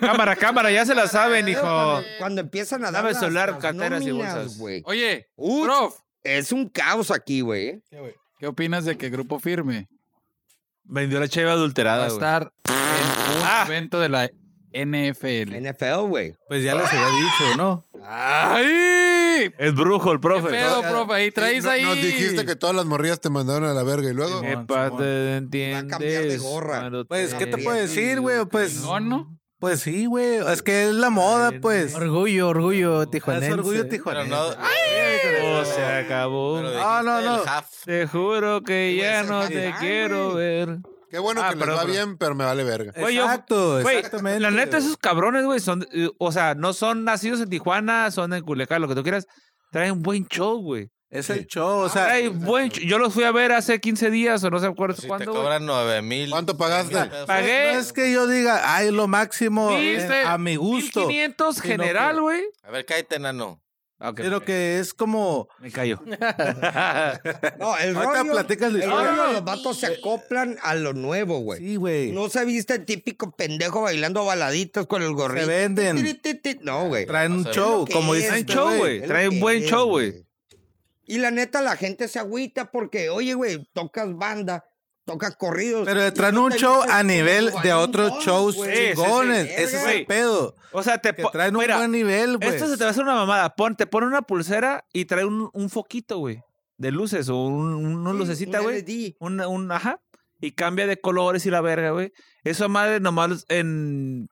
S7: Cámara, cámara, ya se la saben, hijo.
S14: Cámara.
S3: Cuando empiezan a dar
S7: Dame
S3: las-
S7: celular,
S3: las
S7: carteras y
S3: nóminas,
S7: bolsas.
S3: güey.
S5: Oye,
S3: Uy,
S5: prof,
S3: es un caos aquí, güey.
S5: ¿qué opinas de que Grupo Firme
S7: Vendió la cheva
S5: va a
S7: adulterada, güey.
S5: estar en un evento de la NFL?
S3: NFL, güey.
S9: Pues ya les había dicho, ¿no?
S5: ¡Ay!
S7: Es brujo el
S5: ¡Qué
S7: profe.
S5: pedo, prof! Ahí traes
S1: Sí, no-
S5: ahí.
S1: Nos dijiste que todas las morrillas te mandaron a la verga y luego.
S9: Sí,
S7: ¿Qué
S9: Simón,
S7: parte
S9: Simón.
S7: de entiendes?
S3: cambiar de gorra.
S7: cuando
S9: Pues, ¿qué te
S3: Sí,
S9: puedo
S3: sí,
S9: decir, güey? Pues,
S5: No, no.
S9: pues sí, güey. Es que es la moda, pues.
S15: Orgullo, orgullo tijuanense.
S9: Es orgullo
S6: Pero
S9: tijuanense.
S6: no,
S7: Oh, se acabó.
S6: pero
S9: Ah, no,
S6: dijiste el
S9: no.
S6: half.
S7: Te juro que ya
S1: ese
S7: no
S1: es
S7: te
S1: Haaland,
S7: quiero
S1: güey.
S7: ver.
S1: Qué bueno
S7: Ah, Eh,
S1: que
S7: pero-
S1: les va
S7: pero-
S1: bien, pero me vale verga.
S7: Güey, yo-
S9: Exacto,
S7: Güey,
S9: exactamente.
S7: la neta, esos cabrones, güey, son, eh, o sea, no son nacidos en Tijuana, son en Culiacán, lo que tú quieras. Traen buen show, güey. Ah,
S9: Es el show, o sea.
S7: Traen buen show. Yo los fui a ver hace 15 días o no sé cuándo.
S6: Pues Si te
S7: cuándo, güey.
S6: cobran nueve mil.
S1: ¿Cuánto pagaste?
S6: Pagué.
S7: Pagué
S9: No es que yo diga, ay, lo máximo eh,
S10: este,
S7: Dice,
S9: a mi gusto.
S7: 1500
S9: Sino
S7: general,
S9: que-
S7: güey.
S6: A ver, cállate, nano.
S7: Ah, Ok,
S9: Pero
S7: ok.
S9: que es como.
S7: Me callo.
S3: No, el
S9: Ahorita
S3: rollo,
S9: platicas la
S3: el
S9: historia.
S3: rollo, los vatos se acoplan a lo nuevo, güey.
S9: Sí, güey.
S3: No se viste el típico pendejo bailando baladitas con el gorrito.
S9: Se venden.
S3: Ti, ti, ti, ti. No, güey.
S9: Traen un
S6: Pasa de
S9: show,
S3: lo que
S9: como
S3: es,
S9: dicen.
S7: güey. Show, güey.
S3: Es lo
S7: Traen
S3: que
S7: buen
S3: es,
S7: show, güey.
S3: Y la neta, la gente se agüita porque, oye, güey, tocas banda, tocas corridos.
S9: Pero traen
S3: Y no
S9: un
S3: te
S9: show
S3: vistes
S9: a nivel
S3: como
S9: de
S3: a un
S9: otros
S3: don,
S9: shows
S3: güey.
S7: Sí, sí,
S9: chingones.
S3: sí.
S9: Ese es
S7: Güey.
S9: el pedo.
S7: O sea, te
S9: Que
S7: po-
S9: traen un
S7: mira,
S9: buen nivel, güey.
S7: Esto se te va a hacer una mamada. Pon, te pone una pulsera y trae un, un foquito, güey. De luces o un, un- una
S3: Sí,
S7: lucecita,
S3: un
S7: güey.
S3: LED.
S7: Un, un, ajá. Y cambia de colores y la verga, güey. Esa madre nomás en...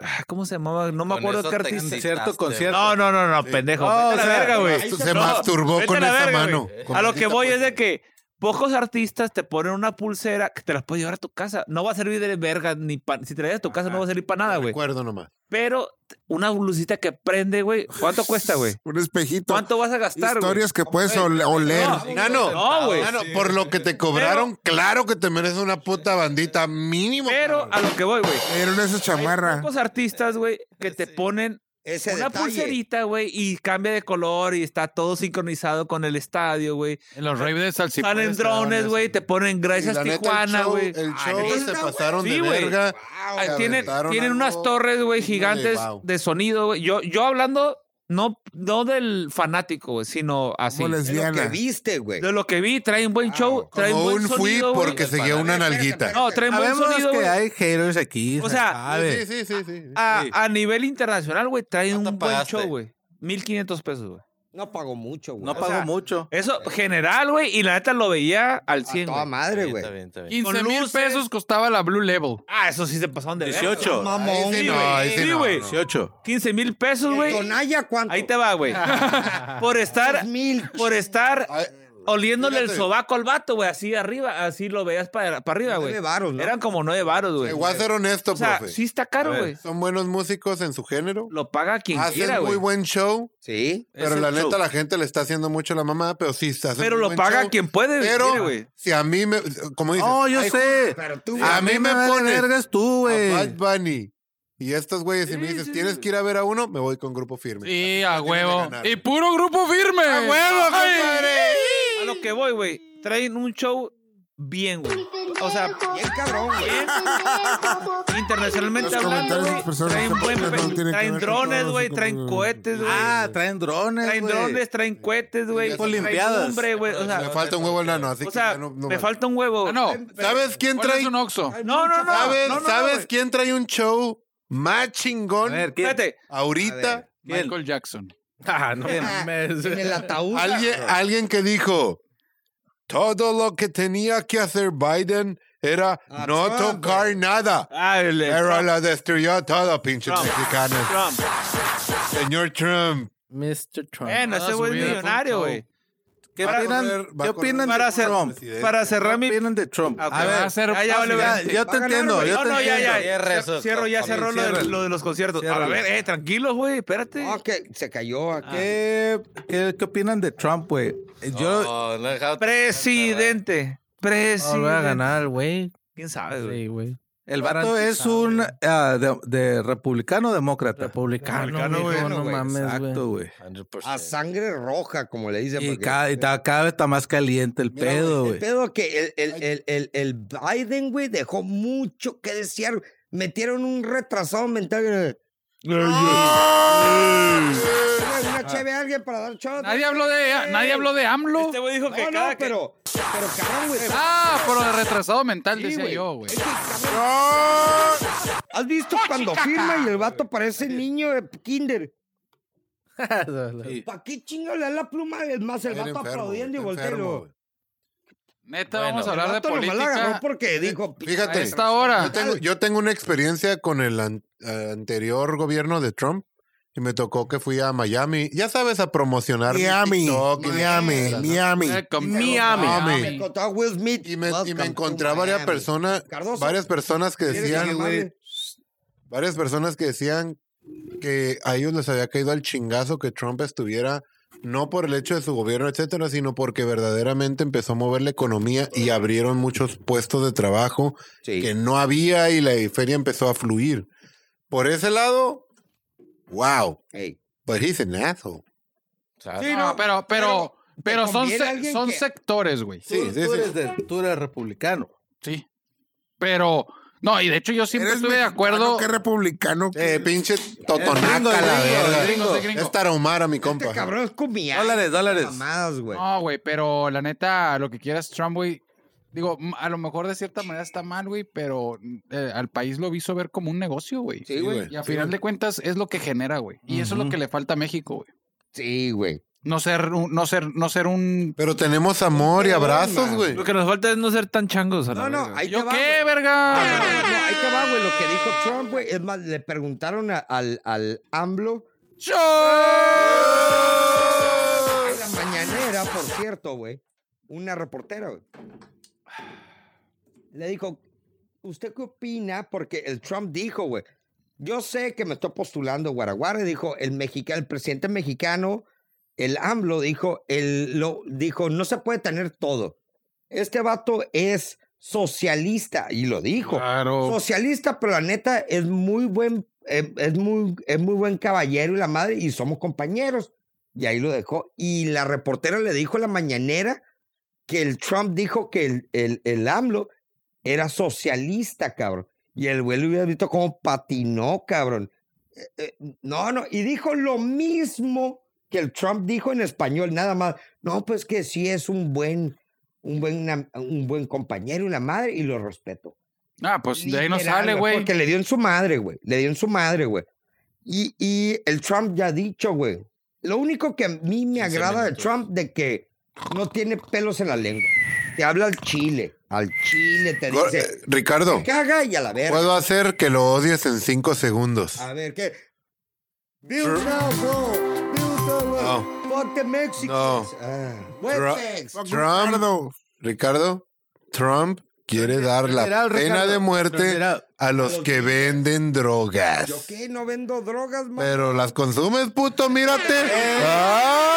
S7: ah, ¿Cómo se llamaba? No me
S6: Con
S7: acuerdo
S6: eso
S7: qué
S6: te
S7: artista.
S9: Concierto,
S6: excitaste,
S9: concierto.
S7: No, no, no, no,
S1: Sí.
S7: pendejo.
S9: No,
S7: Vete
S9: o
S7: a la
S9: sea,
S7: verga, güey.
S3: ahí
S1: Se
S3: No,
S1: masturbó
S7: vete
S1: con
S7: a la
S1: esa
S7: verga,
S1: mano.
S7: güey.
S1: Con
S7: A lo que
S1: maldita
S7: voy es de
S1: fuerza.
S7: que pocos artistas te ponen una pulsera que te las puedes llevar a tu casa. No va a servir de verga ni pa- Si te la llevas a tu casa no va a servir para nada, güey.
S1: Recuerdo nomás.
S7: Pero t- una lucita que prende, güey. ¿Cuánto cuesta, güey?
S10: Un espejito.
S7: ¿Cuánto vas a gastar, güey?
S10: Historias que puedes ole- oler.
S7: No,
S1: Nano,
S7: No, güey.
S1: Nano, por lo que te cobraron, claro que te mereces una puta bandita mínimo.
S7: Pero
S1: cabrón.
S7: a lo que voy, güey.
S10: Me dieron esa
S7: Hay
S10: chamarra.
S7: pocos artistas, güey, que te ponen
S3: Ese
S7: una
S3: detalle.
S7: pulserita, güey, y cambia de color y está todo sincronizado con el estadio, güey.
S5: En los raves de Salsipón.
S7: Están en drones, güey, te ponen
S1: Y la
S7: gracias
S1: neta, el
S7: Tijuana,
S1: show-
S7: güey.
S1: El
S3: Ay,
S1: show
S3: neta,
S1: se
S3: güey.
S1: pasaron
S7: Sí,
S1: de
S7: güey.
S1: verga.
S3: Wow,
S7: Ah,
S1: Se
S7: Tienen,
S1: aventaron
S7: tienen
S1: algo
S7: unas torres, güey,
S1: digno de
S7: gigantes
S1: Bao.
S7: de sonido, güey. Yo, yo hablando no, no del fanático, güey, sino así.
S10: Como
S3: es lo que
S10: lesbiana.
S3: viste, güey.
S7: De lo que vi, traen buen show, traen
S1: Como
S7: buen
S1: un fui
S7: sonido, güey.
S1: porque
S6: güey.
S1: seguía una
S3: Espérate,
S1: nalguita.
S3: espérate.
S7: No, traen buen
S9: Sabemos
S7: sonido,
S9: que
S7: güey.
S9: hay haters aquí.
S7: O
S9: se
S7: sea,
S9: sabe.
S1: Sí, sí, sí, sí.
S7: A,
S6: Sí.
S7: a nivel internacional, güey, traen
S6: ¿Cuánto
S7: un buen
S6: pagaste?
S7: show, güey. 1500 pesos, güey.
S3: No pagó mucho, güey.
S9: no
S7: o
S9: pago
S7: sea,
S9: mucho.
S7: Eso, general, güey, y la neta lo veía al
S3: A
S7: 100.
S3: toda
S7: güey.
S3: madre,
S6: Está
S3: güey.
S6: bien, está bien.
S5: 15
S7: Con
S5: mil
S7: luces.
S5: pesos costaba la Blue Label.
S7: Ah, eso sí se pasaron de verga.
S9: 18.
S1: Ahí sí
S7: Sí,
S1: no, ahí
S7: güey.
S1: sí
S7: Sí,
S1: no,
S7: güey.
S1: no.
S9: 18.
S7: 15 mil pesos, güey.
S3: ¿Tonaya cuánto?
S7: Ahí te va, güey. Por estar,
S3: mil.
S7: por estar
S1: Ay,
S7: oliéndole el
S1: fíjate.
S7: sobaco al vato, güey, así arriba, así lo veías para, para arriba, güey.
S3: Nueve varos, ¿no?
S7: Eran como nueve varos, güey.
S1: Te voy a ser honesto,
S7: Pues, eh, O sea,
S1: profe.
S7: sí está caro,
S6: A ver.
S7: güey.
S1: Son buenos músicos en su género.
S7: Lo paga quien
S1: Hacen
S7: quiera,
S1: muy
S7: güey.
S1: buen show.
S3: Sí.
S1: Pero
S7: Es
S1: la
S7: el
S1: neta,
S7: show.
S1: la gente le está haciendo mucho la mamá, pero sí está haciendo
S7: Pero
S1: un
S7: lo
S1: buen
S7: paga
S1: show.
S7: quien puede, quiere,
S1: Pero
S7: güey.
S1: si a mí me. Como dicen.
S9: Oh, yo
S1: "Ay,
S9: sé.
S3: Pero tú,
S1: A
S9: A
S1: mí
S9: mí
S1: me
S9: me
S1: pones
S9: pones. Vergas tú,
S1: a
S9: güey.
S1: Bad Bunny. Y estos güeyes, si me
S7: Sí,
S1: dices,
S7: sí,
S1: tienes
S7: sí.
S1: que ir a ver a uno, me voy con grupo firme.
S5: Sí, a
S1: tiene que
S5: huevo.
S1: ganar.
S5: Y puro grupo firme.
S1: ¡A huevo, compadre!
S7: A lo que voy, güey. Traen un show bien, güey. O sea,
S3: bien cabrón, güey.
S7: internacionalmente
S10: Los
S7: hablando,
S10: comentarios de
S7: güey,
S10: las personas
S7: traen,
S10: que
S7: buen
S10: no
S7: pe-
S10: tienen que
S7: traen
S10: ver con
S7: drones,
S10: todos,
S7: güey,
S10: como-
S7: traen cohetes, güey.
S9: Ah, traen drones.
S7: traen
S9: güey.
S7: drones, traen cohetes, güey.
S1: Tipo
S9: Olimpiadas.
S7: Traen lumbre, güey. O
S1: me
S7: sea,
S1: falta un huevo al nano, así
S7: o
S1: que
S7: sea,
S1: ya no- no
S7: me
S1: vale.
S7: falta un huevo.
S5: Ah, no.
S1: ¿Sabes quién
S5: ¿Cuál
S1: trae?
S5: es un Oxxo?
S7: No, no, no.
S1: ¿Sabes,
S7: no, no, no,
S1: ¿sabes
S7: güey.
S1: quién trae un show más chingón
S9: A ver, ¿quién?
S7: Espérate.
S3: A
S1: ahorita?
S3: ver.
S5: Michael Jackson.
S9: Ah, no mames.
S3: En el ataúd.
S1: Alguien, alguien que dijo, todo lo que tenía que hacer Biden era
S3: Ah,
S1: no
S3: Trump,
S1: tocar
S3: güey.
S1: nada.
S7: Ah, el- el
S1: Pero
S7: Trump,
S1: la destruyó todo, pinches
S7: Trump.
S1: mexicanos.
S7: Trump.
S1: Señor Trump.
S15: Mr. Trump.
S7: Bueno,
S5: Toda
S7: ese
S5: su
S3: Ah,
S5: vida fue
S7: güey es
S5: un
S7: millonario,
S5: show.
S7: güey.
S9: ¿Qué
S10: Para-
S9: opinan,
S10: va a correr-
S9: ¿qué opinan
S10: para
S9: de
S10: hacer-
S9: Trump?
S10: para cerrar mi-
S9: ¿Qué opinan de Trump?
S10: Ah, ok, va a ser-
S9: ya,
S10: ya, vale,
S9: ya,
S10: vale.
S9: yo te
S10: Va a ganar,
S9: entiendo.
S10: güey.
S9: Yo
S10: No,
S9: te
S10: no, ya,
S9: entiendo.
S10: ya. Cierra eso, Cierro, ya Tommy, cerró lo de- ciérralo. lo de los conciertos. A ver, eh, tranquilos, güey, espérate.
S3: que se cayó aquí.
S9: ¿Qué, qué, qué opinan de Trump, güey? Eh, Yo,
S10: Presidente. Presidente.
S9: No, lo va a ganar,
S10: güey. ¿Quién sabe, güey?
S9: el vato es un ah, de, de republicano o demócrata. Republicano,
S10: Republicano,
S3: güey.
S9: No
S3: güey.
S9: mames, Exacto, güey.
S3: A sangre roja, como le dicen.
S9: Y
S3: porque- este
S9: cada, y ta- cada vez está más caliente el
S3: Mira,
S9: pedo,
S3: güey,
S9: güey.
S3: El pedo que el, el, el, el, el Biden, güey, dejó mucho que desear. Metieron un retrasado mental. güey. Una cheve a alguien para dar shot.
S5: Nadie habló de, nadie habló de AMLO. Este
S10: güey dijo
S3: que No, no, cada que- pero- Pero cabrón, güey.
S5: Ah, pero de retrasado mental
S3: Sí,
S5: decía
S3: güey.
S5: yo, güey.
S3: ¿Has visto cuando firma y el vato parece niño de kinder? ¿Para qué chingo le da la pluma? Es más, el vato
S1: Está bien enfermo,
S3: aplaudiendo y
S1: está enfermo,
S3: volteando.
S5: Neta, vamos a hablar de
S3: la agarró
S5: política.
S3: porque dijo...
S1: Fíjate.
S5: A esta hora.
S1: Yo tengo, yo tengo una experiencia con el an- eh, anterior gobierno de Trump y me tocó que fui a Miami. Ya sabes, a promocionar mi
S2: Miami,
S1: TikTok y mi
S2: Miami,
S1: Instagram, ¿no? Eh,
S2: Miami.
S7: Eh,
S1: Miami.
S3: Me contó a Will Smith.
S1: Y me, y
S3: Welcome
S1: me
S3: to
S1: encontré a
S3: Miami.
S1: varias personas,
S3: Cardoso.
S1: varias personas que
S3: ¿Quieres
S1: decían,
S3: llamarle?
S1: varias personas que decían que a ellos les había caído al chingazo que Trump estuviera no por el hecho de su gobierno, etcétera, sino porque verdaderamente empezó a mover la economía y abrieron muchos puestos de trabajo
S3: Sí.
S1: que no había y la feria empezó a fluir. Por ese lado, wow.
S3: Ey.
S1: But he's an asshole.
S5: Sí, no, pero, pero, pero son,
S3: conviene
S5: se-
S3: alguien
S5: son
S3: que-
S5: sectores, güey.
S1: Sí, sí,
S9: Tú
S1: sí.
S9: eres, de- tú eres republicano.
S5: Sí. Pero, no, y de hecho yo siempre
S2: ¿Eres
S5: estuve de acuerdo.
S2: mexicano que republicano?
S1: Eh, pinche
S9: gringo,
S1: totonaca, la
S9: gringo,
S1: verga.
S5: gringo, sí, gringo.
S1: Es tarahumara, mi compa.
S3: Este cabrón es cumiano.
S9: Dólares, dólares.
S3: Mamadas, güey.
S5: No, güey, pero la neta, lo que quieras, Trump, güey. Digo, m- a lo mejor de cierta manera está mal, güey, pero eh, al país lo hizo ver como un negocio, güey.
S3: Sí, güey.
S5: Y a final de cuentas es lo que genera, güey. Y eso es lo que le falta a México, güey.
S3: Sí, güey.
S5: No ser, un- no ser, no ser un.
S1: Pero tenemos amor y abrazos, güey.
S10: Lo que nos falta es no ser tan changos. a la
S3: No, no,
S10: verga.
S3: ahí te
S5: ¿Yo
S3: va,
S5: qué,
S3: güey.
S5: verga?
S3: No, ahí te va, güey, lo que dijo Trump, güey. Es más, le preguntaron a- al, al AMLO en la mañanera, por cierto, güey. Una reportera, güey. Le dijo, ¿usted qué opina? Porque el Trump dijo, güey, yo sé que me estoy postulando Guaraguara, dijo el mexicano, el presidente mexicano, el AMLO dijo, el, lo, dijo, no se puede tener todo. Este vato es socialista, y lo dijo.
S5: Claro.
S3: Socialista, pero la neta es muy buen, eh, es muy, es muy buen caballero y la madre, y somos compañeros. Y ahí lo dejó. Y la reportera le dijo a la mañanera que el Trump dijo que el, el, el AMLO era socialista, cabrón. Y el güey lo hubiera visto como patinó, cabrón. Eh, eh, no, no, y dijo lo mismo que el Trump dijo en español, nada más. No, pues que sí es un buen, un buen, am- un buen compañero y la madre, y lo respeto.
S5: Ah, pues de ahí no
S3: Literal,
S5: sale, güey.
S3: Porque le dio en su madre, güey. Le dio en su madre, güey. Y, y el Trump ya ha dicho, güey. Lo único que a mí me agrada de Trump de que no tiene pelos en la lengua. Te habla al chile. Al chile te
S1: Go-
S3: dice.
S1: eh, Ricardo,
S3: Caga y a la verga.
S1: puedo hacer que lo odies en cinco segundos.
S3: A ver, ¿qué? Build now, bro. Build now, bro. Fuck the Mexicans.
S1: No.
S3: Ah,
S1: Tru-
S3: Webex.
S1: Trump, Ricardo, Trump quiere dar la
S9: General,
S1: pena
S9: Ricardo.
S1: de muerte
S9: General.
S1: a los que venden drogas.
S3: ¿Yo qué? No vendo drogas, man.
S1: Pero las consumes, puto, mírate. ¡Ah!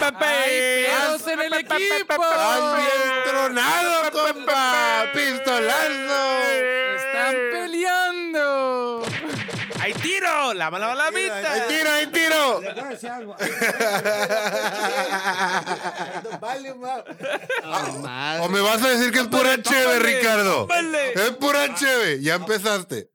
S5: Pedos en el equipo.
S1: ¡Estás bien tronado, compa! ¡Pistolazo!
S5: Están peleando.
S10: ¡Hay tiro! ¡La mala balamita!
S1: ¡Hay tiro, hay tiro!
S3: Te voy a decir algo.
S1: ¿O me vas a decir que es pura cheve, Ricardo? Es pura cheve. Ya empezaste.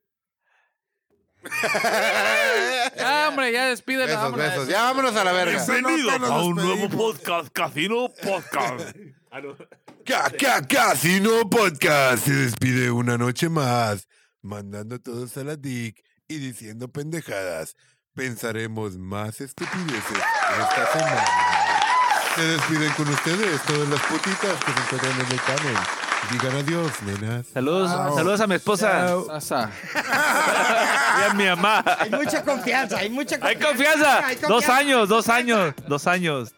S5: Ya, Ah, hombre, ya despídela.
S1: Besos,
S5: vámonos.
S1: besos. Ya vámonos a la verga.
S2: Bienvenido a un nuevo
S10: podcast, Casino Podcast.
S1: Casino Podcast se despide una noche más, mandando a todos a la DIC y diciendo pendejadas. Pensaremos más estupideces esta semana. Se despiden con ustedes todas las putitas que se encuentran en el panel. Digan adiós, nenas.
S10: Saludos,
S1: Chao.
S10: saludos a mi esposa.
S1: Chao.
S10: Y a mi mamá.
S3: Hay mucha confianza, hay mucha
S10: Hay confianza.
S3: Hay
S10: Dos
S3: confianza.
S10: años, dos años, dos años.